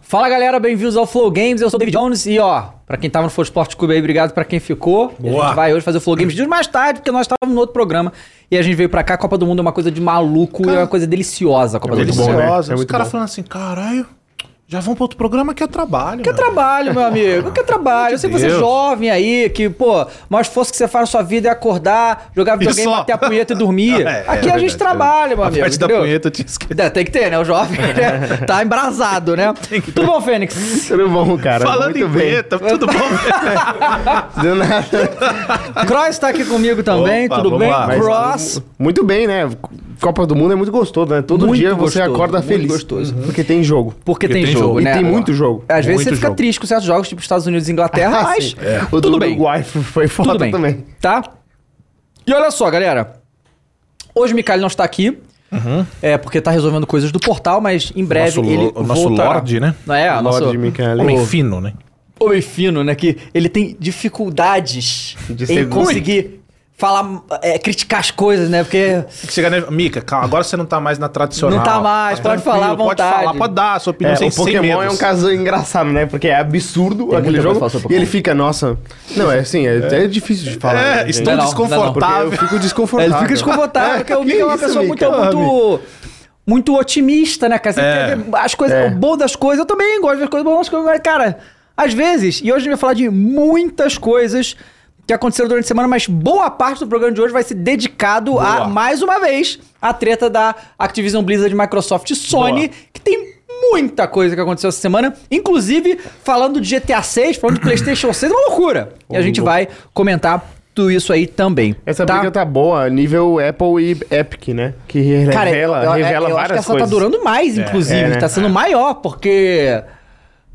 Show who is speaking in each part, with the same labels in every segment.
Speaker 1: Fala galera, bem-vindos ao Flow Games. Eu sou o David Jones e ó, pra quem tava no Flow Sport Clube aí, obrigado pra quem ficou. E A
Speaker 2: Boa.
Speaker 1: gente vai hoje fazer o Flow Games de hoje mais tarde, porque nós estávamos no outro programa e a gente veio pra cá. A Copa do Mundo é uma coisa de maluco e é uma coisa deliciosa a Copa do
Speaker 2: muito
Speaker 1: Mundo.
Speaker 2: bom, né?
Speaker 3: Deliciosa.
Speaker 2: É
Speaker 3: Os
Speaker 2: muito
Speaker 3: caras
Speaker 2: bom.
Speaker 3: falando assim, caralho, já vão pra outro programa que é trabalho.
Speaker 1: Que é
Speaker 3: mano."
Speaker 1: trabalho, meu amigo. Que é trabalho. Eu sei que você é
Speaker 3: Deus.
Speaker 1: jovem aí, que, pô, o maior esforço que você faz na sua vida é acordar, jogar videogame,
Speaker 3: só.
Speaker 1: bater a punheta e dormir.
Speaker 3: É, é
Speaker 1: Aqui a gente
Speaker 3: verdade.
Speaker 1: trabalha, meu
Speaker 3: A
Speaker 1: amigo.
Speaker 3: parte da
Speaker 1: entendeu?
Speaker 3: punheta eu tinha esquecido.
Speaker 1: É, Tem que ter, né? O jovem né? tá embrasado, né? Tudo bom, Fênix?
Speaker 2: Tudo bom, cara?
Speaker 3: Falando
Speaker 2: Muito
Speaker 3: em
Speaker 2: bem.
Speaker 3: punheta, tudo bom?
Speaker 2: Do nada.
Speaker 1: Cross tá aqui comigo também,
Speaker 3: Opa,
Speaker 1: tudo
Speaker 3: vamos
Speaker 1: bem?
Speaker 3: lá. Mas
Speaker 1: Cross.
Speaker 2: Muito bem, né? Copa do Mundo é muito gostoso, né? Todo
Speaker 1: Muito
Speaker 2: dia você
Speaker 1: gostoso,
Speaker 2: acorda
Speaker 1: muito
Speaker 2: feliz.
Speaker 1: gostoso. Uhum.
Speaker 2: Porque tem jogo.
Speaker 1: Porque tem,
Speaker 3: tem
Speaker 1: jogo,
Speaker 3: jogo.
Speaker 2: E
Speaker 1: né?
Speaker 2: tem muito jogo.
Speaker 1: Às vezes
Speaker 3: Muito
Speaker 1: você fica
Speaker 3: jogo.
Speaker 1: triste com certos jogos, tipo Estados Unidos e Inglaterra, mas
Speaker 2: Assim, O do
Speaker 1: É. tudo bem.
Speaker 2: Uruguai foi foda
Speaker 1: Tudo bem.
Speaker 2: também.
Speaker 1: Tá? E olha só, galera. Hoje o Mikael não está aqui. É, porque tá resolvendo coisas do portal, mas em breve
Speaker 3: Uhum. nosso
Speaker 1: ele
Speaker 3: lo- o nosso
Speaker 1: volta...
Speaker 3: Lorde, né?
Speaker 1: Não é? O nosso
Speaker 2: Lorde Mikael.
Speaker 3: Homem fino, né?
Speaker 1: homem fino, né? Que ele tem dificuldades
Speaker 2: De
Speaker 1: em
Speaker 2: ser
Speaker 1: conseguir falar, é, criticar as coisas, né? Porque
Speaker 3: Tem que chegar, né? Mica, calma, agora você não tá mais na tradicional.
Speaker 1: Não tá mais, pode
Speaker 3: tranquilo,
Speaker 1: falar à vontade.
Speaker 3: Pode falar, pode dar a sua opinião
Speaker 2: É,
Speaker 3: sem,
Speaker 2: o
Speaker 3: sem
Speaker 2: Pokémon
Speaker 3: medos.
Speaker 2: é um caso engraçado, né? Porque é absurdo aquele
Speaker 1: muita coisa
Speaker 2: jogo.
Speaker 1: pra falar sobre
Speaker 2: E ele fica, nossa. Não, é assim, é, é difícil de falar.
Speaker 3: É,
Speaker 2: né, gente?
Speaker 3: estou
Speaker 1: Não, não,
Speaker 2: Porque
Speaker 3: desconfortável.
Speaker 2: eu fico
Speaker 1: É,
Speaker 2: desconfortável.
Speaker 1: Ele fica desconfortável,
Speaker 2: É,
Speaker 1: porque o
Speaker 2: que
Speaker 1: Mick é uma
Speaker 2: isso,
Speaker 1: pessoa muito,
Speaker 2: Mica? Ah,
Speaker 1: muito, muito otimista, né, cara? Você
Speaker 3: É.
Speaker 1: quer ver as coisas,
Speaker 2: É.
Speaker 1: o bom das coisas. Eu também gosto de ver as coisas boas das coisas, mas, cara, às vezes, e hoje a gente vai falar de muitas coisas que aconteceram durante a semana, mas boa parte do programa de hoje vai ser dedicado a,
Speaker 3: Boa.
Speaker 1: mais uma vez, a treta da Activision Blizzard, Microsoft e Sony, que tem muita coisa que aconteceu essa semana, inclusive falando de GTA 6, falando de PlayStation 6, é uma loucura. E a gente vai comentar tudo isso aí também.
Speaker 2: Essa briga tá boa, nível Apple e Epic, né? Que revela,
Speaker 1: Cara, eu- eu,
Speaker 2: revela
Speaker 1: eu
Speaker 2: várias
Speaker 1: acho que essa
Speaker 2: coisas.
Speaker 1: tá durando mais, inclusive.
Speaker 2: é, né?
Speaker 1: Tá sendo maior, porque.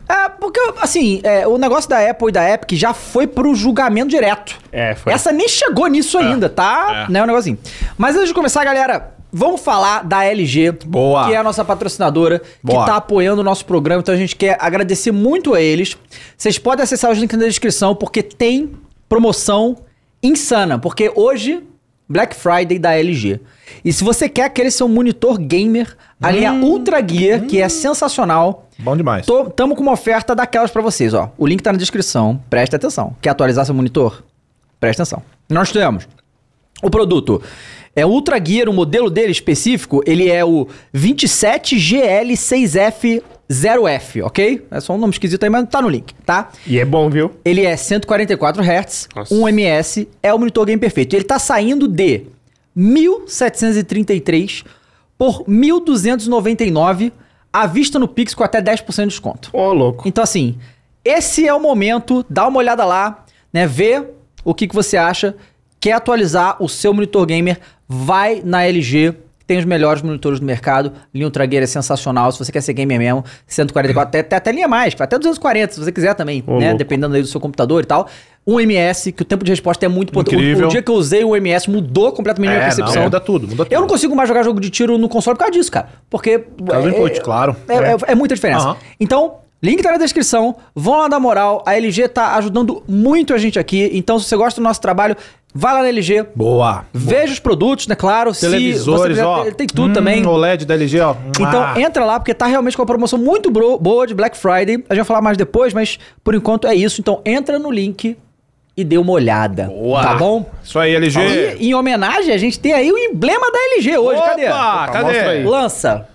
Speaker 1: É, porque, assim, é, o negócio da Apple e da Epic já foi pro julgamento direto.
Speaker 2: É, foi.
Speaker 1: Essa nem chegou nisso ainda, tá?
Speaker 3: é.
Speaker 1: Né, o negocinho. Mas antes de começar, galera, vamos falar da LG.
Speaker 3: Boa.
Speaker 1: Que é a nossa patrocinadora,
Speaker 3: Boa.
Speaker 1: que tá apoiando o nosso programa. Então a gente quer agradecer muito a eles. Vocês podem acessar os links na descrição, porque tem promoção insana. Porque hoje, Black Friday da LG. E se você quer aquele seu monitor gamer, a linha Ultra Gear, que é sensacional.
Speaker 3: Bom demais.
Speaker 1: Tô, tamo com uma oferta daquelas pra vocês, ó. O link tá na descrição. Presta atenção. Quer atualizar seu monitor? Presta atenção. Nós temos o produto. É o Ultra Gear, o modelo dele específico, ele é o 27GL6F0F, ok? É só um nome esquisito aí, mas tá no link, tá?
Speaker 2: E é bom, viu?
Speaker 1: Ele é 144 Hz,
Speaker 2: Nossa.
Speaker 1: 1 ms, é o monitor game perfeito. Ele tá saindo de 1733 por 1299 à vista no Pix com até 10% de desconto.
Speaker 2: Ô, louco.
Speaker 1: Então, assim, esse é o momento, dá uma olhada lá, né? Vê o que, que você acha. Quer atualizar o seu monitor gamer? Vai na LG, que tem os melhores monitores do mercado. Linha Ultragueira é sensacional. Se você quer ser gamer mesmo, 144, até, até, até linha mais, até 240, se você quiser também,
Speaker 2: Ô,
Speaker 1: né?
Speaker 2: louco.
Speaker 1: Dependendo aí do seu computador e tal. Um MS, que o tempo de resposta é muito potente. O,
Speaker 3: Incrível.
Speaker 1: o dia que eu usei o MS mudou completamente a minha
Speaker 3: É,
Speaker 1: percepção.
Speaker 3: não, muda tudo, muda tudo.
Speaker 1: Eu não consigo mais jogar jogo de tiro no console por causa disso, cara. Porque.
Speaker 3: causa do input, claro.
Speaker 1: É, é- é muita diferença.
Speaker 3: Aham.
Speaker 1: Então, link tá na descrição. Vão lá dar moral. A LG tá ajudando muito a gente aqui. Então, se você gosta do nosso trabalho, vai lá na LG.
Speaker 3: Boa.
Speaker 1: Veja os produtos, né? Claro. Se você
Speaker 3: Televisores,
Speaker 1: quiser,
Speaker 3: ó.
Speaker 1: Ele tem tudo
Speaker 3: Hum,
Speaker 1: também.
Speaker 3: OLED da LG, ó.
Speaker 1: Então
Speaker 3: Ah,
Speaker 1: entra lá, porque tá realmente com uma promoção muito bro- boa de Black Friday. A gente vai falar mais depois, mas por enquanto é isso. Então entra no link e dê uma olhada.
Speaker 3: Boa.
Speaker 1: Tá bom?
Speaker 3: Isso aí, LG.
Speaker 1: E em homenagem, a gente tem aí o emblema da LG hoje.
Speaker 3: Opa,
Speaker 1: Cadê?
Speaker 2: mostra
Speaker 3: cadê?
Speaker 2: aí.
Speaker 1: Lança.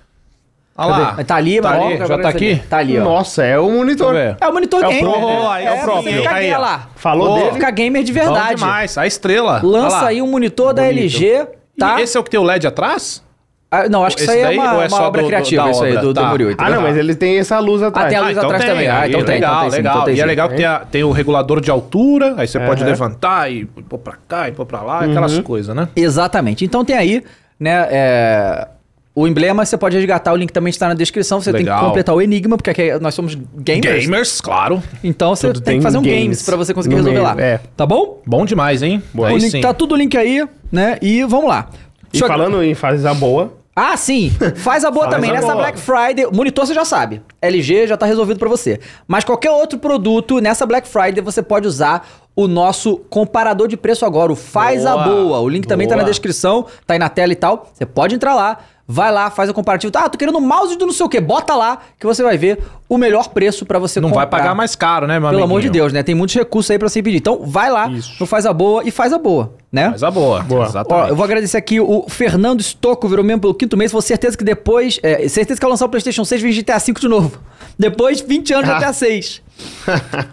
Speaker 3: Olha lá.
Speaker 1: Tá ali,
Speaker 3: tá
Speaker 1: mas ó,
Speaker 3: ali. Já
Speaker 1: agora
Speaker 3: tá
Speaker 1: vai saber.
Speaker 3: aqui?
Speaker 1: Tá ali, ó.
Speaker 2: Nossa, é o monitor.
Speaker 3: Deixa eu ver.
Speaker 1: É o monitor
Speaker 2: É o
Speaker 1: gamer.
Speaker 2: próprio,
Speaker 1: né?
Speaker 3: é o
Speaker 1: pra
Speaker 3: próprio.
Speaker 1: Você ficar
Speaker 3: Aí,
Speaker 1: gamer
Speaker 3: ó.
Speaker 1: lá.
Speaker 2: Falou
Speaker 3: Boa.
Speaker 1: Pra
Speaker 2: dele.
Speaker 1: Ficar gamer de
Speaker 3: Bom
Speaker 1: verdade.
Speaker 3: demais. A estrela.
Speaker 1: Lança
Speaker 3: Olha lá.
Speaker 1: aí o monitor da
Speaker 2: Bonito.
Speaker 1: LG, tá?
Speaker 3: E esse é o que tem o LED atrás?
Speaker 1: Ah, não, acho que isso
Speaker 3: esse
Speaker 1: aí é
Speaker 3: daí
Speaker 1: uma,
Speaker 3: ou é
Speaker 1: uma
Speaker 3: só
Speaker 1: obra
Speaker 3: do- do-
Speaker 1: criativa,
Speaker 3: da
Speaker 1: isso aí,
Speaker 3: obra?
Speaker 1: do, do
Speaker 3: Tá.
Speaker 1: Muriel. entendeu?
Speaker 2: Ah, não, mas ele tem essa luz atrás.
Speaker 1: Ah, tem a luz atrás também. Ah, então tem, então
Speaker 3: Legal,
Speaker 1: tem sim,
Speaker 3: legal.
Speaker 1: então tem
Speaker 3: e é
Speaker 1: sim.
Speaker 3: legal que tem, a- tem o regulador de altura, aí você pode
Speaker 2: Aham.
Speaker 3: levantar e pôr pra cá e pôr pra lá,
Speaker 1: Uhum.
Speaker 3: aquelas coisas, né?
Speaker 1: Exatamente. Então tem aí, né, é, o emblema, você pode resgatar, o link também está na descrição. Você tem que
Speaker 3: Legal.
Speaker 1: completar o enigma, porque aqui é, nós somos gamers.
Speaker 3: Gamers, claro.
Speaker 1: Então você
Speaker 2: Tudo
Speaker 1: tem que
Speaker 2: tem
Speaker 1: fazer um
Speaker 2: games
Speaker 1: games pra você conseguir
Speaker 2: no
Speaker 1: resolver
Speaker 2: meio,
Speaker 1: lá.
Speaker 2: é.
Speaker 1: Tá bom?
Speaker 3: Bom demais, hein?
Speaker 1: O
Speaker 3: Aí
Speaker 1: link-
Speaker 3: sim.
Speaker 1: Tá tudo o link aí, né? E vamos lá.
Speaker 2: E
Speaker 1: Deixa eu-
Speaker 2: falando em fase da boa,
Speaker 1: Ah, sim. Faz a boa
Speaker 2: Faz
Speaker 1: também.
Speaker 2: a
Speaker 1: Nessa
Speaker 2: boa.
Speaker 1: Black Friday, monitor você já sabe. LG já tá resolvido pra você. Mas qualquer outro produto nessa Black Friday você pode usar o nosso comparador de preço agora, o Faz a
Speaker 3: Boa.
Speaker 1: Boa. O link também tá na
Speaker 3: Boa.
Speaker 1: descrição, tá aí na tela e tal. Você pode entrar lá, vai lá, faz o comparativo. Ah, tô querendo um mouse do não sei o quê. Bota lá que você vai ver o melhor preço pra você
Speaker 3: Não vai pagar mais caro, né, meu
Speaker 1: Pelo amor de
Speaker 3: amiguinho?
Speaker 1: Deus, né? Tem muitos recursos aí pra você pedir. Então, vai lá
Speaker 2: Isso.
Speaker 1: no Faz a Boa e faz a boa, né?
Speaker 3: Mas a boa.
Speaker 2: Boa.
Speaker 1: Ó,
Speaker 3: Exatamente.
Speaker 1: eu vou agradecer aqui o Fernando Stocco, virou membro pelo quinto mês. Vou certeza que depois. é, certeza que ao lançar o PlayStation 6 vem GTA V de novo. Depois, 20 anos de GTA 6.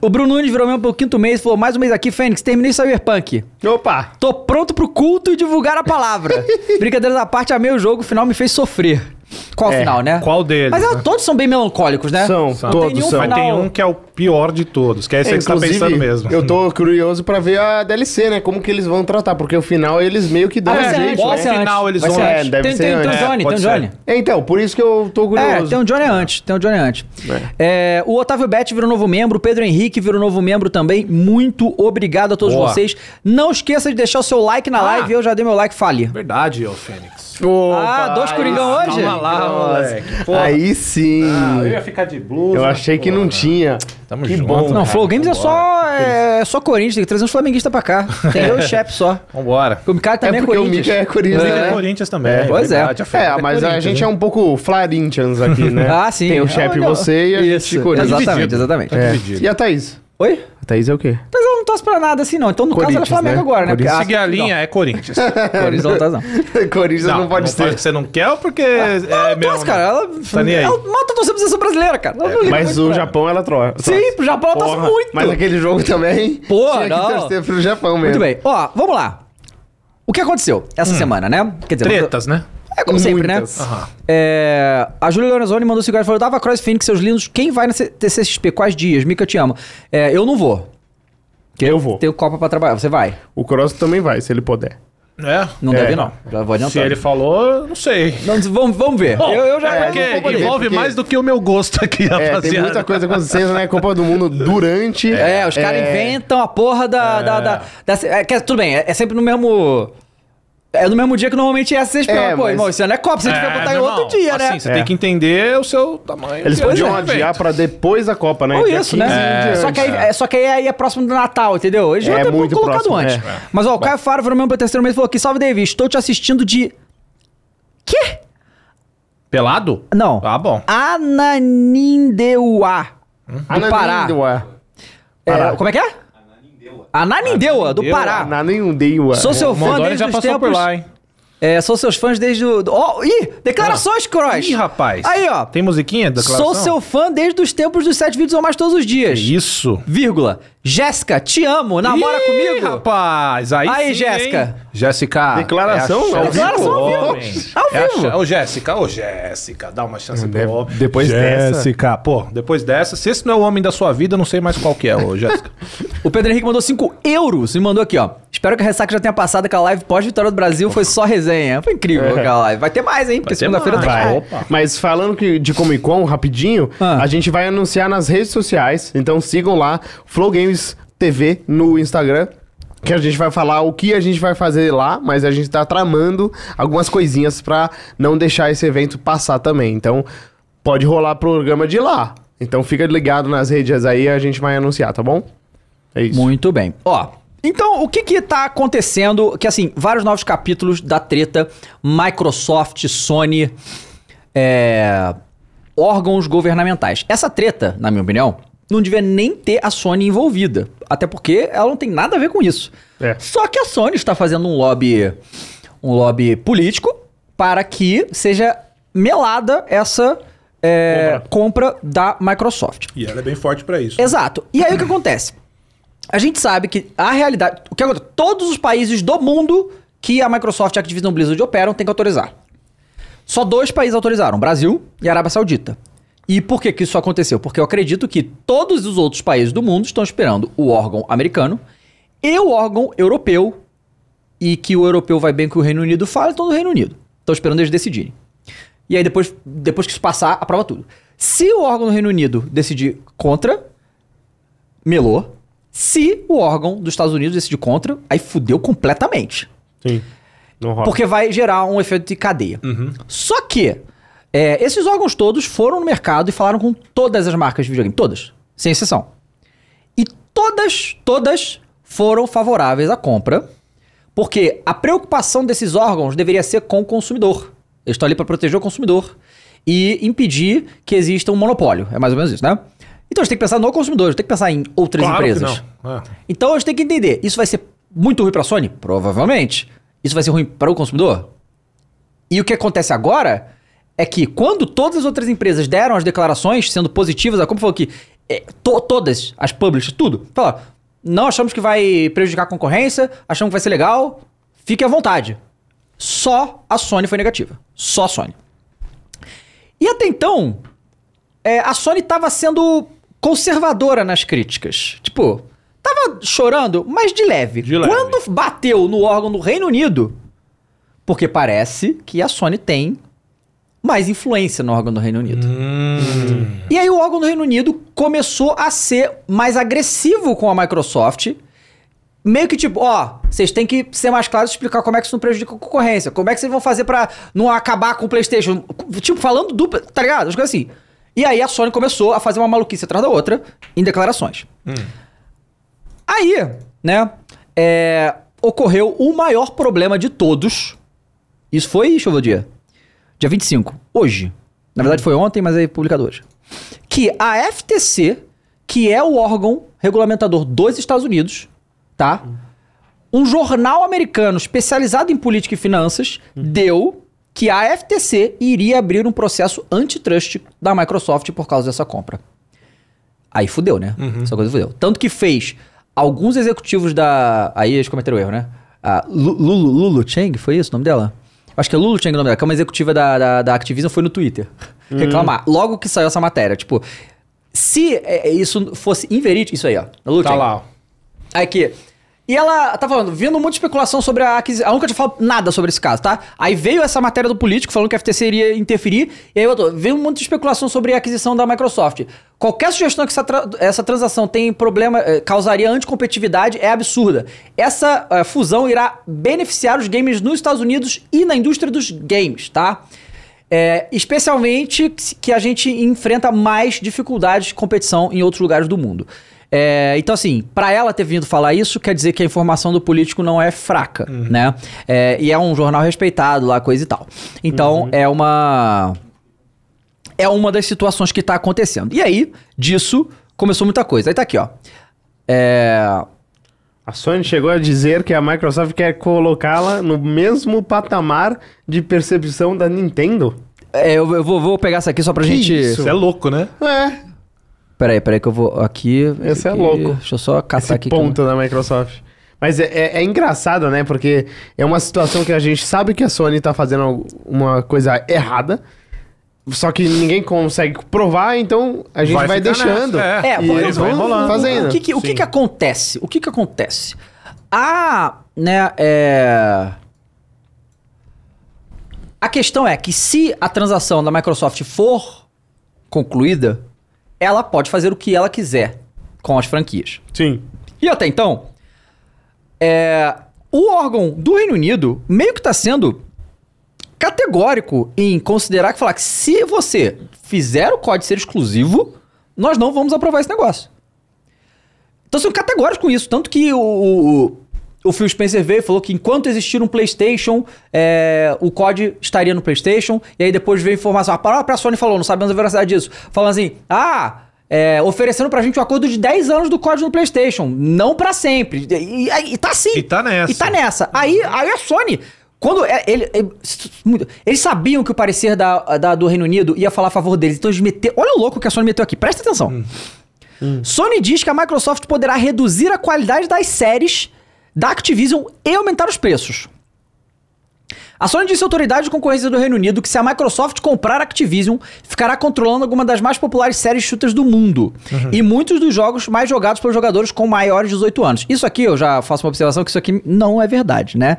Speaker 1: o Bruno Nunes virou membro pelo quinto mês. Falou: mais um mês aqui, Fênix. Terminei Cyberpunk.
Speaker 2: Opa!
Speaker 1: Tô pronto pro culto e divulgar a palavra. Brincadeiras à parte, amei o jogo. O final me fez sofrer. Qual o
Speaker 2: É,
Speaker 1: final, né?
Speaker 3: Qual deles?
Speaker 1: Mas é,
Speaker 3: né?
Speaker 1: todos são bem melancólicos, né?
Speaker 2: São,
Speaker 1: Não tem
Speaker 2: todos
Speaker 1: nenhum
Speaker 2: são.
Speaker 3: Mas
Speaker 1: final-
Speaker 3: tem um que é o pior de todos, que é esse
Speaker 2: É,
Speaker 3: que você tá
Speaker 2: inclusive,
Speaker 3: pensando mesmo.
Speaker 2: Eu tô curioso pra ver a DLC, né? Como que eles vão tratar, porque o final eles meio que dão
Speaker 1: Ah,
Speaker 2: um
Speaker 1: vai ser
Speaker 2: jeito,
Speaker 1: antes,
Speaker 3: qual
Speaker 1: vai
Speaker 2: né?
Speaker 1: ser antes.
Speaker 3: final eles
Speaker 1: Vai
Speaker 2: vão-
Speaker 1: ser
Speaker 2: É,
Speaker 1: antes.
Speaker 2: deve
Speaker 1: Tem,
Speaker 2: ser
Speaker 1: tem, tem o
Speaker 2: antes.
Speaker 1: Johnny, tem o
Speaker 3: Pode ser.
Speaker 1: Johnny.
Speaker 2: É, então, por isso que eu tô
Speaker 1: É,
Speaker 2: curioso.
Speaker 1: tem o Johnny antes, tem o Johnny antes. É, o Otávio Bete virou novo membro, o Pedro Henrique virou novo membro também. Muito obrigado a todos
Speaker 3: Boa.
Speaker 1: vocês. Não esqueça de deixar o seu like na
Speaker 3: Ah.
Speaker 1: live, eu já dei meu like, fale.
Speaker 3: Verdade, ô Fênix.
Speaker 1: Ah, dois Coringão
Speaker 2: aí-
Speaker 1: hoje?
Speaker 3: Calma lá, moleque. Porra.
Speaker 2: Aí sim.
Speaker 3: Ah, eu ia ficar de blusa.
Speaker 2: eu achei que não tinha.
Speaker 3: Tamo
Speaker 2: que
Speaker 3: junto.
Speaker 2: bom.
Speaker 1: Não,
Speaker 3: cara,
Speaker 1: Flow Games é
Speaker 3: vambora.
Speaker 1: só, é só Corinthians, tem que trazer uns flamenguistas pra cá. Tem eu e o Shep só.
Speaker 3: Vambora.
Speaker 1: O cara também
Speaker 2: É
Speaker 1: é,
Speaker 2: porque o
Speaker 1: Corinthians.
Speaker 2: Mika é Corinthians,
Speaker 3: Tem
Speaker 2: né?
Speaker 3: Corinthians também.
Speaker 2: É,
Speaker 1: pois é.
Speaker 3: verdade, a Fênix
Speaker 2: É, mas a
Speaker 3: Corinthians,
Speaker 2: gente
Speaker 3: né?
Speaker 2: é um pouco Flarintians aqui, né?
Speaker 1: Ah, sim.
Speaker 2: Tem
Speaker 1: Ah,
Speaker 2: o Shep e
Speaker 1: olha.
Speaker 2: você e a gente
Speaker 1: Isso,
Speaker 2: Corinthians.
Speaker 1: exatamente,
Speaker 3: Dividido.
Speaker 1: exatamente.
Speaker 3: Tá
Speaker 2: É.
Speaker 3: dividido.
Speaker 2: E a Thaís?
Speaker 1: Oi?
Speaker 2: A Thaís é o quê?
Speaker 1: Mas ela não torce pra nada assim, não. Então, no caso, ela é
Speaker 2: Corinthians,
Speaker 1: Flamengo
Speaker 2: né?
Speaker 1: agora, né? Porque-
Speaker 2: Corinthians.
Speaker 3: Seguir a linha é Corinthians.
Speaker 1: Ah, Corinthians ela não torce, não.
Speaker 2: Corinthians não, pode ser.
Speaker 3: porque você não quer ou porque
Speaker 1: Ela
Speaker 3: é
Speaker 1: não torce,
Speaker 3: mesmo?
Speaker 2: né?
Speaker 1: cara. Ela,
Speaker 3: Tá nem aí.
Speaker 1: ela mata a torcida pra seleção brasileira, cara. Ela não liga
Speaker 2: É, Mas
Speaker 1: muito
Speaker 2: o
Speaker 1: pra ela.
Speaker 2: Japão ela troca.
Speaker 1: Sim, pro Japão ela torce
Speaker 2: Porra,
Speaker 1: muito.
Speaker 2: Mas aquele jogo também.
Speaker 1: Pô,
Speaker 2: tinha
Speaker 1: não.
Speaker 2: que torcer pro Japão mesmo. Hum.
Speaker 1: Muito bem. Ó, vamos lá. O que aconteceu essa semana, né? Quer dizer,
Speaker 3: Tretas, né?
Speaker 1: é como sempre, né?
Speaker 2: Muitas.
Speaker 3: Aham.
Speaker 1: É, a Júlia Lorenzoni mandou cigarro e falou: Tava Cross Phoenix, seus lindos. Quem vai na C- TCXP? Quais dias? Mica, eu te amo. É, eu não vou.
Speaker 2: Eu vou.
Speaker 1: Tenho Copa pra trabalhar. Você vai?
Speaker 2: O Cross também vai, se ele puder.
Speaker 3: É.
Speaker 1: Não
Speaker 2: É.
Speaker 1: deve, não. Já vou
Speaker 3: Se
Speaker 1: adiantando.
Speaker 3: ele falou, não sei.
Speaker 1: Não, vamos, vamos ver. eu, eu já. um
Speaker 3: é,
Speaker 1: eu não vou
Speaker 3: porque
Speaker 1: poder.
Speaker 3: envolve
Speaker 2: porque-
Speaker 3: mais do que o meu gosto aqui,
Speaker 2: É,
Speaker 3: rapaziada.
Speaker 2: tem muita coisa acontecendo, né? Copa do Mundo durante.
Speaker 1: É, os caras inventam a porra da. da, da, da- é, que é- tudo bem, é, é sempre no mesmo. É no mesmo dia que normalmente é a CSP.
Speaker 2: É,
Speaker 1: mas, pô,
Speaker 2: mas-
Speaker 1: irmão, isso não é Copa, você
Speaker 3: É,
Speaker 1: tiver que botar em
Speaker 3: meu
Speaker 1: outro
Speaker 3: irmão,
Speaker 1: dia, né?
Speaker 3: assim, você
Speaker 2: É.
Speaker 3: tem que entender o seu tamanho.
Speaker 2: Eles
Speaker 3: que é
Speaker 2: podiam
Speaker 3: o
Speaker 2: adiar
Speaker 3: evento.
Speaker 2: pra depois da Copa, né?
Speaker 1: Ou
Speaker 2: Dia
Speaker 1: isso, né?
Speaker 2: 15 em diante.
Speaker 1: só, que aí, é, só que aí, aí é próximo do Natal, entendeu? Eles já
Speaker 2: É,
Speaker 1: ter
Speaker 2: muito
Speaker 1: colocado
Speaker 2: próximo,
Speaker 1: antes.
Speaker 2: é.
Speaker 1: Mas ó, o Caio Faro virou mesmo pro terceiro mês e falou aqui, salve Davis, estou te assistindo de. Quê?
Speaker 3: Pelado?
Speaker 1: Não.
Speaker 3: Ah, bom.
Speaker 1: Ananindeuá. Do Pará.
Speaker 2: Ananindeua.
Speaker 1: É,
Speaker 2: Pará.
Speaker 1: como é que é? Ananindeua. Ananindeua, do
Speaker 3: Ananindeua.
Speaker 1: Pará.
Speaker 2: Ananindeua.
Speaker 1: Sou seu
Speaker 3: O
Speaker 1: fã
Speaker 3: Mondoni
Speaker 1: desde
Speaker 3: já
Speaker 1: os
Speaker 3: passou
Speaker 1: tempos-
Speaker 3: por lá, hein?
Speaker 1: É, sou seus fãs desde o. Ó, ih! Declarações, Cross!
Speaker 3: Ih, rapaz.
Speaker 1: Aí, ó.
Speaker 3: Tem musiquinha da
Speaker 1: Sou seu fã desde os tempos dos sete vídeos ou mais todos os dias.
Speaker 3: Isso.
Speaker 1: Vírgula. Jéssica, te amo, namora
Speaker 3: Ih,
Speaker 1: Ah, comigo.
Speaker 3: rapaz. Aí,
Speaker 1: Aí,
Speaker 3: sim,
Speaker 1: Jéssica.
Speaker 3: hein? Jéssica.
Speaker 2: Declaração
Speaker 3: é a
Speaker 2: ao
Speaker 3: chance
Speaker 1: vivo.
Speaker 3: do
Speaker 1: Declaração ao
Speaker 3: homem. Hum,
Speaker 1: vivo. Ao
Speaker 3: É a
Speaker 1: vivo.
Speaker 3: cha- Ô, Jéssica, ô, Jéssica, dá uma chance
Speaker 2: Deve-
Speaker 3: pro homem.
Speaker 2: depois dessa.
Speaker 3: Jéssica, pô, depois dessa. Se esse não é o homem da sua vida, eu não sei mais qual que é, ô, Jéssica.
Speaker 1: O Pedro Henrique mandou 5 euros e mandou aqui, ó. Espero que a ressaca já tenha passado, que a live pós-vitória do Brasil foi só resenha. Foi incrível aquela live. Vai ter mais, hein? Porque
Speaker 3: É. Vai ter
Speaker 1: segunda-feira tá tem
Speaker 3: mais.
Speaker 1: mais.
Speaker 2: Vai.
Speaker 3: Opa.
Speaker 2: Mas falando que de Comic Con, rapidinho,
Speaker 1: Ah.
Speaker 2: a gente vai anunciar nas redes sociais. Então sigam lá, Flow Games TV no Instagram. Que a gente vai falar o que a gente vai fazer lá, mas a gente tá tramando algumas coisinhas pra não deixar esse evento passar também. Então, pode rolar programa de lá. Então, fica ligado nas redes aí, a gente vai anunciar, tá bom? É isso.
Speaker 1: Muito bem. Ó, então o que que tá acontecendo? Que assim, vários novos capítulos da treta Microsoft, Sony, é, órgãos governamentais. Essa treta, na minha opinião, não devia nem ter a Sony envolvida. Até porque ela não tem nada a ver com isso.
Speaker 2: É.
Speaker 1: Só que a Sony está fazendo um lobby, um lobby político para que seja melada essa é, compra da Microsoft.
Speaker 3: e ela é bem forte pra isso.
Speaker 1: Exato. E aí o que acontece? A gente sabe que a realidade. O que acontece? Todos os países do mundo que a Microsoft e a Activision Blizzard operam têm que autorizar. Só dois países autorizaram: Brasil e Arábia Saudita. E por que, que isso aconteceu? Porque eu acredito que todos os outros países do mundo estão esperando o órgão americano e o órgão europeu. E que o europeu vai bem com o Reino Unido fala, então do Reino Unido. Estão esperando eles decidirem. E aí, depois, depois que isso passar, aprova tudo. Se o órgão do Reino Unido decidir contra, melou. Se o órgão dos Estados Unidos decidir contra, aí fudeu completamente.
Speaker 2: Sim. Não rola.
Speaker 1: Porque vai gerar um efeito de cadeia.
Speaker 3: Uhum.
Speaker 1: Só que é, esses órgãos todos foram no mercado e falaram com todas as marcas de videogame. Todas. Sem exceção. E todas, todas foram favoráveis à compra, porque a preocupação desses órgãos deveria ser com o consumidor. Eles estão ali para proteger o consumidor e impedir que exista um monopólio. É mais ou menos isso, né? Então a gente tem que pensar no consumidor, a gente tem que pensar em outras
Speaker 3: Claro que
Speaker 1: empresas.
Speaker 3: não. É.
Speaker 1: Então a gente tem que entender, isso vai ser muito ruim para a Sony? Provavelmente. Isso vai ser ruim para o consumidor? E o que acontece agora é que quando todas as outras empresas deram as declarações, sendo positivas, a Compra falou que é, to- todas, as publishers, tudo, falaram, não achamos que vai prejudicar a concorrência, achamos que vai ser legal, fique à vontade. Só a Sony foi negativa. Só a Sony. E até então, é, a Sony tava sendo conservadora nas críticas. Tipo, tava chorando, mas de leve.
Speaker 3: De leve.
Speaker 1: Quando bateu no órgão do Reino Unido, porque parece que a Sony tem mais influência no órgão do Reino Unido.
Speaker 3: Hum.
Speaker 1: E aí o órgão do Reino Unido começou a ser mais agressivo com a Microsoft. Meio que tipo, ó, vocês têm que ser mais claros e explicar como é que isso não prejudica a concorrência. Como é que vocês vão fazer pra não acabar com o PlayStation? Tipo, falando dupla, tá ligado? As coisas assim. E aí a Sony começou a fazer uma maluquice atrás da outra em declarações. Aí, né, é, ocorreu o maior problema de todos. Isso foi, deixa eu ver o dia. Dia 25, hoje. Na verdade foi ontem, mas é publicado hoje. Que a FTC, que é o órgão regulamentador dos Estados Unidos, tá? Um jornal americano especializado em política e finanças deu que a FTC iria abrir um processo antitrust da Microsoft por causa dessa compra. Aí fudeu, né?
Speaker 3: Uhum.
Speaker 1: Essa coisa fudeu. Tanto que fez alguns executivos da. Aí eles cometeram erro, né? A Lu- Lulu, Lulu Cheng, foi isso o nome dela? Acho que é Lulu Cheng o nome dela, que é uma executiva da, da, da Activision, foi no Twitter
Speaker 3: Hum.
Speaker 1: reclamar. Logo que saiu essa matéria. Tipo, se é, isso fosse inverídico. Isso aí, ó. Lulu
Speaker 3: Tá
Speaker 1: Cheng.
Speaker 3: lá, ó.
Speaker 1: Aqui. E ela tá falando, vindo muita especulação sobre a aquisição. Eu nunca tinha falado nada sobre esse caso, tá? Aí veio essa matéria do político falando que a FTC iria interferir. E aí eu tô, vendo muita especulação sobre a aquisição da Microsoft. Qualquer sugestão que essa, tra- essa transação tem problema, eh, causaria anticompetitividade é absurda. Essa eh, fusão irá beneficiar os games nos Estados Unidos e na indústria dos games, tá? É, especialmente que a gente enfrenta mais dificuldades de competição em outros lugares do mundo. É, então, assim, pra ela ter vindo falar isso, quer dizer que a informação do político não é fraca,
Speaker 2: Uhum.
Speaker 1: né? É, e é um jornal respeitado lá, coisa e tal. Então,
Speaker 2: Uhum.
Speaker 1: é uma é uma das situações que tá acontecendo. E aí, disso, começou muita coisa. Aí tá aqui, ó. É,
Speaker 2: A Sony chegou a dizer que a Microsoft quer colocá-la no mesmo patamar de percepção da Nintendo.
Speaker 1: é, eu eu vou, vou pegar essa aqui só pra
Speaker 2: Que
Speaker 1: gente.
Speaker 2: isso?
Speaker 3: Você é louco, né?
Speaker 2: É,
Speaker 1: Peraí, peraí, que eu vou aqui.
Speaker 2: Esse é
Speaker 1: aqui.
Speaker 2: louco.
Speaker 1: Deixa eu só caçar
Speaker 2: esse
Speaker 1: aqui. que eu-
Speaker 2: ponto da Microsoft. Mas é, é- é engraçado, né? Porque é uma situação que a gente sabe que a Sony tá fazendo al- uma coisa errada, só que ninguém consegue provar, então a gente vai,
Speaker 3: ficar
Speaker 2: deixando.
Speaker 3: nessa,
Speaker 1: É,
Speaker 2: E
Speaker 1: porque
Speaker 2: eles
Speaker 1: o-
Speaker 2: vão
Speaker 1: o-
Speaker 3: enrolando.
Speaker 2: fazendo.
Speaker 1: O que que, o que
Speaker 2: Sim.
Speaker 1: que acontece? O que que acontece? A, né, é... A questão é que se a transação da Microsoft for concluída, ela pode fazer o que ela quiser com as franquias.
Speaker 2: Sim.
Speaker 1: E até então, é, o órgão do Reino Unido meio que está sendo categórico em considerar que falar que se você fizer o código ser exclusivo, nós não vamos aprovar esse negócio. Então são categóricos com isso. Tanto que o, o, o Phil Spencer veio e falou que enquanto existir um PlayStation, é, o COD estaria no PlayStation. E aí depois veio a informação. A própria Sony falou, não sabemos a veracidade disso. Falando assim: ah. É, oferecendo pra gente um acordo de 10 anos do código no PlayStation. Não pra sempre. E, e- e tá assim.
Speaker 3: E tá nessa.
Speaker 1: E tá nessa. Aí, aí a Sony, quando é- ele, ele- muito- eles sabiam que o parecer da, da- do Reino Unido ia falar a favor deles, então eles meteram. Olha o louco que a Sony meteu aqui, presta atenção.
Speaker 3: Hum.
Speaker 1: Sony diz que a Microsoft poderá reduzir a qualidade das séries da Activision e aumentar os preços. A Sony disse à autoridade de concorrência do Reino Unido que se a Microsoft comprar a Activision, ficará controlando alguma das mais populares séries shooters do mundo.
Speaker 3: Uhum.
Speaker 1: E muitos dos jogos mais jogados pelos jogadores com maiores de 18 anos. Isso aqui, eu já faço uma observação que isso aqui não é verdade, né?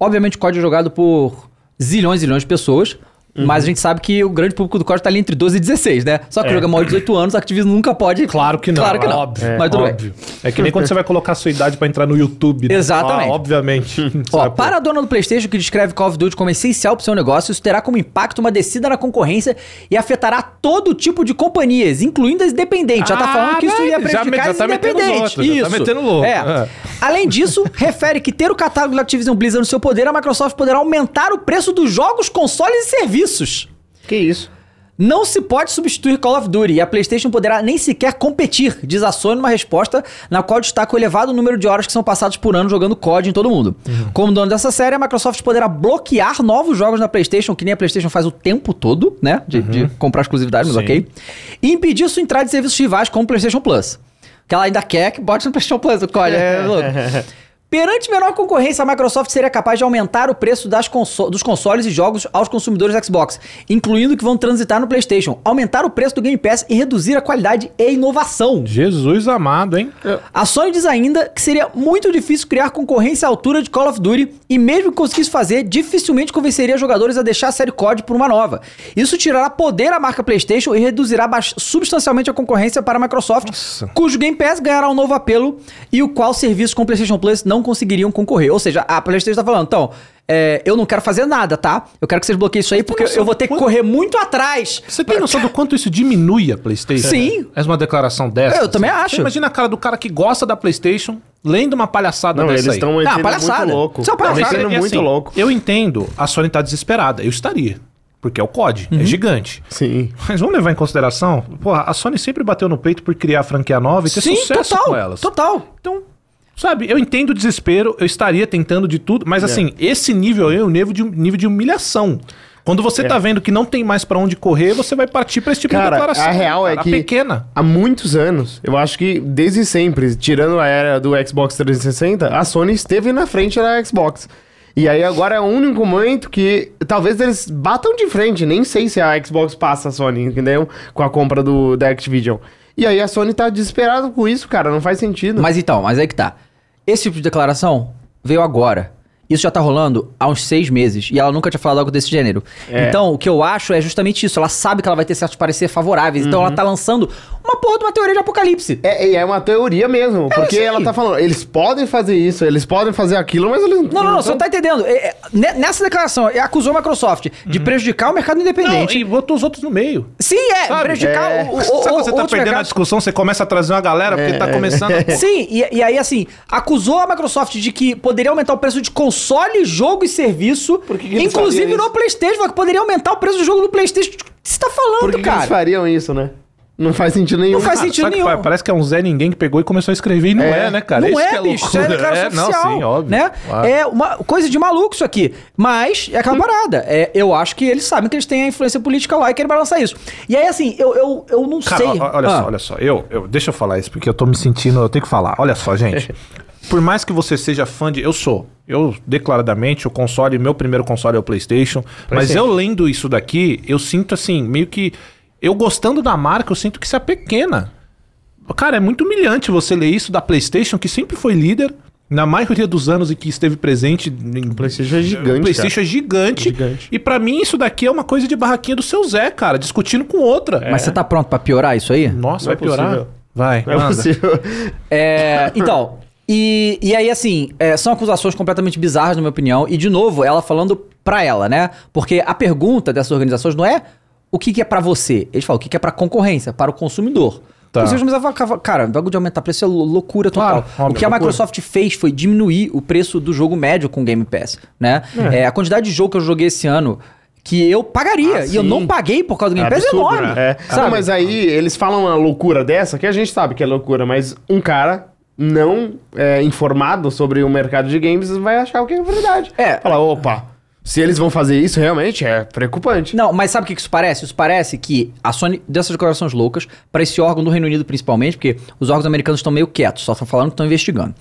Speaker 1: Obviamente o código é jogado por zilhões e zilhões de pessoas.
Speaker 3: Uhum.
Speaker 1: Mas a gente sabe que o grande público do código tá ali entre 12 e 16, né? Só que o jogo é maior de 18 anos, a Activision nunca pode.
Speaker 3: Claro que não.
Speaker 1: Claro que não.
Speaker 3: Óbvio.
Speaker 1: mas tudo bem.
Speaker 3: óbvio. É que nem quando você vai colocar a sua idade pra entrar no YouTube. né?
Speaker 1: Exatamente.
Speaker 3: Ah, obviamente.
Speaker 1: Ó,
Speaker 3: Sabe, pô,
Speaker 1: para a dona do PlayStation que descreve Call of Duty como essencial para seu negócio, isso terá como impacto uma descida na concorrência e afetará todo tipo de companhias, incluindo as independentes. já tá
Speaker 3: Ah,
Speaker 1: falando que isso ia
Speaker 3: vai, já me-
Speaker 1: prejudicar
Speaker 3: já
Speaker 1: as
Speaker 3: tá metendo os
Speaker 1: independentes.
Speaker 3: outros, já
Speaker 1: isso.
Speaker 3: tá metendo louco.
Speaker 1: É.
Speaker 3: É.
Speaker 1: Além disso, refere que ter o catálogo da Activision Blizzard no seu poder, a Microsoft poderá aumentar o preço dos jogos, consoles e serviços.
Speaker 2: Que isso?
Speaker 1: Não se pode substituir Call of Duty e a PlayStation poderá nem sequer competir, diz a Sony numa resposta na qual destaca o elevado número de horas que são passadas por ano jogando COD em todo mundo. Como dono dessa série, a Microsoft poderá bloquear novos jogos na PlayStation, que nem a PlayStation faz o tempo todo, né? De, de comprar exclusividade, mas
Speaker 3: Sim.
Speaker 1: ok. E impedir isso entrar de serviços rivais como o PlayStation Plus. Que ela ainda quer que bote no PlayStation Plus o COD. É louco. Perante menor concorrência, a Microsoft seria capaz de aumentar o preço das conso- dos consoles e jogos aos consumidores Xbox, incluindo que vão transitar no PlayStation, aumentar o preço do Game Pass e reduzir a qualidade e inovação.
Speaker 3: Jesus amado, hein?
Speaker 1: A Sony diz ainda que seria muito difícil criar concorrência à altura de Call of Duty e mesmo que conseguisse fazer, dificilmente convenceria jogadores a deixar a série COD por uma nova. Isso tirará poder à marca PlayStation e reduzirá bas- substancialmente a concorrência para a Microsoft, cujo Game Pass ganhará um novo apelo e o qual serviços com PlayStation Plus não conseguiriam concorrer. Ou seja, a PlayStation está falando, então, é, eu não quero fazer nada, tá? Eu quero que vocês bloqueiem isso aí porque
Speaker 3: noção
Speaker 1: eu vou ter que
Speaker 3: quanto-
Speaker 1: correr muito atrás.
Speaker 3: Você tem noção do quanto isso diminui a PlayStation?
Speaker 1: Sim.
Speaker 3: É uma declaração dessa.
Speaker 1: Eu também acho.
Speaker 3: Imagina a cara do cara que gosta da PlayStation lendo uma palhaçada
Speaker 2: Não,
Speaker 3: dessa
Speaker 2: eles
Speaker 3: aí.
Speaker 2: estão
Speaker 1: Ah,
Speaker 2: entrando
Speaker 1: palhaçada.
Speaker 2: muito louco.
Speaker 1: Isso é uma
Speaker 2: Tão
Speaker 1: palhaçada.
Speaker 2: entrando
Speaker 3: E
Speaker 2: muito
Speaker 3: assim,
Speaker 2: louco.
Speaker 3: Eu entendo, a Sony tá desesperada. Eu estaria. Porque é o COD,
Speaker 1: Uhum.
Speaker 3: é gigante.
Speaker 2: Sim.
Speaker 3: Mas vamos levar em consideração, porra, a Sony sempre bateu no peito por criar a franquia nova e ter sucesso
Speaker 1: total,
Speaker 3: com elas.
Speaker 1: total.
Speaker 3: Então, sabe, eu entendo o desespero, eu estaria tentando de tudo,
Speaker 1: É.
Speaker 3: mas assim, esse nível aí é um nível de, nível de humilhação. Quando você
Speaker 1: É.
Speaker 3: tá vendo que não tem mais pra onde correr, você vai partir pra esse tipo de
Speaker 2: Cara,
Speaker 3: declaração.
Speaker 2: a real é
Speaker 3: cara,
Speaker 2: que-
Speaker 3: pequena.
Speaker 2: Há muitos anos, eu acho que desde sempre, tirando a era do Xbox 360, a Sony esteve na frente da Xbox. E aí agora é o único momento que talvez eles batam de frente, nem sei se a Xbox passa a Sony, entendeu? Com a compra do, da Activision. E aí a Sony tá desesperada com isso, cara, não faz sentido.
Speaker 1: Mas então, mas aí que tá. Esse tipo de declaração veio agora. Isso já tá rolando há uns seis meses e ela nunca tinha falado algo desse gênero. Então, o que eu acho é justamente isso. Ela sabe que ela vai ter certos pareceres favoráveis. Então,
Speaker 3: Uhum.
Speaker 1: ela tá lançando uma porra de uma teoria de apocalipse.
Speaker 2: É, é uma teoria mesmo, porque
Speaker 1: sim.
Speaker 2: ela tá falando, eles podem fazer isso, eles podem fazer aquilo, mas eles
Speaker 1: Não, não, não, você
Speaker 2: tão-
Speaker 1: não tá entendendo. É, é, ne- Nessa declaração, é, acusou a Microsoft de prejudicar o mercado
Speaker 3: Uhum. Não,
Speaker 1: independente.
Speaker 3: e botou os outros no meio.
Speaker 1: Sim, é,
Speaker 3: Sabe?
Speaker 1: prejudicar
Speaker 2: É.
Speaker 1: o, o, É, o,
Speaker 3: Sabe quando você tá
Speaker 1: outros
Speaker 3: perdendo a
Speaker 1: mercados.
Speaker 3: discussão, você começa a trazer uma galera, porque tá começando.
Speaker 2: É.
Speaker 1: Sim, e, e aí assim, acusou a Microsoft de que poderia aumentar o preço de console, jogo e serviço,
Speaker 2: que que eles
Speaker 1: inclusive
Speaker 2: faziam
Speaker 1: no
Speaker 2: isso?
Speaker 1: PlayStation, que poderia aumentar o preço do jogo do PlayStation. O que você tá falando,
Speaker 2: Por que, que eles
Speaker 1: cara?
Speaker 2: fariam isso, né? Não faz sentido nenhum.
Speaker 1: Não faz sentido
Speaker 3: Sabe que
Speaker 1: nenhum.
Speaker 3: pa- parece que é um Zé Ninguém que pegou e começou a escrever e não é,
Speaker 2: É.
Speaker 3: né, cara?
Speaker 1: não
Speaker 3: Isso
Speaker 1: é,
Speaker 3: que
Speaker 1: bicho, isso é
Speaker 3: loucura.
Speaker 1: declaração oficial,
Speaker 3: Não, sim, óbvio.
Speaker 1: né?
Speaker 3: Claro.
Speaker 1: É uma coisa de maluco isso aqui. Mas é
Speaker 2: Hum.
Speaker 1: aquela parada. É, eu acho que eles sabem que eles têm a influência política lá e querem balançar isso. E aí, assim, eu, eu, eu não
Speaker 3: Cara,
Speaker 1: sei.
Speaker 3: ó- ó- olha
Speaker 1: Ah,
Speaker 3: só, olha só. Eu, eu, deixa eu falar isso, porque eu tô me sentindo, eu tenho que falar. Olha só, gente. Por mais que você seja fã de. Eu sou. Eu, declaradamente, o console, meu primeiro console é o PlayStation. mas eu lendo isso daqui, eu sinto assim, meio que. Eu gostando da marca, eu sinto que isso é pequena. Cara, é muito humilhante você ler isso da PlayStation, que sempre foi líder, na maioria dos anos e que esteve presente em
Speaker 2: PlayStation é gigante,
Speaker 3: o PlayStation é gigante.
Speaker 2: Gigante.
Speaker 3: E pra mim isso daqui é uma coisa de barraquinha do seu Zé, cara, discutindo com outra.
Speaker 1: Mas você tá pronto pra piorar isso aí?
Speaker 3: Nossa, vai
Speaker 2: Não é
Speaker 3: piorar?
Speaker 2: possível.
Speaker 3: Vai.
Speaker 2: Não é
Speaker 3: manda.
Speaker 2: possível.
Speaker 1: É, então, e, e aí, assim, é, são acusações completamente bizarras, na minha opinião. E, de novo, ela falando pra ela, né? Porque a pergunta dessas organizações não é o que, que é pra você. Eles falam o que, que é pra concorrência, para o consumidor.
Speaker 3: Tá.
Speaker 1: Os consumidores vão ficar, cara, o bagulho de aumentar preço é lou- loucura total.
Speaker 3: Claro, óbvio,
Speaker 1: o que a
Speaker 3: loucura.
Speaker 1: Microsoft fez foi diminuir o preço do jogo médio com o Game Pass, né? É, a quantidade de jogo que eu joguei esse ano que eu pagaria.
Speaker 2: Ah,
Speaker 1: e eu
Speaker 2: sim.
Speaker 1: não paguei por causa do Game Pass é
Speaker 2: absurdo,
Speaker 1: enorme.
Speaker 2: né? É.
Speaker 1: Sabe?
Speaker 2: Não, mas aí eles falam uma loucura dessa, que a gente sabe que é loucura, mas um cara não é, informado sobre o mercado de games vai achar o que é verdade.
Speaker 1: É.
Speaker 2: Fala, opa, se eles vão fazer isso, realmente é preocupante.
Speaker 1: Não, mas sabe o que que isso parece? Isso parece que a Sony deu essas declarações loucas pra esse órgão do Reino Unido principalmente, porque os órgãos americanos estão meio quietos, só estão falando que estão investigando.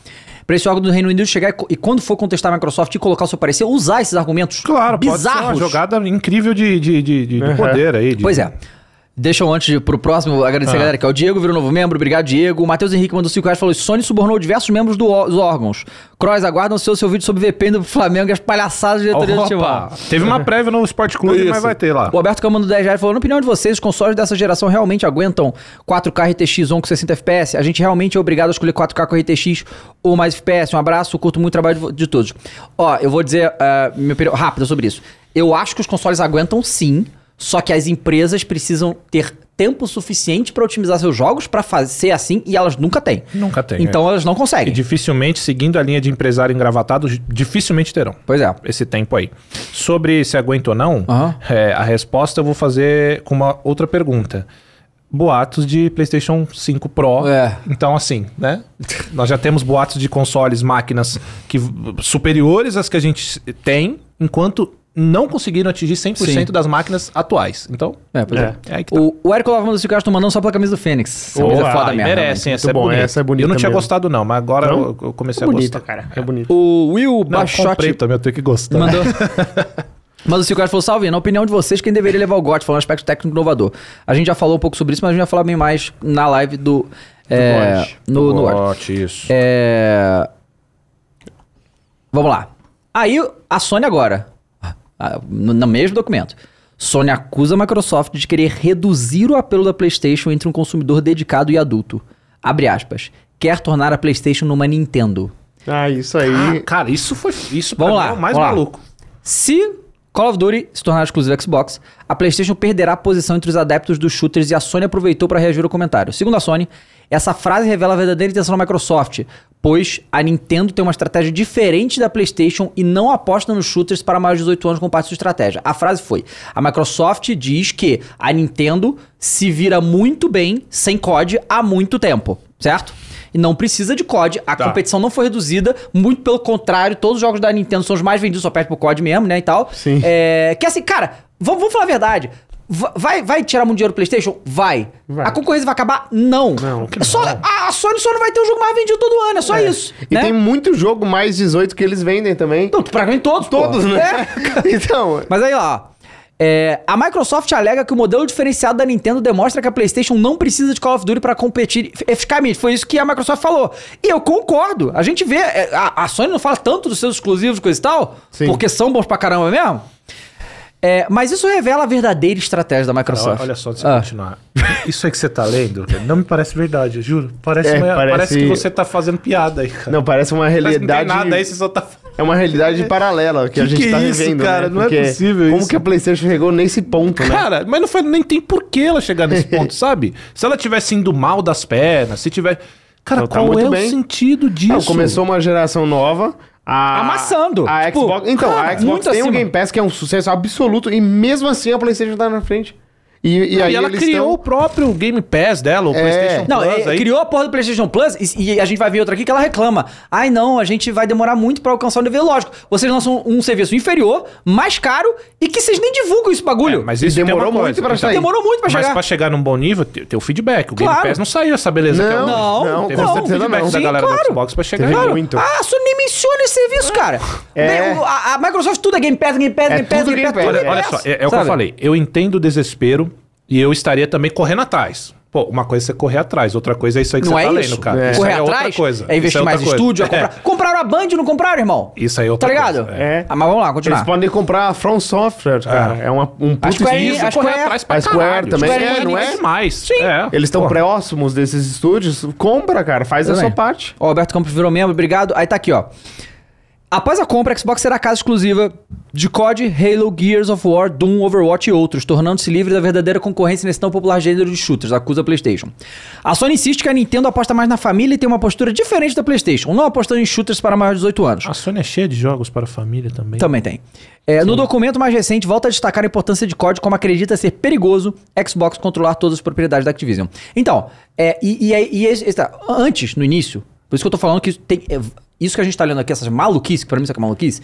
Speaker 1: Pra esse órgão do Reino Unido chegar e, co- e quando for contestar a Microsoft e colocar o seu parecer, usar esses argumentos
Speaker 3: Claro, pode ser uma
Speaker 1: bizarros.
Speaker 3: jogada incrível de, de, de, de- de
Speaker 2: Uhum.
Speaker 3: poder aí. de- Ah.
Speaker 1: Pois é. Deixa eu antes de ir pro próximo agradecer a galera que é o Diego, virou novo membro, obrigado Diego. O Matheus Henrique mandou 5 reais e falou: Sony subornou diversos membros do ó- dos órgãos. Cross, aguardam o seu, seu vídeo sobre VP indo pro Flamengo e as palhaçadas da diretoria do
Speaker 3: Opa,
Speaker 1: time. lá."
Speaker 3: Teve uma prévia no Sport Clube, mas
Speaker 2: Isso.
Speaker 3: vai ter lá.
Speaker 1: O Alberto Cama do 10 reais falou: na opinião de vocês, os consoles dessa geração realmente aguentam 4K RTX on um com 60 FPS? A gente realmente é obrigado a escolher 4K com RTX ou mais FPS? Um abraço, curto muito o trabalho de vo- de todos. Ó, eu vou dizer ah, minha opinião rápida sobre isso. Eu acho que os consoles aguentam sim, só que as empresas precisam ter tempo suficiente pra otimizar seus jogos pra fazer ser assim e elas nunca têm.
Speaker 3: Nunca tem,
Speaker 1: Então elas não
Speaker 3: E
Speaker 1: conseguem.
Speaker 3: dificilmente, seguindo a linha de empresário engravatado, dificilmente terão.
Speaker 1: Pois é.
Speaker 3: esse tempo aí. Sobre se aguenta ou não,
Speaker 1: Aham.
Speaker 3: é, a resposta eu vou fazer com uma outra pergunta. Boatos de PlayStation 5 Pro.
Speaker 1: É.
Speaker 3: Então, assim, né? Nós já temos boatos de consoles, máquinas que superiores às que a gente tem, enquanto não conseguiram atingir 100%
Speaker 1: Sim.
Speaker 3: das máquinas atuais. Então,
Speaker 1: É, pois é.
Speaker 2: É.
Speaker 3: é aí que tá.
Speaker 1: O, o Érico Lava mandou 5 reais, tô mandando só pela camisa do Fênix. Essa camisa
Speaker 2: Boa,
Speaker 1: é foda
Speaker 3: aí
Speaker 1: mesmo.
Speaker 3: merece, hein?
Speaker 2: muito
Speaker 3: essa, é
Speaker 2: bom,
Speaker 3: bonita.
Speaker 2: essa é bonita
Speaker 3: Eu não tinha
Speaker 2: mesmo.
Speaker 3: gostado, não, mas agora
Speaker 2: Não?
Speaker 3: eu, eu comecei
Speaker 2: É
Speaker 3: a
Speaker 2: bonita,
Speaker 3: gostar.
Speaker 2: cara. É bonita.
Speaker 1: O Will
Speaker 3: Não, eu comprei
Speaker 1: Bachotti
Speaker 3: também, eu tenho que gostar.
Speaker 1: mandou. Mas o Silvio Carlos falou, salve, na opinião de vocês, quem deveria levar o GOT, falando um aspecto técnico inovador. A gente já falou um pouco sobre isso, mas a gente vai falar bem mais na live do... é,
Speaker 2: GOT.
Speaker 1: no,
Speaker 3: Tá
Speaker 1: no GOT.
Speaker 3: Bote, isso.
Speaker 1: É... Vamos lá. Aí a Sony agora, ah, no, no mesmo documento, Sony acusa a Microsoft de querer reduzir o apelo da PlayStation entre um consumidor dedicado e adulto. Abre aspas. Quer tornar a PlayStation numa Nintendo.
Speaker 2: Ah, isso aí.
Speaker 3: Ah, cara, isso foi. Isso pra
Speaker 1: Vamos
Speaker 3: mim
Speaker 1: lá,
Speaker 3: é o mais
Speaker 1: vamos lá.
Speaker 3: maluco.
Speaker 1: Se Call of Duty se tornar exclusivo Xbox, a PlayStation perderá a posição entre os adeptos dos shooters e a Sony aproveitou para reagir ao comentário. Segundo a Sony, essa frase revela a verdadeira intenção da Microsoft, pois a Nintendo tem uma estratégia diferente da PlayStation e não aposta nos shooters para maiores de 18 anos com parte de sua estratégia. A frase foi: a Microsoft diz que a Nintendo se vira muito bem sem COD há muito tempo, certo? E não precisa de COD. A
Speaker 3: Tá.
Speaker 1: competição não foi reduzida. Muito pelo contrário, todos os jogos da Nintendo são os mais vendidos, só perde pro COD mesmo, né? E tal.
Speaker 2: Sim.
Speaker 1: É, que assim, cara, vamos, vamos falar a verdade. Va- Vai, vai tirar muito dinheiro do PlayStation? Vai.
Speaker 2: Vai.
Speaker 1: A concorrência vai acabar? Não. É
Speaker 2: Não,
Speaker 3: que
Speaker 1: Só,
Speaker 3: não.
Speaker 1: A, a Sony só não vai ter o jogo mais vendido todo ano, é só isso.
Speaker 2: E
Speaker 1: né?
Speaker 2: tem muito jogo mais 18 que eles vendem também.
Speaker 1: Não, pra mim todos. pô.
Speaker 2: Todos, né?
Speaker 1: É,
Speaker 2: então,
Speaker 1: Mas aí, ó. é, a Microsoft alega que o modelo diferenciado da Nintendo demonstra que a PlayStation não precisa de Call of Duty para competir eficazmente. Foi isso que a Microsoft falou. E eu concordo. A gente vê. é, A, a Sony não fala tanto dos seus exclusivos, coisa e tal,
Speaker 2: Sim.
Speaker 1: porque são bons pra caramba mesmo. É, mas isso revela a verdadeira estratégia da Microsoft.
Speaker 3: Olha, olha só, deixa eu
Speaker 1: Ah,
Speaker 3: continuar. Isso aí que você tá lendo, cara, não me parece verdade, eu juro. Parece,
Speaker 2: É,
Speaker 3: uma-
Speaker 2: parece-
Speaker 3: parece que você tá fazendo piada aí, cara.
Speaker 2: não, parece uma
Speaker 3: Parece que não tem
Speaker 2: realidade.
Speaker 3: nada aí, você só tá falando.
Speaker 2: É uma realidade paralela que, a
Speaker 3: Que
Speaker 2: gente
Speaker 3: que
Speaker 2: tá
Speaker 3: é isso,
Speaker 2: vivendo.
Speaker 3: cara?
Speaker 2: né?
Speaker 3: Não é
Speaker 2: Porque
Speaker 3: possível
Speaker 2: Como
Speaker 3: isso.
Speaker 2: que a PlayStation chegou nesse ponto, né?
Speaker 3: Cara, mas não foi, nem tem porquê ela chegar nesse ponto, sabe? Se ela tivesse indo mal das pernas, se tiver. Cara,
Speaker 2: Ela tá
Speaker 3: qual
Speaker 2: muito
Speaker 3: é
Speaker 2: bem.
Speaker 3: o sentido disso?
Speaker 2: Não, começou uma geração nova. A,
Speaker 1: Amassando.
Speaker 2: A
Speaker 1: Tipo,
Speaker 2: Xbox. Então,
Speaker 1: cara,
Speaker 2: a Xbox
Speaker 1: muito
Speaker 2: tem um
Speaker 1: acima.
Speaker 2: Game Pass que é um sucesso absoluto e mesmo assim a PlayStation tá na frente. E, e
Speaker 3: E
Speaker 2: aí
Speaker 3: ela
Speaker 2: eles
Speaker 3: criou o
Speaker 2: tão-
Speaker 3: próprio Game Pass dela, o
Speaker 2: É.
Speaker 3: PlayStation
Speaker 1: Não,
Speaker 3: Plus.
Speaker 1: é,
Speaker 3: aí.
Speaker 1: criou a porra do PlayStation Plus e, e a gente vai ver outra aqui que ela reclama. Ai não, a gente vai demorar muito pra alcançar o nível lógico. Vocês lançam um serviço inferior, mais caro e que vocês nem divulgam esse bagulho.
Speaker 3: É, Mas isso
Speaker 2: demorou
Speaker 3: tem uma coisa,
Speaker 2: muito pra sair.
Speaker 1: Então, Demorou muito pra
Speaker 3: Mas
Speaker 1: chegar.
Speaker 3: pra chegar num bom nível, tem, tem o feedback. O Game
Speaker 1: Claro.
Speaker 3: Pass não saiu essa beleza que é
Speaker 2: Não,
Speaker 3: hoje.
Speaker 1: Não,
Speaker 2: não,
Speaker 1: não,
Speaker 3: Teve bastante
Speaker 1: não.
Speaker 3: feedback da
Speaker 1: Sim,
Speaker 3: galera
Speaker 1: claro.
Speaker 3: do Xbox pra chegar.
Speaker 2: Teve
Speaker 3: lá.
Speaker 2: muito. Então.
Speaker 1: Ah, a Sony nem menciona esse serviço, cara.
Speaker 2: É.
Speaker 1: Bem, o- a, a Microsoft tudo é Game Pass, Game Pass,
Speaker 2: É
Speaker 1: Game Pass,
Speaker 2: tudo Game Pass.
Speaker 1: tudo
Speaker 3: Olha, olha só, é, é o que eu
Speaker 1: sabe?
Speaker 3: falei. Eu entendo o desespero e eu estaria também correndo atrás. Pô, uma coisa é você correr atrás, outra coisa é isso aí que
Speaker 1: Não
Speaker 3: você
Speaker 1: é
Speaker 3: tá
Speaker 1: isso.
Speaker 3: lendo, cara.
Speaker 1: É.
Speaker 3: Isso
Speaker 1: Correr
Speaker 3: aí é
Speaker 1: atrás
Speaker 3: outra coisa.
Speaker 1: é investir
Speaker 3: Isso aí é
Speaker 1: mais em
Speaker 3: outra coisa.
Speaker 1: estúdio, é
Speaker 3: É.
Speaker 1: comprar. Compraram a Band, não compraram, irmão?
Speaker 3: Isso aí é outra
Speaker 1: Tá ligado?
Speaker 3: coisa. É.
Speaker 2: É.
Speaker 1: Ah, mas vamos lá,
Speaker 2: Eles
Speaker 1: continuar.
Speaker 2: podem comprar a From Software, cara. É, uma, um
Speaker 1: Square
Speaker 2: puto estúdio.
Speaker 1: Enix-
Speaker 3: Isso,
Speaker 1: a
Speaker 3: correr
Speaker 1: é Square-
Speaker 3: atrás pra
Speaker 2: a Square
Speaker 3: caralho.
Speaker 2: também
Speaker 1: é,
Speaker 3: Square
Speaker 1: não
Speaker 3: Enix
Speaker 1: é?
Speaker 3: demais. Sim.
Speaker 2: Eles estão próximos desses estúdios. Compra, cara. Faz a
Speaker 1: Tudo
Speaker 2: sua
Speaker 1: bem.
Speaker 2: parte.
Speaker 1: Ó, Alberto Campos virou membro, obrigado. Aí tá aqui, ó. Após a compra, a Xbox será a casa exclusiva de COD, Halo, Gears of War, Doom, Overwatch e outros, tornando-se livre da verdadeira concorrência nesse tão popular gênero de shooters, acusa a PlayStation. A Sony insiste que a Nintendo aposta mais na família e tem uma postura diferente da PlayStation, Um não apostando em shooters para maiores de 18 anos.
Speaker 3: A Sony é cheia de jogos para a família também.
Speaker 1: Também tem. É, no documento mais recente, volta a destacar a importância de COD como acredita ser perigoso Xbox controlar todas as propriedades da Activision. Então, é, e, e, aí- e esse- esse- tá, antes, no início, por isso que eu tô falando que isso, tem, é, isso que a gente tá lendo aqui, essas maluquices, que pra mim isso aqui é maluquice,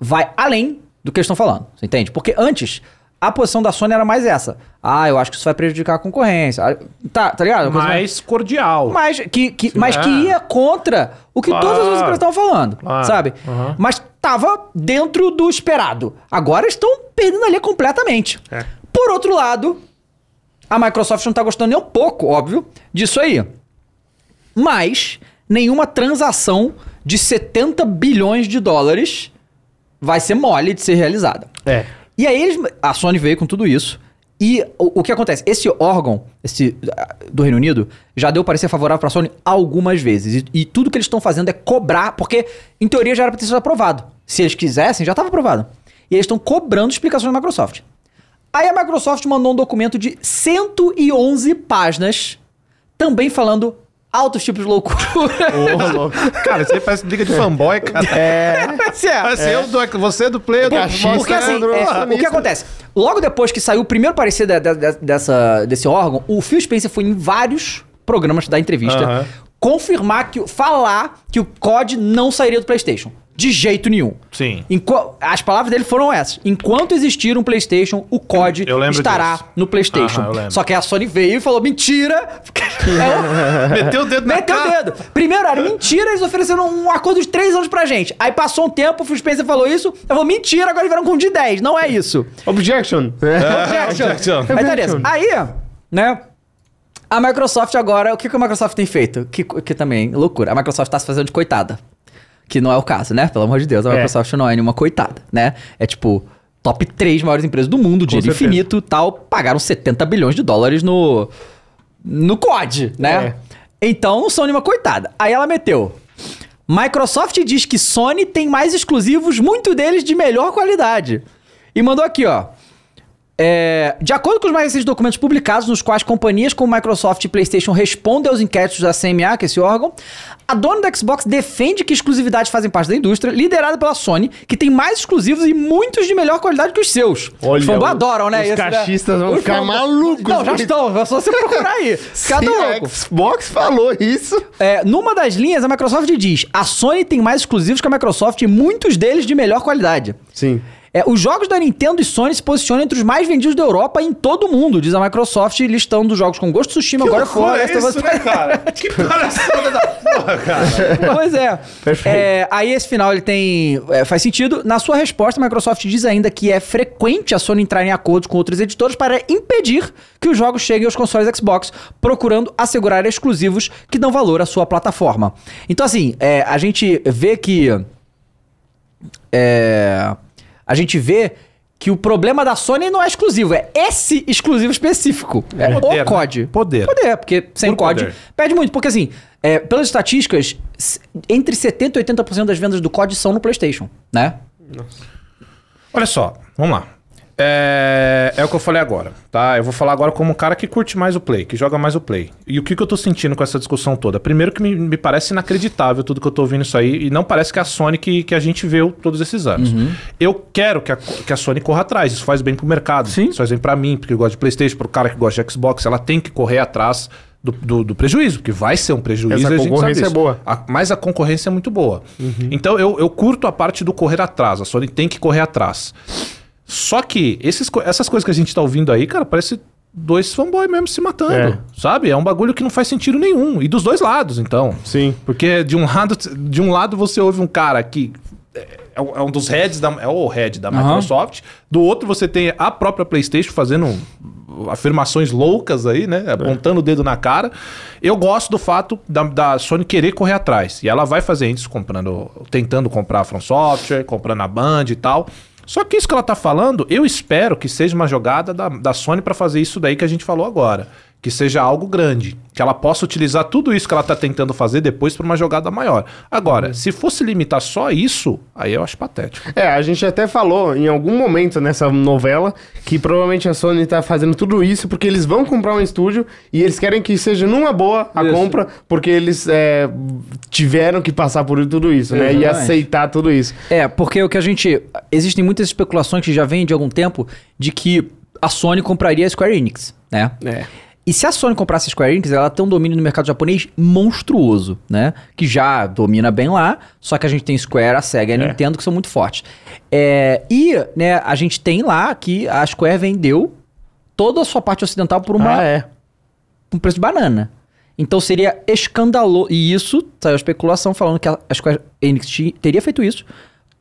Speaker 1: vai além do que eles estão falando, você entende? Porque antes, a posição da Sony era mais essa. Ah, eu acho que isso vai prejudicar a concorrência. Ah, Tá, tá ligado? Uma coisa mais-
Speaker 3: Mais cordial.
Speaker 1: mas que, que, mas
Speaker 3: É.
Speaker 1: que ia contra o que todas as outras empresas estavam falando,
Speaker 3: Claro.
Speaker 1: sabe?
Speaker 3: Uhum.
Speaker 1: Mas tava dentro do esperado. Agora estão perdendo ali completamente.
Speaker 3: É.
Speaker 1: Por outro lado, a Microsoft não tá gostando nem um pouco, óbvio, disso aí. Mas nenhuma transação de 70 bilhões de dólares vai ser mole de ser realizada.
Speaker 2: É.
Speaker 1: E aí eles, a Sony veio com tudo isso. E o, o que acontece? Esse órgão esse, ah, do Reino Unido já deu parecer favorável para a Sony algumas vezes. E, e tudo que eles estão fazendo é cobrar, porque em teoria já era para ter sido aprovado. Se eles quisessem, já estava aprovado. E eles estão cobrando explicações da Microsoft. Aí a Microsoft mandou um documento de 111 páginas, também falando altos tipos de loucura.
Speaker 2: Ô, louco.
Speaker 3: Cara, você parece briga de fanboy, cara.
Speaker 2: É.
Speaker 1: Esse é-
Speaker 3: Assim, eu do, você é do player do
Speaker 2: Cachista.
Speaker 1: Porque assim,
Speaker 2: Sandro,
Speaker 1: é,
Speaker 2: ah,
Speaker 1: o que
Speaker 2: nisso.
Speaker 1: acontece? Logo depois que saiu o primeiro parecer da- da- da- dessa, desse órgão, o Phil Spencer foi em vários programas da entrevista
Speaker 3: Aham.
Speaker 1: confirmar que. o- falar que o COD não sairia do PlayStation. De jeito nenhum.
Speaker 3: Sim.
Speaker 1: Enqu- as palavras dele foram essas. Enquanto existir um PlayStation, o COD
Speaker 3: Eu lembro
Speaker 1: estará
Speaker 3: disso.
Speaker 1: no PlayStation.
Speaker 3: Aham, eu lembro.
Speaker 1: Só que a Sony veio e falou: mentira! É o-
Speaker 3: Meteu o dedo na
Speaker 1: Meteu o
Speaker 3: cara.
Speaker 1: dedo. Primeiro era mentira, eles ofereceram um acordo de três anos pra gente. Aí passou um tempo, o Phil Spencer falou isso. Eu vou, mentira, agora eles vieram com um de 10. Não é isso.
Speaker 2: Objection. É.
Speaker 1: Objection.
Speaker 3: objection.
Speaker 1: Aí, beleza. Aí, né? A Microsoft agora, o que, que a Microsoft tem feito? Que, que também, loucura. A Microsoft tá se fazendo de coitada. Que não é o caso, né? Pelo amor de Deus, a
Speaker 2: É.
Speaker 1: Microsoft não é nenhuma coitada, né? É tipo, top 3 maiores empresas do mundo, dinheiro
Speaker 2: certeza.
Speaker 1: infinito tal. Pagaram 70 bilhões de dólares no. no COD, né?
Speaker 2: É.
Speaker 1: Então não são nenhuma coitada. Aí ela meteu. Microsoft diz que Sony tem mais exclusivos, muito deles de melhor qualidade. E mandou aqui, ó. É, de acordo com os mais recentes documentos publicados, nos quais companhias como Microsoft e PlayStation respondem aos inquéritos da CMA, que é esse órgão, a dona da Xbox defende que exclusividades fazem parte da indústria, liderada pela Sony, que tem mais exclusivos e muitos de melhor qualidade que os seus. os fanboys
Speaker 2: o-
Speaker 1: adoram, né?
Speaker 2: Os
Speaker 1: isso, né?
Speaker 2: cachistas vão
Speaker 1: Os
Speaker 2: ficar
Speaker 1: fanboys-
Speaker 2: malucos.
Speaker 1: Não, já estão. É só você procurar aí. Fica
Speaker 2: Sim, é.
Speaker 1: louco.
Speaker 2: a Xbox falou isso.
Speaker 1: É, numa das linhas, a Microsoft diz: a Sony tem mais exclusivos que a Microsoft e muitos deles de melhor qualidade.
Speaker 2: Sim.
Speaker 1: É, os jogos da Nintendo e Sony se posicionam entre os mais vendidos da Europa e em todo o mundo, diz a Microsoft, listando jogos como Ghost of Tsushima, agora fora.
Speaker 3: é isso, né, cara? Que palhaçada da porra, cara.
Speaker 1: Pois é.
Speaker 2: Perfeito.
Speaker 1: É, aí esse final ele tem. é, faz sentido. Na sua resposta, a Microsoft diz ainda que é frequente a Sony entrar em acordos com outros editores para impedir que os jogos cheguem aos consoles Xbox, procurando assegurar exclusivos que dão valor à sua plataforma. Então, assim, é, a gente vê que. É, a gente vê que o problema da Sony não é exclusivo, é esse exclusivo específico. É,
Speaker 3: Poder,
Speaker 1: o
Speaker 3: né?
Speaker 1: COD.
Speaker 3: Poder.
Speaker 1: Poder, porque sem
Speaker 3: Por
Speaker 1: COD
Speaker 3: poder.
Speaker 1: perde muito, porque assim, é, pelas estatísticas, s- entre 70% e 80% das vendas do COD são no PlayStation, né?
Speaker 3: Olha só, vamos lá. É, é o que eu falei agora, tá? Eu vou falar agora como um cara que curte mais o play, que joga mais o play. E o que, que eu tô sentindo com essa discussão toda? Primeiro que me, me parece inacreditável tudo que eu tô ouvindo isso aí, e não parece que é a Sony que, que a gente viu todos esses anos.
Speaker 2: Uhum.
Speaker 3: Eu quero que a, co- que a Sony corra atrás, isso faz bem pro mercado,
Speaker 1: Sim.
Speaker 3: isso faz bem pra mim, porque eu gosto de Playstation, pro cara que gosta de Xbox, ela tem que correr atrás do, do- do prejuízo, que vai ser um prejuízo. e
Speaker 2: Essa
Speaker 3: a gente
Speaker 2: concorrência
Speaker 3: sabe
Speaker 2: é
Speaker 3: disso.
Speaker 2: boa.
Speaker 3: A- mas a concorrência é muito boa. Então eu, eu curto a parte do correr atrás. A Sony tem que correr atrás. Só que esses, co- essas coisas que a gente tá ouvindo aí, cara, parece dois fanboy mesmo se matando.
Speaker 2: É.
Speaker 3: Sabe? É um bagulho que não faz sentido nenhum. E dos dois lados, então.
Speaker 2: Sim.
Speaker 3: Porque de um lado, de um lado você ouve um cara que é- é um é um dos heads da é o head da Microsoft, do outro você tem a própria PlayStation fazendo afirmações loucas aí, né, apontando o dedo na cara. Eu gosto do fato da, da Sony querer correr atrás e ela vai fazer isso comprando, tentando comprar a From Software, comprando a Band e tal. Só que isso que ela tá falando, eu espero que seja uma jogada da, da Sony para fazer isso daí que a gente falou agora. Que seja algo grande. Que ela possa utilizar tudo isso que ela tá tentando fazer depois para uma jogada maior. Agora, se fosse limitar só isso, aí eu acho patético.
Speaker 2: É, a gente até falou em algum momento nessa novela que provavelmente a Sony tá fazendo tudo isso porque eles vão comprar um estúdio e eles querem que seja numa boa a
Speaker 1: Isso.
Speaker 2: compra porque eles é, tiveram que passar por tudo isso, né? E
Speaker 1: Exatamente.
Speaker 2: aceitar tudo isso.
Speaker 1: É, porque o que a gente. Existem muitas especulações que já vêm de algum tempo de que a Sony compraria a Square Enix, né?
Speaker 2: É.
Speaker 1: E se a Sony comprasse a Square Enix, ela tem um domínio no mercado japonês monstruoso, né? Que já domina bem lá, só que a gente tem Square, a Sega e a Nintendo, que são muito fortes. É, e, né, a gente tem lá que a Square vendeu toda a sua parte ocidental por uma,
Speaker 2: Ah, é.
Speaker 1: um preço de banana. Então seria escandaloso. E isso, saiu a especulação falando que a a Square Enix ti- teria feito isso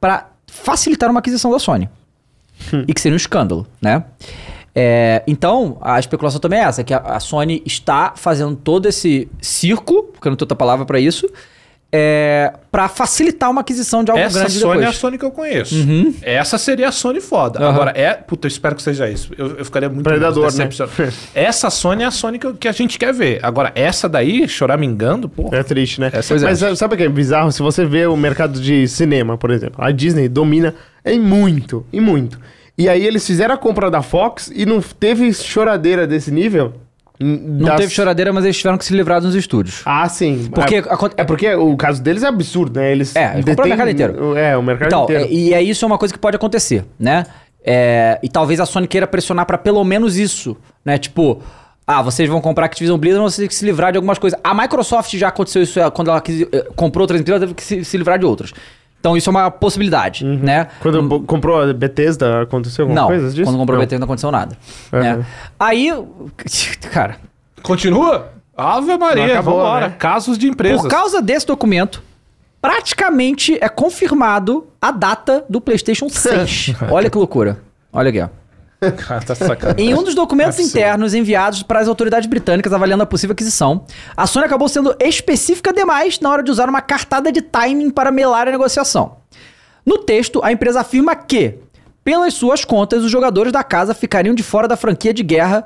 Speaker 1: pra facilitar uma aquisição da Sony.
Speaker 3: Hum.
Speaker 1: E que seria um escândalo, né? É, então, a especulação também é essa, que a, a Sony está fazendo todo esse circo, porque eu não tenho outra palavra pra isso, é, para facilitar uma aquisição de algo
Speaker 3: Essa
Speaker 1: grande
Speaker 3: Sony é a
Speaker 1: depois.
Speaker 3: Sony que eu conheço.
Speaker 2: Uhum.
Speaker 3: Essa seria a Sony foda.
Speaker 1: Aham.
Speaker 3: Agora, é. Puta, eu espero que seja isso. Eu, eu ficaria muito
Speaker 2: Predador, né?
Speaker 3: decepcionado. Essa Sony é a Sony que, eu- que a gente quer ver. Agora, essa daí, choramingando, pô.
Speaker 2: É triste, né?
Speaker 3: Essa- Pois é.
Speaker 2: Mas sabe o que é bizarro? Se você vê o mercado de cinema, por exemplo, a Disney domina em muito, em muito. E aí eles fizeram a compra da Fox e não teve choradeira desse nível.
Speaker 1: Não teve choradeira, mas eles tiveram que se livrar dos estúdios.
Speaker 2: Ah, sim.
Speaker 1: Porque
Speaker 2: é,
Speaker 1: aconte-
Speaker 2: é porque o caso deles é absurdo, né? Eles
Speaker 1: É, ele comprou o mercado inteiro.
Speaker 2: É, o mercado
Speaker 1: Então,
Speaker 2: inteiro.
Speaker 1: e, e é isso é uma coisa que pode acontecer, né? É, e talvez a Sony queira pressionar pra pelo menos isso, né? Tipo, ah, vocês vão comprar a Activision Blizzard, vocês têm que se livrar de algumas coisas. A Microsoft já aconteceu isso é, quando ela quis- eh, comprou outras empresas, teve que se, se livrar de outras. Então isso é uma possibilidade, né?
Speaker 2: Uhum. Quando bo- comprou a Bethesda, aconteceu alguma
Speaker 1: não,
Speaker 2: coisa disso?
Speaker 1: quando comprou
Speaker 2: Não. Uhum.
Speaker 1: o BT não aconteceu nada. né? Aí, cara,
Speaker 3: Continua? Ave
Speaker 2: Não
Speaker 3: Maria,
Speaker 2: acabou,
Speaker 3: vambora.
Speaker 2: né?
Speaker 3: Casos de empresas.
Speaker 1: Por causa desse documento, praticamente é confirmado a data do PlayStation 6. Olha que loucura. Olha aqui, ó.
Speaker 3: tá sacanagem.
Speaker 1: Em um dos documentos internos enviados para as autoridades britânicas avaliando a possível aquisição, a Sony acabou sendo específica demais na hora de usar uma cartada de timing para melar a negociação. No texto, a empresa afirma que, pelas suas contas, os jogadores da casa ficariam de fora da franquia de guerra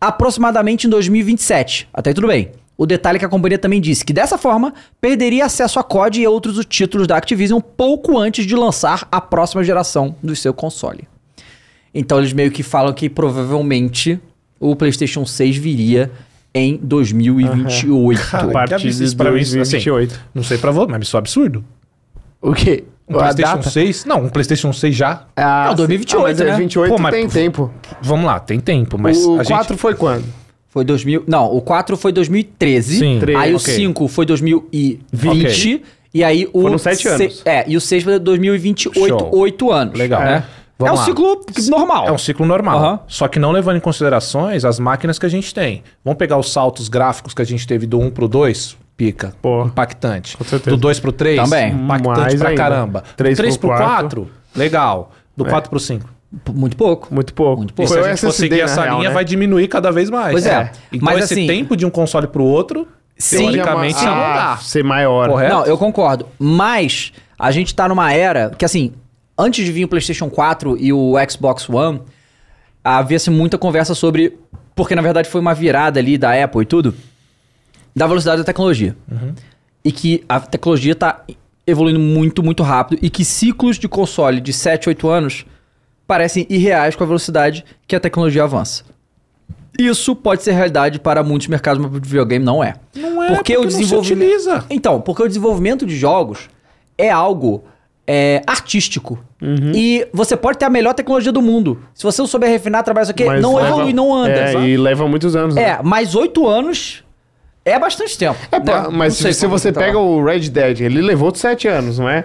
Speaker 1: aproximadamente em 2027. Até aí tudo bem. O detalhe é que a companhia também disse que dessa forma perderia acesso a COD e outros títulos da Activision pouco antes de lançar a próxima geração do seu console. Então eles meio que falam que provavelmente o PlayStation 6 viria em 2028.
Speaker 3: Cara,
Speaker 2: parte
Speaker 3: que absurdo.
Speaker 2: de
Speaker 3: Isso pra mim, assim,
Speaker 2: 2028.
Speaker 3: não sei pra você, mas isso é um absurdo.
Speaker 2: O quê?
Speaker 3: Um PlayStation 6? Não, um PlayStation 6 já.
Speaker 2: Ah,
Speaker 1: Não,
Speaker 2: sim.
Speaker 1: 2028,
Speaker 2: Ah, mas é
Speaker 1: né?
Speaker 2: 28
Speaker 3: Pô, mas-
Speaker 2: tem tempo.
Speaker 3: Vamos lá, tem tempo, mas
Speaker 2: o
Speaker 3: a
Speaker 2: 4 foi quando?
Speaker 1: Foi 2000, não, o 4 foi 2013,
Speaker 3: Sim.
Speaker 1: aí o
Speaker 3: Ok.
Speaker 1: 5 foi 2020 e aí o
Speaker 2: Foram sete
Speaker 1: se-
Speaker 2: anos.
Speaker 1: É, e o 6 foi 2028,
Speaker 3: Show.
Speaker 1: 8 anos.
Speaker 3: gente... Legal.
Speaker 1: É,
Speaker 3: né?
Speaker 1: é um
Speaker 3: Vamos lá.
Speaker 1: ciclo normal.
Speaker 3: É um ciclo normal.
Speaker 1: Aham.
Speaker 3: Só que não levando em considerações as máquinas que a gente tem. Vamos pegar os saltos gráficos que a gente teve do 1 pro 2, pica.
Speaker 2: Pô,
Speaker 3: impactante.
Speaker 2: com certeza.
Speaker 3: Do 2 pro 3,
Speaker 1: Também.
Speaker 3: impactante
Speaker 2: Mais
Speaker 3: pra
Speaker 2: ainda.
Speaker 3: caramba.
Speaker 2: Três
Speaker 3: 3
Speaker 2: pro
Speaker 3: pro 4, legal. Do
Speaker 2: É.
Speaker 3: 4 pro 5.
Speaker 1: P- Muito pouco.
Speaker 2: Muito pouco.
Speaker 1: Muito
Speaker 3: E
Speaker 1: pouco.
Speaker 3: se
Speaker 2: Foi
Speaker 3: a
Speaker 2: o
Speaker 3: gente for
Speaker 2: SSD,
Speaker 3: seguir
Speaker 2: na
Speaker 3: essa
Speaker 2: real,
Speaker 3: linha,
Speaker 2: né?
Speaker 3: vai diminuir cada vez mais.
Speaker 1: Pois é.
Speaker 3: Então
Speaker 1: Mas
Speaker 3: esse
Speaker 1: assim-
Speaker 3: tempo de um console pro outro,
Speaker 1: Sim. Ah.
Speaker 3: teoricamente,
Speaker 2: Tende
Speaker 3: ia
Speaker 2: a ma- a
Speaker 3: mudar.
Speaker 2: é ah, ser maior.
Speaker 3: Correto?
Speaker 1: Não, eu concordo, mas a gente tá numa era que assim, antes de vir o PlayStation 4 e o Xbox One, havia-se muita conversa sobre porque na verdade foi uma virada ali da Apple e tudo da velocidade da tecnologia. E que a tecnologia tá evoluindo muito, muito rápido e que ciclos de console de 7, 8 anos parecem irreais com a velocidade que a tecnologia avança. Isso pode ser realidade para muitos mercados, mas para o videogame não é.
Speaker 3: Não é, porque não se utiliza.
Speaker 1: Então, porque o desenvolvimento de jogos é algo é, artístico.
Speaker 2: Uhum.
Speaker 1: E você pode ter a melhor tecnologia do mundo. Se você não souber refinar, trabalhar isso aqui,
Speaker 2: Mas
Speaker 1: não
Speaker 2: leva-
Speaker 1: evolui, um não anda.
Speaker 2: É,
Speaker 1: sabe?
Speaker 2: e leva muitos anos. né?
Speaker 1: É, mas oito anos é bastante tempo. né?
Speaker 2: É, pá, mas se, se você
Speaker 1: tá
Speaker 2: pega o Red Dead, ele levou 7 anos, não é?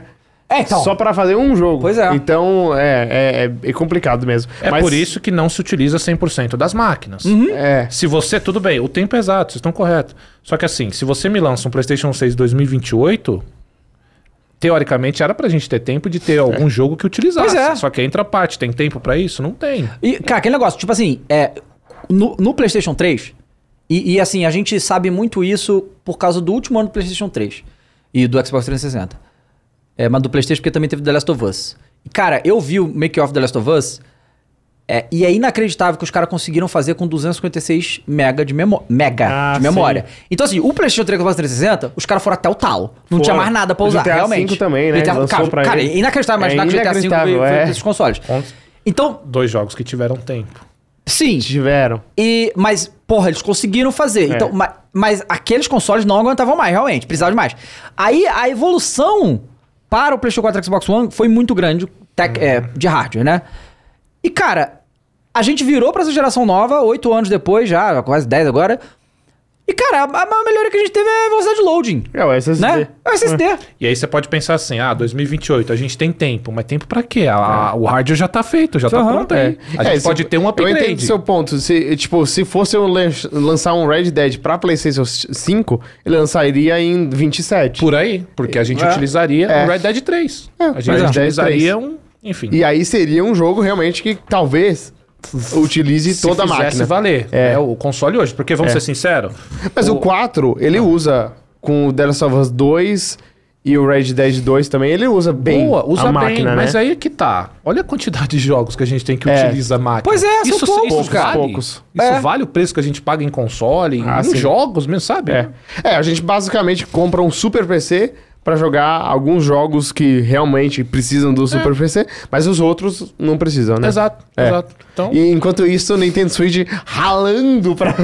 Speaker 1: É, então.
Speaker 2: Só pra fazer um jogo.
Speaker 1: Pois é.
Speaker 2: Então, é, é, é complicado mesmo.
Speaker 3: É
Speaker 2: Mas-
Speaker 3: por isso que não se utiliza 100% das máquinas.
Speaker 1: Uhum.
Speaker 2: É.
Speaker 3: Se você, tudo bem, o tempo é exato, vocês estão corretos. Só que assim, se você me lança um PlayStation 6 2028, teoricamente era pra gente ter tempo de ter algum jogo que utilizasse.
Speaker 1: É. Pois é.
Speaker 3: Só que entra a parte, tem tempo pra isso? Não tem.
Speaker 1: E, cara, aquele negócio, tipo assim, é, no, no PlayStation 3, e, e, assim, a gente sabe muito isso por causa do último ano do PlayStation 3 e do Xbox 360. É, mas do PlayStation, porque também teve The Last of Us. E, cara, eu vi o make-off The Last of Us. é, e é inacreditável que os caras conseguiram fazer com 256 mega de, memó- mega
Speaker 2: Ah,
Speaker 1: de memória. Então, assim, o PlayStation 3 e o Xbox 360, os caras foram até o talo. Não
Speaker 2: Foram.
Speaker 1: tinha mais nada pra
Speaker 2: O
Speaker 1: usar,
Speaker 2: GTA V
Speaker 1: realmente.
Speaker 2: também, né?
Speaker 1: GTA,
Speaker 2: Lançou
Speaker 1: cara,
Speaker 2: pra
Speaker 1: cara,
Speaker 2: ele.
Speaker 1: é inacreditável
Speaker 2: É
Speaker 1: imaginar que o GTA V veio,
Speaker 2: inacreditável,
Speaker 1: veio
Speaker 2: é.
Speaker 1: pra esses consoles. Então,
Speaker 3: Dois jogos que tiveram tempo.
Speaker 1: sim,
Speaker 2: Tiveram.
Speaker 1: e, mas, porra, eles conseguiram fazer.
Speaker 2: É.
Speaker 1: Então, ma- mas, aqueles consoles não aguentavam mais, realmente, precisavam de mais. Aí a evolução para o PlayStation 4 e Xbox One foi muito grande tec-
Speaker 2: Uhum.
Speaker 1: é, de hardware, né? E, cara, a gente virou pra essa geração nova, oito anos depois, já, quase 10 agora. E, cara, a, a melhoria que a gente teve é a velocidade de loading.
Speaker 2: É o SSD.
Speaker 1: Né? É o SSD.
Speaker 3: E aí você pode pensar assim, ah, 2028, a gente tem tempo. Mas tempo pra quê? A- a- O hardware já tá feito, já tá
Speaker 1: É. Aham, é.
Speaker 3: pronto aí. A gente
Speaker 2: É, se-
Speaker 3: pode ter um upgrade.
Speaker 2: Eu entendo seu ponto. Se, tipo, se fosse eu lan- lançar um Red Dead pra PlayStation 5, ele lançaria em 27.
Speaker 3: Por aí, porque a gente
Speaker 1: É.
Speaker 3: utilizaria
Speaker 2: É.
Speaker 3: o Red Dead 3. a
Speaker 2: Red
Speaker 3: gente
Speaker 2: Dead
Speaker 3: utilizaria um... Enfim,
Speaker 2: E aí seria um jogo realmente que talvez utilize
Speaker 3: se
Speaker 2: toda a
Speaker 3: fizesse
Speaker 2: máquina.
Speaker 3: valer.
Speaker 2: É.
Speaker 3: É. o console hoje. Porque, vamos ser sinceros...
Speaker 2: Mas o, 4, ele
Speaker 3: Ah.
Speaker 2: usa com o The Last of Us 2 e o Red Dead 2 também, ele usa bem
Speaker 3: Boa, usa
Speaker 2: a
Speaker 3: bem,
Speaker 2: máquina, né?
Speaker 3: mas aí que tá. Olha a quantidade de jogos que a gente tem que
Speaker 2: É.
Speaker 3: utiliza a máquina.
Speaker 1: Pois é, são poucos,
Speaker 2: cara.
Speaker 3: Vale,
Speaker 2: Poucos.
Speaker 3: Isso
Speaker 1: É.
Speaker 3: vale o preço que a gente paga em console,
Speaker 2: Ah,
Speaker 3: em
Speaker 2: sim.
Speaker 3: jogos mesmo, sabe?
Speaker 2: É. É, a gente basicamente compra um super PC pra jogar alguns jogos que realmente precisam do
Speaker 1: É.
Speaker 2: Super PC, mas os outros não precisam, né?
Speaker 3: Exato,
Speaker 2: É.
Speaker 3: exato. Então,
Speaker 2: E enquanto isso, o Nintendo Switch ralando pra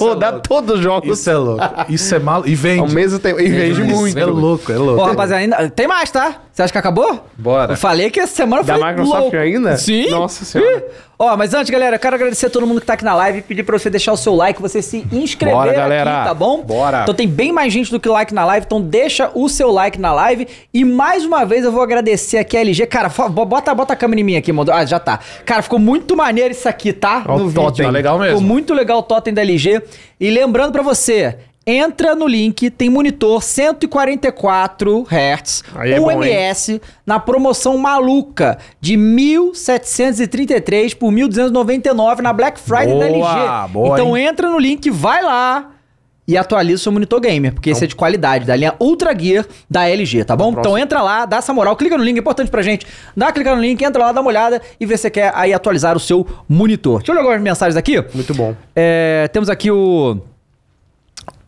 Speaker 2: rodar
Speaker 3: é louco.
Speaker 2: todos os jogos
Speaker 3: isso é louco. Isso é mal. E vende.
Speaker 2: ao mesmo tempo. E vende
Speaker 3: Isso
Speaker 2: muito.
Speaker 3: É louco, é
Speaker 2: Uhum.
Speaker 1: Pô,
Speaker 3: louco.
Speaker 1: rapaziada, ainda... tem mais, tá? Você acha que acabou?
Speaker 3: Bora.
Speaker 1: Eu falei que essa semana
Speaker 2: Da
Speaker 1: foi
Speaker 2: Microsoft
Speaker 1: louco.
Speaker 2: ainda?
Speaker 1: Sim.
Speaker 2: Nossa senhora.
Speaker 1: Ó, mas antes, galera, eu quero agradecer a todo mundo que tá aqui na live e pedir pra você deixar o seu like, você se inscrever
Speaker 3: Bora, galera.
Speaker 1: aqui, tá bom?
Speaker 3: Bora.
Speaker 1: Então tem bem mais gente do que like na live, então deixa o seu like na live. E mais uma vez eu vou agradecer aqui a LG. Cara, fa- bo- bota, bota a câmera em mim aqui, mano. Ah, já tá. Cara, ficou muito maneiro isso aqui, tá?
Speaker 2: Ó o totem.
Speaker 3: Tá legal mesmo.
Speaker 1: Ficou muito legal o totem da LG. E lembrando pra você... Entra no link, tem monitor 144 Hz,
Speaker 2: Aí é bom, hein?
Speaker 1: UMS na promoção maluca de 1.733 por 1.299 na Black Friday da
Speaker 3: Boa,
Speaker 1: LG.
Speaker 3: boa,
Speaker 1: então
Speaker 3: hein?
Speaker 1: entra no link, vai lá e atualiza o seu monitor gamer, porque esse é de qualidade, da linha Ultra Gear da LG, tá bom? Então entra lá, dá essa moral, clica no link, é importante pra gente. Dá uma clica no link, entra lá, dá uma olhada e vê se você quer aí atualizar o seu monitor. Deixa eu ler algumas mensagens aqui.
Speaker 2: Muito bom.
Speaker 1: É, temos aqui o.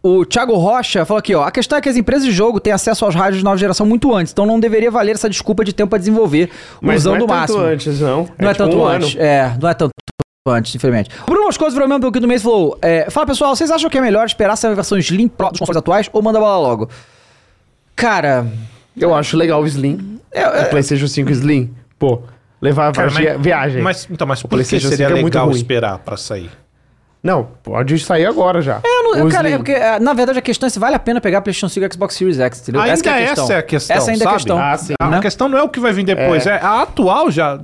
Speaker 1: O Thiago Rocha falou aqui, ó. A questão é que as empresas de jogo têm acesso aos rádios de nova geração muito antes, então não deveria valer essa desculpa de tempo a desenvolver
Speaker 2: Mas
Speaker 1: usando
Speaker 2: não é
Speaker 1: o
Speaker 2: tanto
Speaker 1: máximo.
Speaker 2: antes, não.
Speaker 1: Não é,
Speaker 2: tipo
Speaker 1: tanto
Speaker 2: um
Speaker 1: antes.
Speaker 2: ano.
Speaker 1: É, não é tanto antes, infelizmente. O Bruno Moscoso virou mesmo do mês e falou: é, Fala pessoal, vocês acham que é melhor esperar sair a versão Slim Pro dos consoles atuais ou manda bala logo? Cara,
Speaker 2: Eu acho legal o Slim.
Speaker 1: É, é.
Speaker 2: O PlayStation 5 Slim. Pô, levar pra
Speaker 3: Cara,
Speaker 2: via- viagem.
Speaker 3: Mas, então, mas por que
Speaker 2: PlayStation
Speaker 3: seria
Speaker 2: cinco é muito
Speaker 3: legal
Speaker 2: ruim.
Speaker 3: esperar pra sair?
Speaker 2: Não, pode sair agora já.
Speaker 1: eu não-
Speaker 2: O
Speaker 1: cara,
Speaker 2: Slim.
Speaker 1: é porque, é, na verdade, a questão é se vale a pena pegar PlayStation 5 e Xbox Series X, entendeu?
Speaker 3: Ainda
Speaker 1: que é a questão.
Speaker 3: essa é a questão,
Speaker 1: Essa ainda é a
Speaker 3: sabe?
Speaker 1: questão.
Speaker 2: Ah, sim.
Speaker 3: A
Speaker 1: Né?
Speaker 3: questão não é o que vai vir depois, é, a atual já.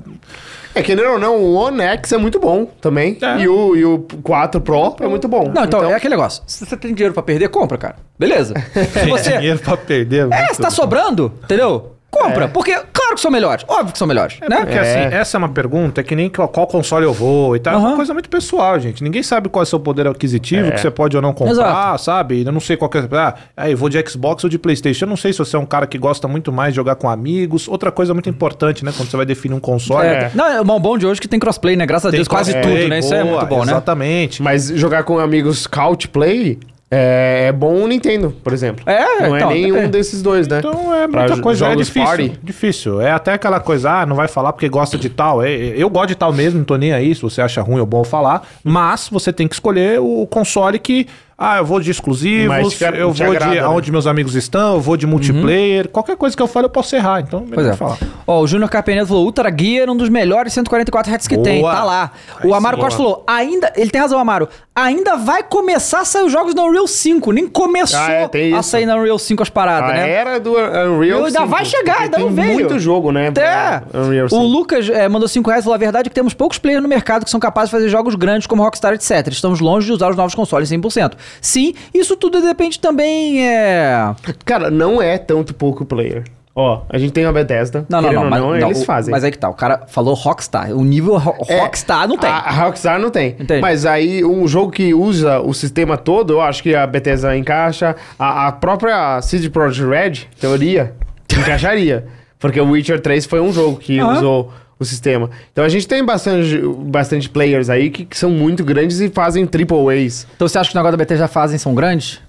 Speaker 2: É, querendo ou não, o One X é muito bom também.
Speaker 3: É.
Speaker 2: E, o, e o 4 Pro é muito bom.
Speaker 1: Não, então, é aquele negócio. Se você tem dinheiro pra perder, compra, cara. Beleza. Se
Speaker 3: Tem
Speaker 1: É, você.
Speaker 3: dinheiro pra perder.
Speaker 1: É, se tá sobrando, entendeu? Compra. Porque, claro que são melhores. Óbvio que são melhores, né?
Speaker 3: Porque assim, essa é uma pergunta, é que nem qual, qual console eu vou e tal. É
Speaker 1: Aham.
Speaker 3: uma coisa muito pessoal, gente. Ninguém sabe qual é o seu poder aquisitivo,
Speaker 2: É.
Speaker 3: que você pode ou não comprar,
Speaker 1: Exato.
Speaker 3: sabe? Eu não sei qual que é. Ah, aí eu vou de Xbox ou de Playstation. Eu não sei se você é um cara que gosta muito mais de jogar com amigos. Outra coisa muito importante, né? Quando você vai definir um console.
Speaker 1: É, Não, é o bom de hoje que tem crossplay, né? Graças a
Speaker 3: tem
Speaker 1: Deus, quase
Speaker 3: crossplay,
Speaker 1: tudo, né? Isso é
Speaker 3: boa,
Speaker 1: muito bom, né?
Speaker 3: Exatamente.
Speaker 2: Mas jogar com amigos Couch Play é, é bom o Nintendo, por exemplo.
Speaker 1: É,
Speaker 2: Não
Speaker 1: então,
Speaker 2: é nenhum
Speaker 1: depende.
Speaker 2: desses dois, né?
Speaker 3: Então é
Speaker 2: Pra
Speaker 3: muita
Speaker 2: jo-
Speaker 3: coisa, é
Speaker 2: jogos
Speaker 3: difícil.
Speaker 2: party.
Speaker 3: Difícil. É até aquela coisa, ah, não vai falar porque gosta de tal. É, é, Eu gosto de tal mesmo, não tô nem aí se você acha ruim ou bom eu falar. Mas você tem que escolher o console que. Ah, eu vou de
Speaker 2: Mas
Speaker 3: exclusivos,
Speaker 2: te-
Speaker 3: eu
Speaker 2: te
Speaker 3: vou
Speaker 2: agrada,
Speaker 3: de
Speaker 2: né? Uhum.
Speaker 3: aonde meus amigos estão, eu vou de multiplayer. Qualquer coisa que eu fale, eu posso errar. Então,
Speaker 1: Pois
Speaker 3: melhor
Speaker 1: é.
Speaker 3: falar.
Speaker 1: Ó, o Júnior Carpenedo falou, Ultra Gear, um dos melhores 144 Hz que
Speaker 3: Boa.
Speaker 1: tem, tá lá.
Speaker 3: Aí
Speaker 1: o Amaro
Speaker 3: sim.
Speaker 1: Costa falou, ainda, ele tem razão, Amaro, ainda vai começar a sair os jogos na Unreal 5, nem começou
Speaker 2: Ah, é, tem
Speaker 1: a
Speaker 2: isso.
Speaker 1: sair na Unreal 5 as paradas,
Speaker 2: A
Speaker 1: né?
Speaker 2: era do Unreal
Speaker 1: Ainda vai chegar,
Speaker 2: porque
Speaker 1: ainda não
Speaker 2: tem
Speaker 1: veio.
Speaker 2: muito jogo, né?
Speaker 1: É.
Speaker 2: pra Unreal 5.
Speaker 1: O Lucas eh, mandou 5 reais e falou: a verdade é que temos poucos players no mercado que são capazes de fazer jogos grandes como Rockstar, etc. Estamos longe de usar os novos consoles 100%. Sim, isso tudo depende também. É...
Speaker 2: Cara, não é tanto pouco player. Ó, a gente tem a Bethesda.
Speaker 1: Não, não,
Speaker 2: querendo
Speaker 1: não,
Speaker 2: ou
Speaker 1: mas, não,
Speaker 2: eles
Speaker 1: o-
Speaker 2: fazem.
Speaker 1: Mas aí que tá: o cara falou Rockstar. O nível ro-
Speaker 2: É,
Speaker 1: Rockstar não tem.
Speaker 2: A, a Rockstar não tem.
Speaker 1: Entende?
Speaker 2: Mas aí, um jogo que usa o sistema todo, eu acho que a Bethesda encaixa. A, a própria CD Projekt Red, teoria, encaixaria. Porque o Witcher 3 foi um jogo que
Speaker 1: Aham.
Speaker 2: usou o sistema. Então a gente tem bastante, bastante players aí que, que são muito grandes e fazem triple A's.
Speaker 1: Então você acha que o negócio da BT já fazem são grandes?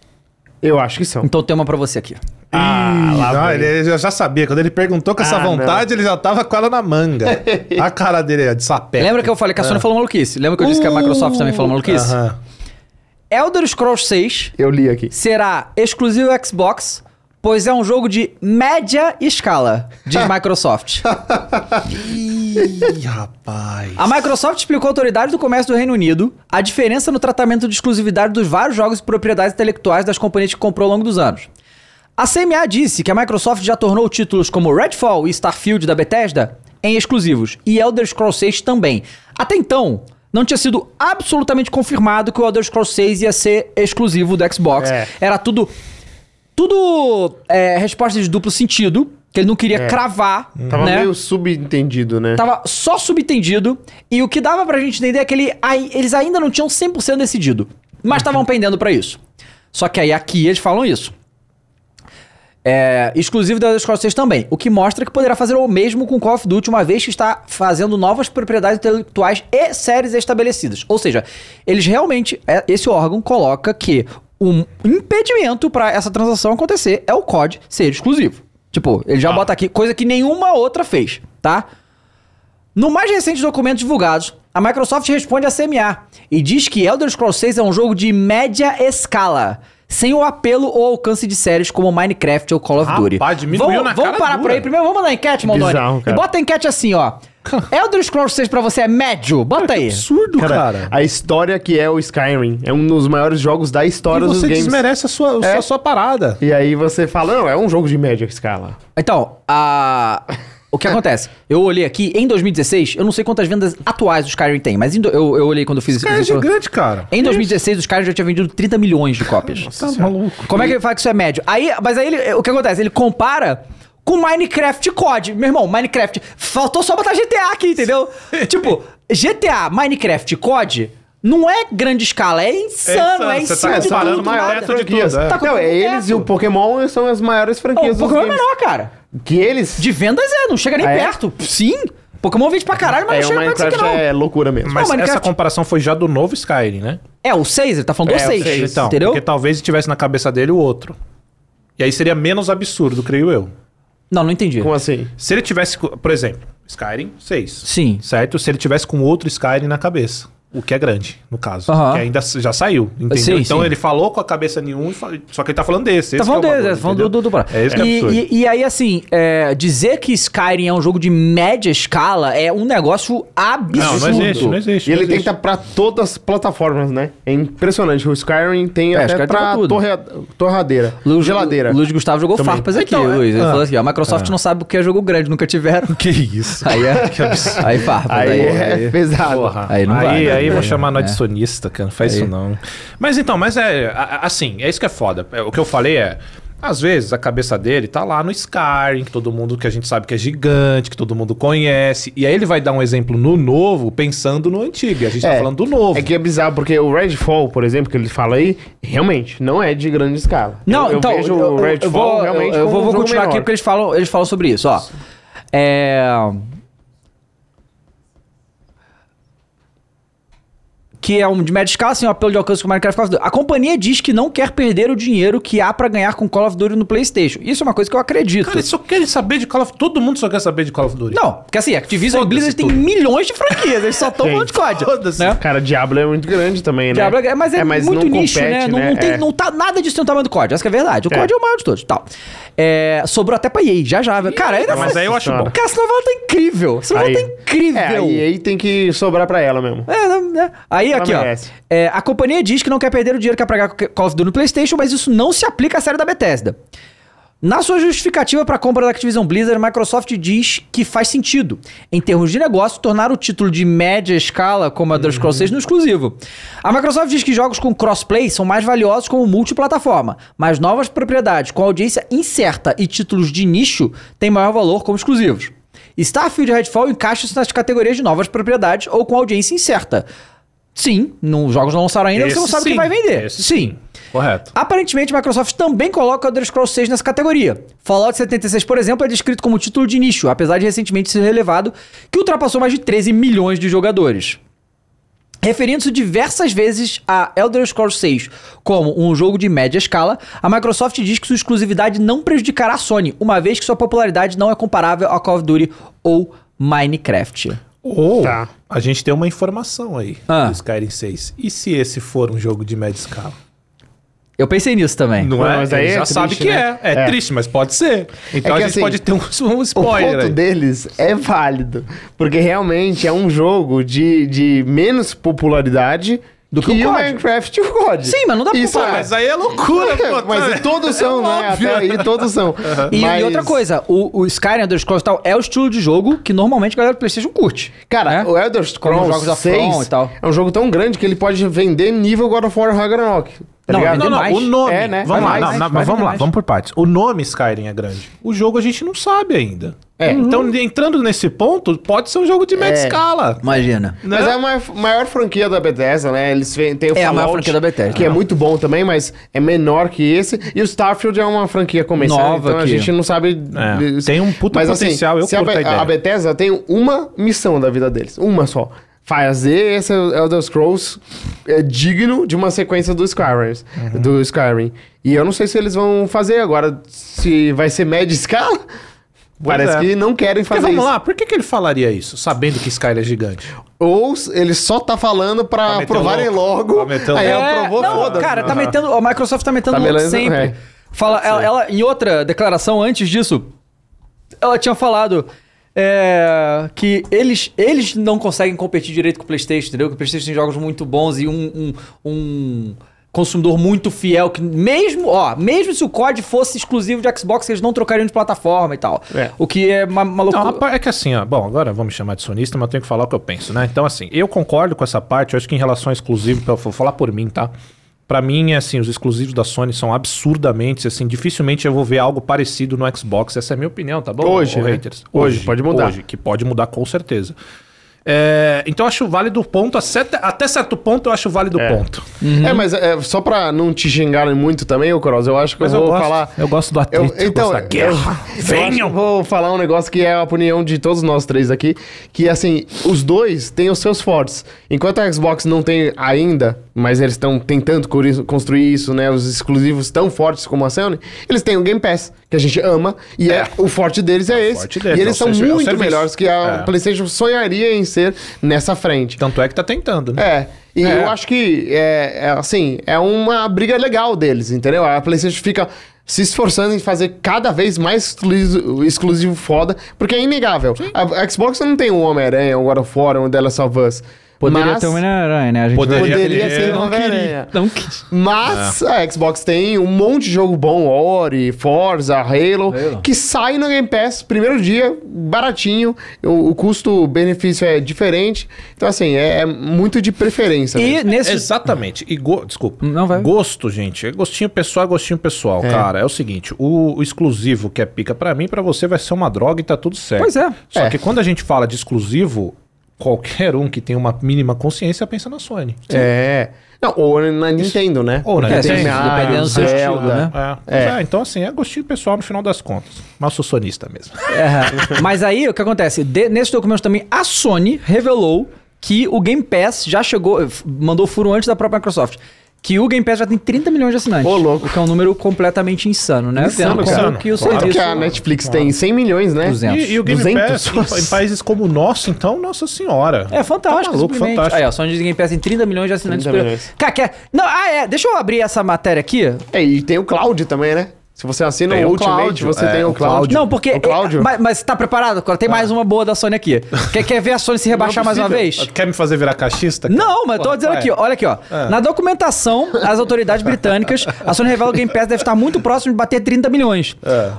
Speaker 2: Eu acho que são.
Speaker 1: Então tem uma pra você aqui.
Speaker 2: Ah, lá
Speaker 3: Não,
Speaker 2: vem.
Speaker 3: ele, ele já sabia. Quando ele perguntou com essa
Speaker 2: Ah,
Speaker 3: vontade, ele já tava com ela na manga. a cara dele é de sapé.
Speaker 1: Lembra que eu falei que a
Speaker 2: Ah.
Speaker 1: Sony falou maluquice? Lembra que eu disse que a Microsoft também falou maluquice?
Speaker 3: Aham.
Speaker 1: Elder Scrolls 6
Speaker 2: Eu li aqui.
Speaker 1: será exclusivo Xbox, pois é um jogo de média escala, diz Microsoft.
Speaker 3: Ih, rapaz.
Speaker 1: A Microsoft explicou à autoridade do comércio do Reino Unido a diferença no tratamento de exclusividade dos vários jogos e propriedades intelectuais das companhias que comprou ao longo dos anos. A CMA disse que a Microsoft já tornou títulos como Redfall e Starfield da Bethesda em exclusivos e Elder Scrolls 6 também. Até então, não tinha sido absolutamente confirmado que o Elder Scrolls 6 ia ser exclusivo do Xbox.
Speaker 2: É.
Speaker 1: Era tudo tudo é, resposta de duplo sentido, que ele não queria cravar,
Speaker 2: É. Tava
Speaker 1: né?
Speaker 2: meio subentendido, né?
Speaker 1: Tava só subtendido. E o que dava pra gente entender é que ele, ai- eles ainda não tinham 100% decidido. Mas estavam pendendo pra isso. Só que aí aqui eles falam isso. É, exclusivo da Elder 6 também. O que mostra que poderá fazer o mesmo com Call of Duty, uma vez que está fazendo novas propriedades intelectuais e séries estabelecidas. Ou seja, eles realmente, é, esse órgão coloca que um impedimento pra essa transação acontecer é o COD ser exclusivo. Tipo, ele já bota aqui, coisa que nenhuma outra fez, tá? No mais recente documento divulgados, a Microsoft responde a CMA e diz que Elder Scrolls 6 é um jogo de média escala, sem o apelo ou alcance de séries como Minecraft ou Call of
Speaker 3: Rapaz,
Speaker 1: Duty.
Speaker 3: diminuiu
Speaker 1: vamos,
Speaker 3: na
Speaker 1: vamos
Speaker 3: cara
Speaker 1: parar
Speaker 3: dura.
Speaker 1: por aí primeiro, vamos mandar enquete, Mondoni.
Speaker 2: bizarro,
Speaker 1: e
Speaker 2: cara.
Speaker 1: bota a enquete assim, ó. Elder Scrolls 6 pra você é médio? Bota aí.
Speaker 3: Absurdo, cara.
Speaker 2: A história que é o Skyrim. É um dos maiores jogos da
Speaker 3: E
Speaker 2: história dos
Speaker 3: você
Speaker 2: games.
Speaker 3: desmerece a sua, a sua parada.
Speaker 2: E aí você fala, não, é um jogo de média escala.
Speaker 1: Então, a... o que acontece? Eu olhei aqui, em 2016, eu não sei quantas vendas atuais o Skyrim tem, mas em do- eu, eu olhei quando eu fiz
Speaker 3: Cara, é
Speaker 1: esse-
Speaker 3: gigante, cara.
Speaker 1: Em 2016, os caras já tinham vendido 30 milhões de cópias.
Speaker 3: Tá maluco.
Speaker 1: Como é que ele fala que isso é médio? Aí, mas aí ele, o que acontece? Ele compara com Minecraft e COD. Meu irmão, Minecraft. Faltou só botar GTA aqui, entendeu? tipo, GTA, Minecraft e COD não é grande escala, é insano, é,
Speaker 3: É insano, você
Speaker 1: insano.
Speaker 3: tá
Speaker 1: de
Speaker 3: comparando
Speaker 1: tudo,
Speaker 3: maior
Speaker 1: nada.
Speaker 3: teto de tudo, é.
Speaker 1: Tá
Speaker 2: não, é
Speaker 1: comparando
Speaker 2: eles
Speaker 1: teto.
Speaker 2: e o Pokémon são as maiores
Speaker 1: Não,
Speaker 2: franquias
Speaker 1: o
Speaker 2: dos
Speaker 1: Pokémon é
Speaker 2: games.
Speaker 1: menor, cara.
Speaker 2: Que eles...
Speaker 1: De vendas é, não chega nem
Speaker 2: Ah, é?
Speaker 1: perto. Sim. Pokémon vende pra caralho, mas
Speaker 2: é,
Speaker 1: não
Speaker 2: o
Speaker 1: chega perto disso aqui
Speaker 2: Minecraft
Speaker 1: não.
Speaker 2: é loucura mesmo.
Speaker 1: Mas
Speaker 3: Mas essa
Speaker 1: Minecraft-
Speaker 3: comparação foi já do novo Skyrim, né?
Speaker 1: É, o 6, ele tá falando do
Speaker 2: É, o
Speaker 1: 6.
Speaker 2: seis,
Speaker 3: Então,
Speaker 1: entendeu?
Speaker 3: porque talvez tivesse na cabeça dele o outro. E aí seria menos absurdo, creio eu.
Speaker 1: Não, não entendi.
Speaker 2: Como assim?
Speaker 3: Se ele tivesse, co- por exemplo, Skyrim 6.
Speaker 1: Sim.
Speaker 3: Certo? Se ele tivesse com outro Skyrim na cabeça. O que é grande, no caso.
Speaker 1: Aham.
Speaker 3: Que ainda s- já saiu, entendeu?
Speaker 1: Sim,
Speaker 3: então
Speaker 1: sim.
Speaker 3: ele falou com a cabeça de um, e fal- só que ele tá falando desse.
Speaker 1: Tá
Speaker 3: esse
Speaker 1: falando
Speaker 3: que é o
Speaker 1: dele,
Speaker 3: bagulho,
Speaker 1: tá falando do, do,
Speaker 3: entendeu?
Speaker 1: do Bra-
Speaker 3: É isso que é
Speaker 1: e,
Speaker 3: absurdo.
Speaker 1: e, e aí, assim, é, dizer que Skyrim é um jogo de média escala é um negócio
Speaker 3: Não,
Speaker 1: é absurdo.
Speaker 3: não existe, não existe.
Speaker 2: E ele
Speaker 3: não existe.
Speaker 2: tenta pra todas as plataformas, né? É impressionante. O Skyrim tem
Speaker 1: É,
Speaker 2: até
Speaker 1: Skyrim tem pra
Speaker 2: pra
Speaker 1: tudo.
Speaker 2: torre- torradeira,
Speaker 1: Lu-
Speaker 2: geladeira.
Speaker 1: Luiz Gustavo jogou
Speaker 2: Também.
Speaker 1: farpas aqui,
Speaker 3: Então, é-
Speaker 1: Luiz. Ele
Speaker 3: ah.
Speaker 1: falou assim: ó, a Microsoft não sabe o que é jogo grande, nunca tiveram.
Speaker 3: Que isso?
Speaker 1: Aí é. aí farpas.
Speaker 2: Aí,
Speaker 1: Aí,
Speaker 2: é pesado.
Speaker 1: Aí não
Speaker 3: aí,
Speaker 1: vai, né?
Speaker 3: aí vão
Speaker 1: É,
Speaker 3: chamar nós
Speaker 1: é.
Speaker 3: de sonista, cara. Não faz
Speaker 1: Aí-
Speaker 3: isso não. Mas então, mas é. a- a- Assim, é isso que é foda. É, O que eu falei é. Às vezes a cabeça dele tá lá no Skyrim, que todo mundo que a gente sabe que é gigante, que todo mundo conhece. E aí ele vai dar um exemplo no novo, pensando no antigo. E a gente tá
Speaker 2: É,
Speaker 3: falando do novo.
Speaker 2: É que é bizarro, porque o Redfall, por exemplo, que ele fala aí, realmente não é de grande escala.
Speaker 1: Não,
Speaker 2: eu, eu
Speaker 1: então.
Speaker 2: vejo
Speaker 1: eu-
Speaker 2: o
Speaker 1: eu-
Speaker 2: Redfall
Speaker 1: eu vou,
Speaker 2: realmente.
Speaker 1: Eu, eu
Speaker 2: como
Speaker 1: vou,
Speaker 2: um
Speaker 1: vou
Speaker 2: jogo
Speaker 1: continuar aqui
Speaker 2: menor.
Speaker 1: porque eles falam, eles falam sobre isso, ó. É. Que é um de média escala, assim, um apelo de alcance com Minecraft Call of Duty. A companhia diz que não quer perder o dinheiro que há pra ganhar com Call of Duty no PlayStation. Isso é uma coisa que eu acredito.
Speaker 3: Cara, eles só querem saber de Call of Todo mundo só quer saber de Call of Duty.
Speaker 1: Não, porque assim, Activision e
Speaker 3: Foda-se
Speaker 1: Blizzard tem
Speaker 3: tudo.
Speaker 1: milhões de franquias, eles só estão
Speaker 2: Gente,
Speaker 1: falando de COD.
Speaker 3: foda-se.
Speaker 1: Né?
Speaker 2: Cara, Diablo é muito grande também, né?
Speaker 1: Diablo é- mas é, muito nicho, né? Não, não tem,
Speaker 2: É.
Speaker 1: não tá nada disso no tamanho do COD. Essa que é a verdade. O
Speaker 2: É.
Speaker 1: COD é. o maior de todos. Tal. É, sobrou até pra EA, já já. velho. Cara, ainda
Speaker 3: mas aí eu acho bom.
Speaker 1: Cara, essa novela tá incrível. Essa novela
Speaker 2: Aí-
Speaker 1: tá incrível.
Speaker 2: É, aí, aí tem que sobrar pra ela mesmo.
Speaker 1: É, não, né? Aí,
Speaker 2: Ela
Speaker 1: aqui, ó.
Speaker 2: merece.
Speaker 1: É, a companhia diz que não quer perder o dinheiro que é pra Call of Duty no PlayStation, mas isso não se aplica à série da Bethesda. Na sua justificativa para a compra da Activision Blizzard, a Microsoft diz que faz sentido, em termos de negócio, tornar o título de média escala como a Elder Scrolls 6 no exclusivo. A Microsoft diz que jogos com crossplay são mais valiosos como multiplataforma, mas novas propriedades com audiência incerta e títulos de nicho têm maior valor como exclusivos. Starfield e Redfall encaixam-se nas categorias de novas propriedades ou com audiência incerta. Sim, não- os jogos não lançaram ainda, você não
Speaker 3: Esse
Speaker 1: sabe o que
Speaker 3: sim.
Speaker 1: vai vender.
Speaker 3: Esse
Speaker 1: sim.
Speaker 3: Correto.
Speaker 1: Aparentemente, a Microsoft também coloca o Elder Scrolls 6 nessa categoria. Fallout 76, por exemplo, é descrito como título de nicho, apesar de recentemente ser relevado, que ultrapassou mais de 13 milhões de jogadores. Referindo-se diversas vezes a Elder Scrolls 6 como um jogo de média escala, a Microsoft diz que sua exclusividade não prejudicará a Sony, uma vez que sua popularidade não é comparável a Call of Duty ou Minecraft.
Speaker 3: Ou
Speaker 2: Tá.
Speaker 3: a gente tem uma informação aí
Speaker 1: Ah.
Speaker 3: do Skyrim 6. E se esse for um jogo de média escala?
Speaker 1: Eu pensei nisso também.
Speaker 3: Não,
Speaker 2: Não,
Speaker 3: é?
Speaker 2: mas
Speaker 3: Mas
Speaker 2: aí é
Speaker 3: já
Speaker 2: triste,
Speaker 3: sabe que
Speaker 2: né?
Speaker 3: é. é.
Speaker 2: É.
Speaker 3: triste, mas pode ser. Então
Speaker 2: É
Speaker 3: a
Speaker 2: que
Speaker 3: gente
Speaker 2: assim,
Speaker 3: pode ter um, um
Speaker 2: O
Speaker 3: spoiler.
Speaker 2: ponto
Speaker 3: aí.
Speaker 2: deles é válido. Porque realmente é um jogo de, de menos popularidade
Speaker 1: Do que o COD.
Speaker 2: Minecraft e o COD.
Speaker 1: Sim, mas não dá pra
Speaker 2: Isso
Speaker 1: comparar.
Speaker 2: é.
Speaker 3: Mas aí é loucura, pô.
Speaker 2: Mas
Speaker 3: cara.
Speaker 2: todos são,
Speaker 3: É
Speaker 2: né?
Speaker 3: óbvio.
Speaker 2: Até aí todos são.
Speaker 1: E, e
Speaker 2: Mas,
Speaker 1: outra coisa, o, o Skyrim Elder Scrolls e tal é o estilo de jogo que normalmente a galera do PlayStation curte.
Speaker 2: Cara,
Speaker 1: né?
Speaker 2: o Elder
Speaker 1: Como
Speaker 2: Scrolls
Speaker 1: jogos da From
Speaker 2: 6
Speaker 1: e tal.
Speaker 2: é um jogo tão grande que ele pode vender nível God of War Ragnarok. Tá
Speaker 1: Não,
Speaker 2: ligado?
Speaker 3: Não, não,
Speaker 1: demais.
Speaker 3: o nome.
Speaker 2: É, né?
Speaker 3: Vamos
Speaker 2: Vai
Speaker 3: lá,
Speaker 2: mais,
Speaker 3: não, não,
Speaker 1: vai
Speaker 3: mas vamos lá,
Speaker 1: mais.
Speaker 3: vamos por partes. O nome Skyrim é grande. O jogo a gente não sabe ainda.
Speaker 2: É.
Speaker 3: Então, entrando nesse ponto, pode ser um jogo de média
Speaker 2: É.
Speaker 3: escala.
Speaker 1: Imagina.
Speaker 3: né?
Speaker 2: Mas é a mai- maior franquia da Bethesda, né? Eles fe- têm o
Speaker 1: É a maior
Speaker 2: Fallout,
Speaker 1: franquia da Bethesda.
Speaker 2: Que é muito bom também, mas é menor que esse. E o Starfield é uma franquia comercial,
Speaker 1: Nova
Speaker 2: então
Speaker 1: que-
Speaker 2: a gente não sabe...
Speaker 3: É,
Speaker 2: disso.
Speaker 3: tem um puta
Speaker 2: mas, assim,
Speaker 3: potencial, eu
Speaker 2: se a,
Speaker 3: curto a
Speaker 2: Be-
Speaker 3: ideia.
Speaker 2: a Bethesda tem uma missão da vida deles, uma só. fazer esse Elder Scrolls é digno de uma sequência do Skyrim,
Speaker 1: Uhum.
Speaker 2: do Skyrim. E eu não sei se eles vão fazer agora, se vai ser média escala.
Speaker 3: Pois
Speaker 2: Parece
Speaker 3: é.
Speaker 2: que não querem
Speaker 3: Porque
Speaker 2: fazer
Speaker 3: vamos
Speaker 2: isso.
Speaker 3: lá, por que, que ele falaria isso, sabendo que Skyler é gigante?
Speaker 2: Ou s- ele só tá falando
Speaker 3: Pra
Speaker 2: pra
Speaker 3: meter
Speaker 2: aprovarem
Speaker 3: o louco.
Speaker 2: logo.
Speaker 3: Pra meter o
Speaker 2: Aí
Speaker 3: louco.
Speaker 2: aprovou,
Speaker 1: É, não,
Speaker 2: É, foda-se.
Speaker 1: Cara, tá
Speaker 3: Aham.
Speaker 1: metendo, a Microsoft tá metendo
Speaker 2: Tá
Speaker 1: louco
Speaker 2: beleza?
Speaker 1: sempre.
Speaker 2: É.
Speaker 1: Fala, ela, ela- em outra declaração antes disso, ela tinha falado é, que eles, eles não conseguem competir direito com o PlayStation, entendeu? Que o PlayStation tem jogos muito bons e um, um- um consumidor muito fiel que mesmo, ó, mesmo se o COD fosse exclusivo de Xbox, eles não trocariam de plataforma e tal.
Speaker 2: É.
Speaker 1: O que é uma, uma
Speaker 3: Não,
Speaker 1: loucura.
Speaker 3: a par- é que assim, ó, bom, agora vamos chamar de sonista, mas eu tenho que falar o que eu penso, né? Então, assim, eu concordo com essa parte, eu acho que em relação a exclusivo, pra- vou falar por mim, tá? Pra mim, assim, os exclusivos da Sony são absurdamente, assim, dificilmente eu vou ver algo parecido no Xbox. Essa é a minha opinião, tá bom?
Speaker 2: Hoje,
Speaker 3: ô
Speaker 2: né?
Speaker 3: haters?
Speaker 2: Hoje, pode mudar.
Speaker 3: Hoje, que pode mudar com certeza. É, então, eu acho válido o ponto, a certa- até certo ponto eu acho válido o ponto.
Speaker 2: É, mas é, só pra não te xingarem muito também, ô Cross, eu acho que
Speaker 3: Mas
Speaker 2: eu
Speaker 3: eu
Speaker 2: vou
Speaker 3: gosto,
Speaker 2: falar. então,
Speaker 3: eu gosto do atrito, eu gosto da guerra.
Speaker 2: eu acho
Speaker 3: Venham!
Speaker 2: que eu vou falar um negócio que é a opinião de todos nós três aqui, que assim, os dois têm os seus fortes. Enquanto a Xbox não tem ainda, mas eles estão tentando curi- construir isso, né, os exclusivos tão fortes como a Sony, eles têm o Game Pass, que a gente ama, e é, o forte deles é, esse.
Speaker 3: forte deles,
Speaker 2: e
Speaker 3: é o
Speaker 2: eles são
Speaker 3: serviço- é o
Speaker 2: muito
Speaker 3: serviço.
Speaker 2: melhores que
Speaker 3: É.
Speaker 2: a PlayStation sonharia em ser nessa frente.
Speaker 3: Tanto é que tá tentando, né?
Speaker 2: É. E
Speaker 3: É.
Speaker 2: eu acho que, é, é, assim, é uma briga legal deles, entendeu? A PlayStation fica se esforçando em fazer cada vez mais exclusivo, exclusivo foda, porque é inegável. A, a Xbox não tem um Homem-Aranha, um God of War, um The Last of Us.
Speaker 4: Poderia
Speaker 2: mas,
Speaker 4: ter uma aranha, né? A gente
Speaker 3: Poderia. É.
Speaker 4: vai-
Speaker 2: poderia ser um
Speaker 3: Eu não
Speaker 2: Homem-Aranha.
Speaker 4: Não quis.
Speaker 2: Mas
Speaker 4: É.
Speaker 2: a Xbox tem um monte de jogo bom, Ori, Forza, Halo, que sai no Game Pass primeiro dia, baratinho, o, o custo-benefício é diferente. Então, assim, é, é muito de preferência.
Speaker 1: E nesse
Speaker 2: é,
Speaker 3: Exatamente. E go- Desculpa.
Speaker 4: Não, vai.
Speaker 3: Gosto, gente. É gostinho pessoal, é gostinho pessoal, cara. É o seguinte, o, o exclusivo que é pica pra mim, pra você vai ser uma droga e tá tudo certo.
Speaker 1: Pois é.
Speaker 3: Só
Speaker 2: É.
Speaker 3: que quando a gente fala de exclusivo, qualquer um que tem uma mínima consciência pensa na Sony.
Speaker 2: É. Não, ou na Nintendo, né?
Speaker 3: Ou na
Speaker 2: Porque
Speaker 3: Nintendo,
Speaker 2: tem Mario,
Speaker 1: É, dependendo do seu
Speaker 2: Zelda.
Speaker 1: estilo, né?
Speaker 3: É. Mas é, então assim, é gostinho pessoal no final das contas. Mas eu sou sonista mesmo.
Speaker 1: É. Mas aí o que acontece? De- nesse documento também, a Sony revelou que o Game Pass já chegou, f- mandou furo antes da própria Microsoft. Que o Game Pass já tem 30 milhões de assinantes.
Speaker 2: Ô, louco.
Speaker 1: O que é um número completamente insano, né?
Speaker 2: Insano,
Speaker 1: Vendo como
Speaker 3: cara.
Speaker 1: que o
Speaker 3: Claro
Speaker 2: Tanto
Speaker 1: serviço.
Speaker 2: que é, né? a Netflix tem 100 milhões, né?
Speaker 1: 200.
Speaker 3: E, e o Game
Speaker 2: 200
Speaker 3: Pass, em, em países como o nosso, então, nossa senhora.
Speaker 1: É fantástico,
Speaker 3: Tá maluco,
Speaker 1: simplesmente.
Speaker 3: fantástico.
Speaker 1: Aí, ó, Sony diz Game Pass tem 30 milhões de assinantes.
Speaker 2: 30
Speaker 1: por-
Speaker 2: milhões.
Speaker 1: Cara, quer... Não, ah, é. Deixa eu abrir essa matéria aqui.
Speaker 2: É, e tem o Cloud também, né? Se você assina
Speaker 3: Tem
Speaker 2: o
Speaker 3: o
Speaker 2: Ultimate,
Speaker 3: Cloud,
Speaker 2: você
Speaker 3: é,
Speaker 2: tem o
Speaker 3: o
Speaker 2: Cloud.
Speaker 3: Cláudio.
Speaker 1: Não, porque.
Speaker 2: O Cláudio.
Speaker 1: é, mas, mas tá preparado, Cora? Tem mais uma boa da Sony aqui. Quer, quer ver a Sony se rebaixar mais uma vez?
Speaker 3: Quer me fazer virar caixista? cara?
Speaker 1: Não, mas eu tô
Speaker 3: Porra,
Speaker 1: dizendo
Speaker 3: vai. Ah.
Speaker 1: aqui, olha aqui, ó. Na documentação, as autoridades britânicas, a Sony revela que o Game Pass deve estar muito próximo de bater 30 milhões. É.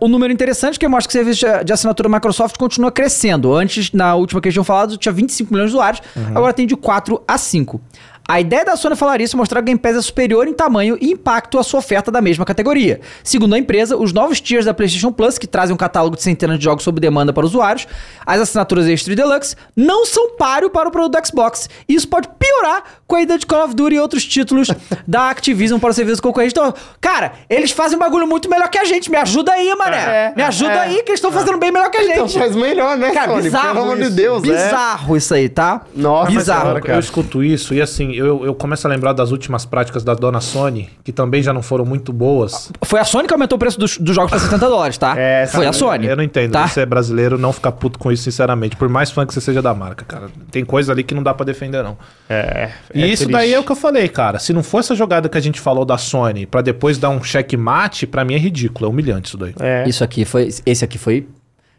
Speaker 1: um número interessante que mostra que o serviço de assinatura da Microsoft continua crescendo. Antes, na última que eles tinham falado, tinha 25 milhões de usuários,
Speaker 3: Uhum.
Speaker 1: agora tem de 4 a 5. A ideia da Sony falar isso é mostrar que o Game Pass é superior em tamanho e impacto à sua oferta da mesma categoria. Segundo a empresa, os novos tiers da PlayStation Plus, que trazem um catálogo de centenas de jogos sob demanda para usuários, as assinaturas Extra e Deluxe, não são páreo para o produto Xbox. E isso pode piorar com a ida de Call of Duty e outros títulos da Activision para o serviço concorrente. Então, cara, eles fazem um bagulho muito melhor que a gente. Me ajuda aí, mané.
Speaker 2: É,
Speaker 1: Me ajuda
Speaker 2: é.
Speaker 1: aí, que eles estão fazendo bem melhor que a gente.
Speaker 2: Então faz melhor, né,
Speaker 1: Cara,
Speaker 2: Sony?
Speaker 1: bizarro.
Speaker 2: Pelo amor de
Speaker 1: isso.
Speaker 2: Deus, né?
Speaker 1: Bizarro isso aí, tá?
Speaker 2: Nossa
Speaker 1: bizarro.
Speaker 2: Senhora,
Speaker 3: Eu- Eu escuto isso e assim, eu, eu começo a lembrar das últimas práticas da dona Sony, que também já não foram muito boas.
Speaker 1: Foi a Sony que aumentou o preço dos, dos jogos pra 70 dólares, tá?
Speaker 2: É,
Speaker 1: Foi a Sony.
Speaker 3: Eu não entendo.
Speaker 1: Tá?
Speaker 3: Você é brasileiro, não fica puto com isso, sinceramente. Por mais fã que você seja da marca, cara. Tem coisa ali que não dá pra defender, não.
Speaker 2: É.
Speaker 3: E
Speaker 2: é
Speaker 3: isso
Speaker 2: triste.
Speaker 3: daí é o que eu falei, cara. Se não for essa jogada que a gente falou da Sony pra depois dar um checkmate, pra mim é ridículo, é humilhante isso daí.
Speaker 2: É.
Speaker 1: Isso aqui foi. Esse aqui foi.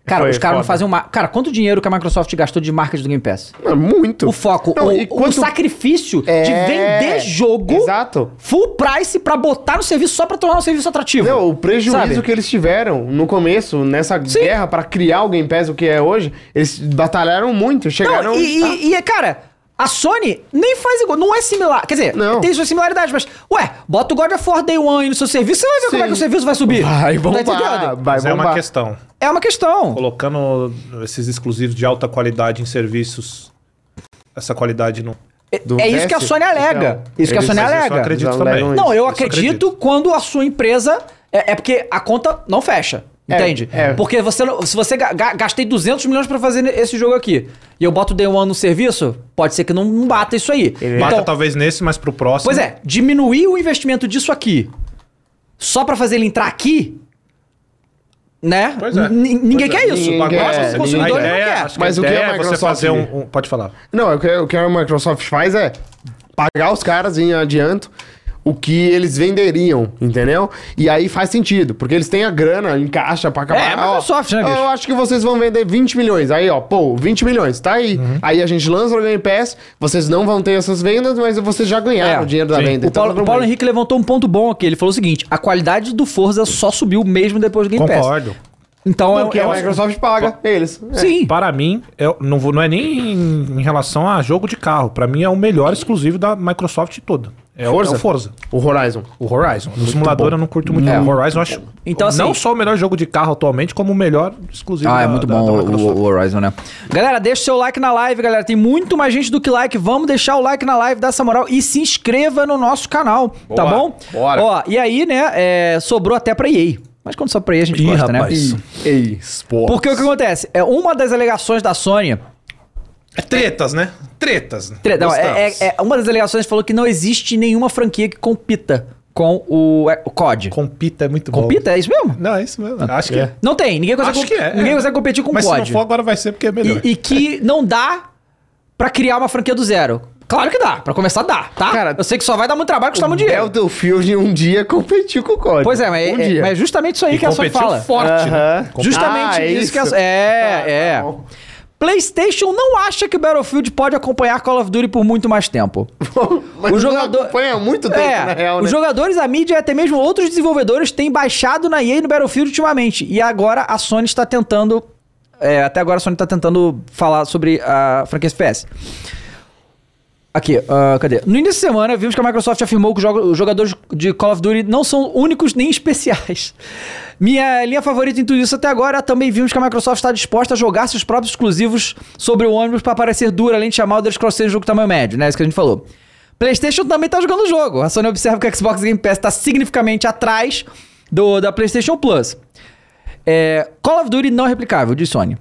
Speaker 1: Cara,
Speaker 2: Foi
Speaker 1: os caras não
Speaker 2: foda.
Speaker 1: fazem uma. Cara, quanto dinheiro que a Microsoft gastou de marcas do Game Pass?
Speaker 2: É muito.
Speaker 1: O foco,
Speaker 2: Não,
Speaker 1: o,
Speaker 2: e quanto-
Speaker 1: o sacrifício de
Speaker 2: É.
Speaker 1: vender jogo
Speaker 2: Exato.
Speaker 1: full price pra botar no serviço só pra tornar o serviço atrativo.
Speaker 2: Não, é o prejuízo
Speaker 1: Sabe?
Speaker 2: que eles tiveram no começo, nessa guerra, pra criar o Game Pass, o que é hoje, eles batalharam muito, chegaram...
Speaker 1: Não, e,
Speaker 2: Ah,
Speaker 1: e- e, cara, a Sony nem faz igual. Não é similar. Quer dizer,
Speaker 2: Não.
Speaker 1: tem suas similaridades, mas. Ué, bota o God of War Day One aí no seu serviço, você vai ver como é que o
Speaker 2: Sim.
Speaker 1: serviço vai subir. Tá
Speaker 2: Vai bombar,
Speaker 1: entendendo?
Speaker 2: vai
Speaker 3: Mas é uma
Speaker 2: bombar.
Speaker 3: questão.
Speaker 1: É uma questão.
Speaker 3: Colocando esses exclusivos de alta qualidade em serviços, essa qualidade não.
Speaker 2: Do
Speaker 1: é isso que a
Speaker 2: Messi?
Speaker 1: Sony alega.
Speaker 2: Então,
Speaker 1: isso que a
Speaker 2: eles-
Speaker 1: Sony
Speaker 3: Mas
Speaker 1: alega.
Speaker 3: Eu só acredito
Speaker 2: Eles
Speaker 1: é
Speaker 3: também.
Speaker 2: alegam
Speaker 1: Não, eu
Speaker 3: só
Speaker 1: acredito quando a sua empresa. É, é porque a conta não fecha.
Speaker 2: É,
Speaker 1: Entende?
Speaker 2: é.
Speaker 1: Porque você não- se você ga- ga- gastei 200 milhões pra fazer esse jogo aqui e eu boto o Day One no serviço, pode ser que não não bata isso aí.
Speaker 3: Bata
Speaker 1: Então,
Speaker 3: talvez nesse, mas pro próximo.
Speaker 1: pois é, diminuir o investimento disso aqui só pra fazer ele entrar aqui, né?
Speaker 3: Pois é.
Speaker 1: N- n- Ninguém quer isso.
Speaker 2: Ninguém
Speaker 1: Agora,
Speaker 2: quer.
Speaker 1: os consumidores
Speaker 3: A
Speaker 1: não
Speaker 3: ideia-
Speaker 1: querem.
Speaker 3: acho
Speaker 2: Mas
Speaker 3: a
Speaker 2: o que
Speaker 3: ideia
Speaker 2: a
Speaker 3: é você
Speaker 2: Microsoft
Speaker 3: fazer um, um- Pode falar.
Speaker 2: Não, é o que, o que a Microsoft faz é pagar os caras em adianto o que eles venderiam, entendeu? E aí faz sentido, porque eles têm a grana em caixa pra acabar.
Speaker 1: É, é Microsoft,
Speaker 2: ó,
Speaker 1: né, bicho?
Speaker 2: Eu acho que vocês vão vender 20 milhões. Aí, ó, pô, 20 milhões, tá aí.
Speaker 1: Uhum.
Speaker 2: Aí a gente lança o Game Pass, vocês não vão ter essas vendas, mas vocês já ganharam
Speaker 1: É,
Speaker 2: o dinheiro da
Speaker 3: sim.
Speaker 2: venda.
Speaker 1: O Paulo,
Speaker 2: tá tudo
Speaker 1: o Paulo
Speaker 2: bem.
Speaker 1: Henrique levantou um ponto bom aqui. Ele falou o seguinte: a qualidade do Forza só subiu mesmo depois do Game Pass.
Speaker 3: Concordo.
Speaker 1: Então é,
Speaker 2: Porque
Speaker 1: é
Speaker 2: a
Speaker 1: um-
Speaker 2: Microsoft paga eles.
Speaker 1: Sim.
Speaker 3: Para mim, eu não, vou- não é nem em, em relação a jogo de carro. Pra mim é o melhor exclusivo da Microsoft toda. É, o-
Speaker 2: Forza?
Speaker 3: é o Forza.
Speaker 2: O Horizon.
Speaker 3: O Horizon. O simulador eu não curto muito. O Horizon eu acho
Speaker 1: É. Então, assim-
Speaker 3: não só o melhor jogo de carro atualmente, como o melhor exclusivo
Speaker 4: Ah, é
Speaker 3: da-
Speaker 4: muito
Speaker 3: da-
Speaker 4: bom
Speaker 3: da
Speaker 4: o-
Speaker 3: Microsoft.
Speaker 4: o, o Horizon, né?
Speaker 1: Galera, deixa o seu like na live, galera. Tem muito mais gente do que like. Vamos deixar o like na live, dá essa moral e se inscreva no nosso canal, tá bom?
Speaker 4: Bora.
Speaker 1: Ó, e aí, né, é, sobrou até pra EA. Mas quando sobra pra EA, a gente
Speaker 3: Ih,
Speaker 1: gosta,
Speaker 3: rapaz.
Speaker 1: né?
Speaker 4: Ei, esporte.
Speaker 1: Porque o que acontece? É uma das alegações da Sony.
Speaker 3: É tretas, né? Tretas.
Speaker 1: Tre- não, é-
Speaker 3: Gostamos.
Speaker 1: é- é- uma das alegações falou que não existe nenhuma franquia que compita com o, é, o COD.
Speaker 3: Compita é muito bom.
Speaker 1: Compita? É isso mesmo?
Speaker 3: Não, é isso mesmo. Acho que é.
Speaker 1: Não tem. Ninguém consegue,
Speaker 3: Acho que é,
Speaker 1: ninguém
Speaker 3: é.
Speaker 1: consegue competir com o
Speaker 3: Mas se
Speaker 1: COD.
Speaker 3: não for, agora vai ser porque é melhor.
Speaker 1: E, e que não dá pra criar uma franquia do zero. Claro que dá. Pra começar, dá, tá?
Speaker 2: Cara,
Speaker 1: eu sei que só vai dar muito trabalho e custar muito dinheiro.
Speaker 2: Battlefield um dia competiu com o código.
Speaker 1: Pois é, mas,
Speaker 2: um
Speaker 1: é-
Speaker 2: dia.
Speaker 1: mas é justamente isso aí
Speaker 3: E
Speaker 1: que a Sony
Speaker 3: competiu
Speaker 1: fala.
Speaker 3: forte, né?
Speaker 2: Aham.
Speaker 3: Competiu.
Speaker 1: Justamente
Speaker 2: Ah, é
Speaker 1: isso, que a
Speaker 2: isso?
Speaker 1: Sony... É,
Speaker 2: Ah,
Speaker 1: é.
Speaker 2: tá bom.
Speaker 1: PlayStation não acha que Battlefield pode acompanhar Call of Duty por muito mais tempo.
Speaker 2: Mas
Speaker 1: é, O jogador-
Speaker 2: o jogador acompanha há muito tempo,
Speaker 1: É,
Speaker 2: na real,
Speaker 1: os
Speaker 2: né?
Speaker 1: jogadores, a mídia e até mesmo outros desenvolvedores têm baixado na EA e no Battlefield ultimamente. E agora a Sony está tentando. é, até agora a Sony está tentando falar sobre a franquia FPS. Aqui, ah, cadê? No início de semana, vimos que a Microsoft afirmou que os jogo- os jogadores de Call of Duty não são únicos nem especiais. Minha linha favorita em tudo isso até agora, também vimos que a Microsoft está disposta a jogar seus próprios exclusivos sobre o ônibus para parecer dura, além de chamar o Elder Scrolls 6 de jogo tamanho médio, né? Isso que a gente falou. PlayStation também tá jogando o jogo. A Sony observa que o Xbox Game Pass está significativamente atrás do, da PlayStation Plus. É, Call of Duty não replicável, diz Sony.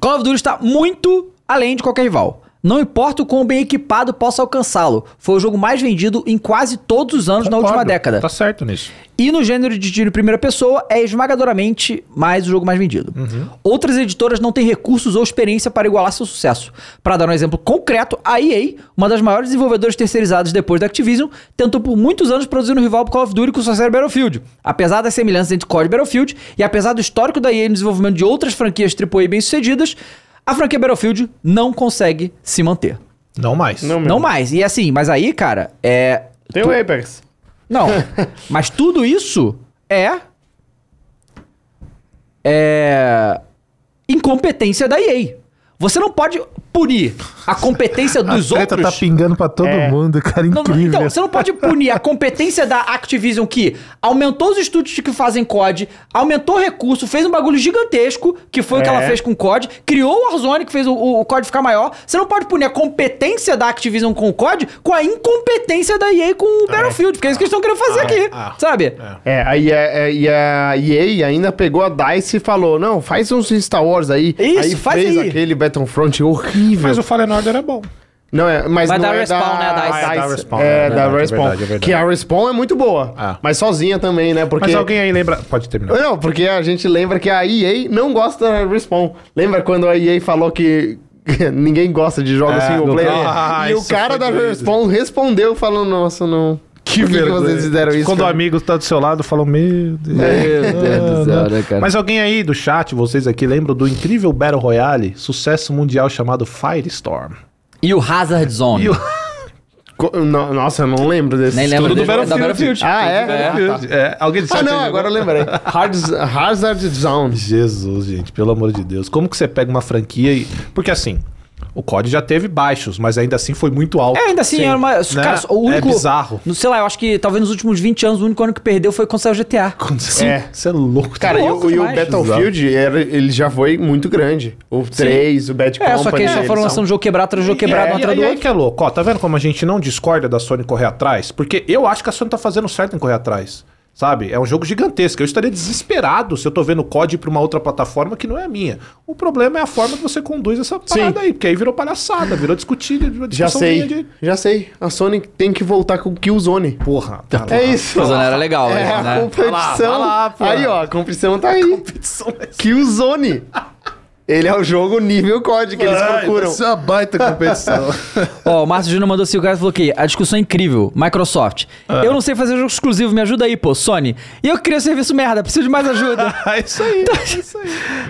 Speaker 1: Call of Duty está muito além de qualquer rival. Não importa o quão bem equipado possa alcançá-lo, foi o jogo mais vendido em quase todos os anos na
Speaker 3: Concordo.
Speaker 1: última década.
Speaker 3: Tá certo nisso.
Speaker 1: E no gênero de tiro em primeira pessoa, é esmagadoramente mais o jogo mais vendido. Outras editoras não têm recursos ou experiência para igualar seu sucesso. Para dar um exemplo concreto, a EA, uma das maiores desenvolvedoras terceirizadas depois da Activision, tentou por muitos anos produzir um rival pro Call of Duty com sua série Battlefield. Apesar das semelhanças entre COD e Battlefield, e apesar do histórico da EA no desenvolvimento de outras franquias AAA bem-sucedidas, a franquia Battlefield não consegue se manter.
Speaker 3: Não mais.
Speaker 1: Não mais. E assim, mas aí, cara, é...
Speaker 2: Tem um o Apex.
Speaker 1: Não. Mas tudo isso é. É. Incompetência da EA. Você não pode punir a tá competência dos
Speaker 3: tá
Speaker 1: outros.
Speaker 3: pingando pra todo mundo, cara.
Speaker 1: Não, não, então, você não pode punir a competência da Activision que aumentou os estúdios que fazem COD, aumentou recurso, fez um bagulho gigantesco, que foi o que
Speaker 2: É.
Speaker 1: ela fez com o COD, criou o Warzone, que fez o, o, o COD ficar maior. Você não pode punir a competência da Activision com o COD com a incompetência da EA com o Battlefield, porque é isso que eles estão querendo fazer
Speaker 3: Ah,
Speaker 1: aqui,
Speaker 3: ah.
Speaker 1: sabe?
Speaker 2: É, aí a, e a EA ainda pegou a DICE e falou, não, faz uns Star Wars aí.
Speaker 1: Isso,
Speaker 2: aí
Speaker 1: faz
Speaker 2: fez
Speaker 1: aí.
Speaker 2: aquele Battlefront horrível.
Speaker 3: Mas o Fallen Order era bom.
Speaker 2: Não, é, mas
Speaker 1: Mas
Speaker 2: não
Speaker 1: da
Speaker 2: é
Speaker 1: Respawn,
Speaker 2: da,
Speaker 1: né, a DICE.
Speaker 3: Ah,
Speaker 2: É,
Speaker 3: é da Respawn,
Speaker 2: da Respawn.
Speaker 3: é verdade, é verdade, é verdade.
Speaker 2: Que a Respawn é muito boa,
Speaker 3: Ah.
Speaker 2: mas sozinha também, né? Porque...
Speaker 3: Mas alguém aí lembra... Pode terminar.
Speaker 2: Não, porque a gente lembra que a EA não gosta da Respawn. Lembra quando a EA falou que ninguém gosta de jogos
Speaker 3: É,
Speaker 2: single
Speaker 3: do-
Speaker 2: player?
Speaker 3: Ah,
Speaker 2: e o
Speaker 3: isso
Speaker 2: cara
Speaker 3: foi
Speaker 2: da
Speaker 3: doido.
Speaker 2: Respawn respondeu falando, nossa, não... Por que, que vocês fizeram isso?
Speaker 3: Quando o
Speaker 2: cara?
Speaker 3: amigo tá do seu lado, falou, meu Deus.
Speaker 4: Meu Deus do céu, né, cara?
Speaker 3: Mas alguém aí do chat, vocês aqui, lembram do incrível Battle Royale, sucesso mundial chamado Firestorm.
Speaker 4: E o Hazard Zone.
Speaker 3: E o-
Speaker 2: Co- no- Nossa, eu não lembro desse.
Speaker 4: Nem lembro
Speaker 3: Tudo
Speaker 4: dele.
Speaker 3: do Battlefield.
Speaker 4: Da Battlefield.
Speaker 2: Ah, é?
Speaker 3: É, alguém do
Speaker 2: Ah,
Speaker 3: chat
Speaker 2: não,
Speaker 3: aí
Speaker 2: agora eu
Speaker 3: jogou?
Speaker 2: lembrei. Hard, Hazard Zone.
Speaker 3: Jesus, gente, pelo amor de Deus. Como que você pega uma franquia e... Porque assim, o COD já teve baixos, mas ainda assim foi muito alto.
Speaker 1: É, ainda assim, era uma.
Speaker 3: Né?
Speaker 1: Cara, o único.
Speaker 3: É bizarro.
Speaker 1: Não sei lá, eu acho que talvez nos últimos 20 anos o único ano que perdeu foi quando saiu o GTA.
Speaker 3: Sim.
Speaker 2: É.
Speaker 3: Você é louco.
Speaker 2: Cara, e,
Speaker 1: Louco
Speaker 2: o- e o
Speaker 1: demais.
Speaker 2: Battlefield, era- ele já foi muito grande. O 3, o Bad
Speaker 1: É,
Speaker 2: Company...
Speaker 1: só que eles só foram lançando jogo quebrado, atrás de jogo quebrado, um
Speaker 3: e,
Speaker 1: atrás
Speaker 3: aí,
Speaker 1: do
Speaker 3: e aí
Speaker 1: outro.
Speaker 3: que é louco, ó, tá vendo como a gente não discorda da Sony correr atrás? Porque eu acho que a Sony tá fazendo certo em correr atrás. Sabe? É um jogo gigantesco. Eu estaria desesperado se eu tô vendo o COD pra uma outra plataforma que não é a minha. O problema é a forma que você conduz essa parada aí, porque aí virou palhaçada, virou discutido, virou
Speaker 2: Já sei,
Speaker 1: um
Speaker 3: discussãozinha de...
Speaker 2: já sei. A Sony tem que voltar com o Killzone.
Speaker 3: Porra. tá
Speaker 2: É
Speaker 3: lá.
Speaker 2: isso.
Speaker 4: Mas era legal,
Speaker 2: É a
Speaker 4: né?
Speaker 2: competição.
Speaker 3: Vai lá, vai lá,
Speaker 2: aí, ó, a competição tá aí. Killzone. Ele é o jogo nível COD que eles procuram.
Speaker 5: Isso é uma baita competição.
Speaker 1: Ó, o Márcio Júnior mandou 5 reais e falou que a discussão é incrível. Microsoft.
Speaker 3: Ah.
Speaker 1: Eu não sei fazer jogo exclusivo, me ajuda aí, pô, Sony. E eu queria serviço merda, preciso de mais ajuda.
Speaker 3: É isso aí.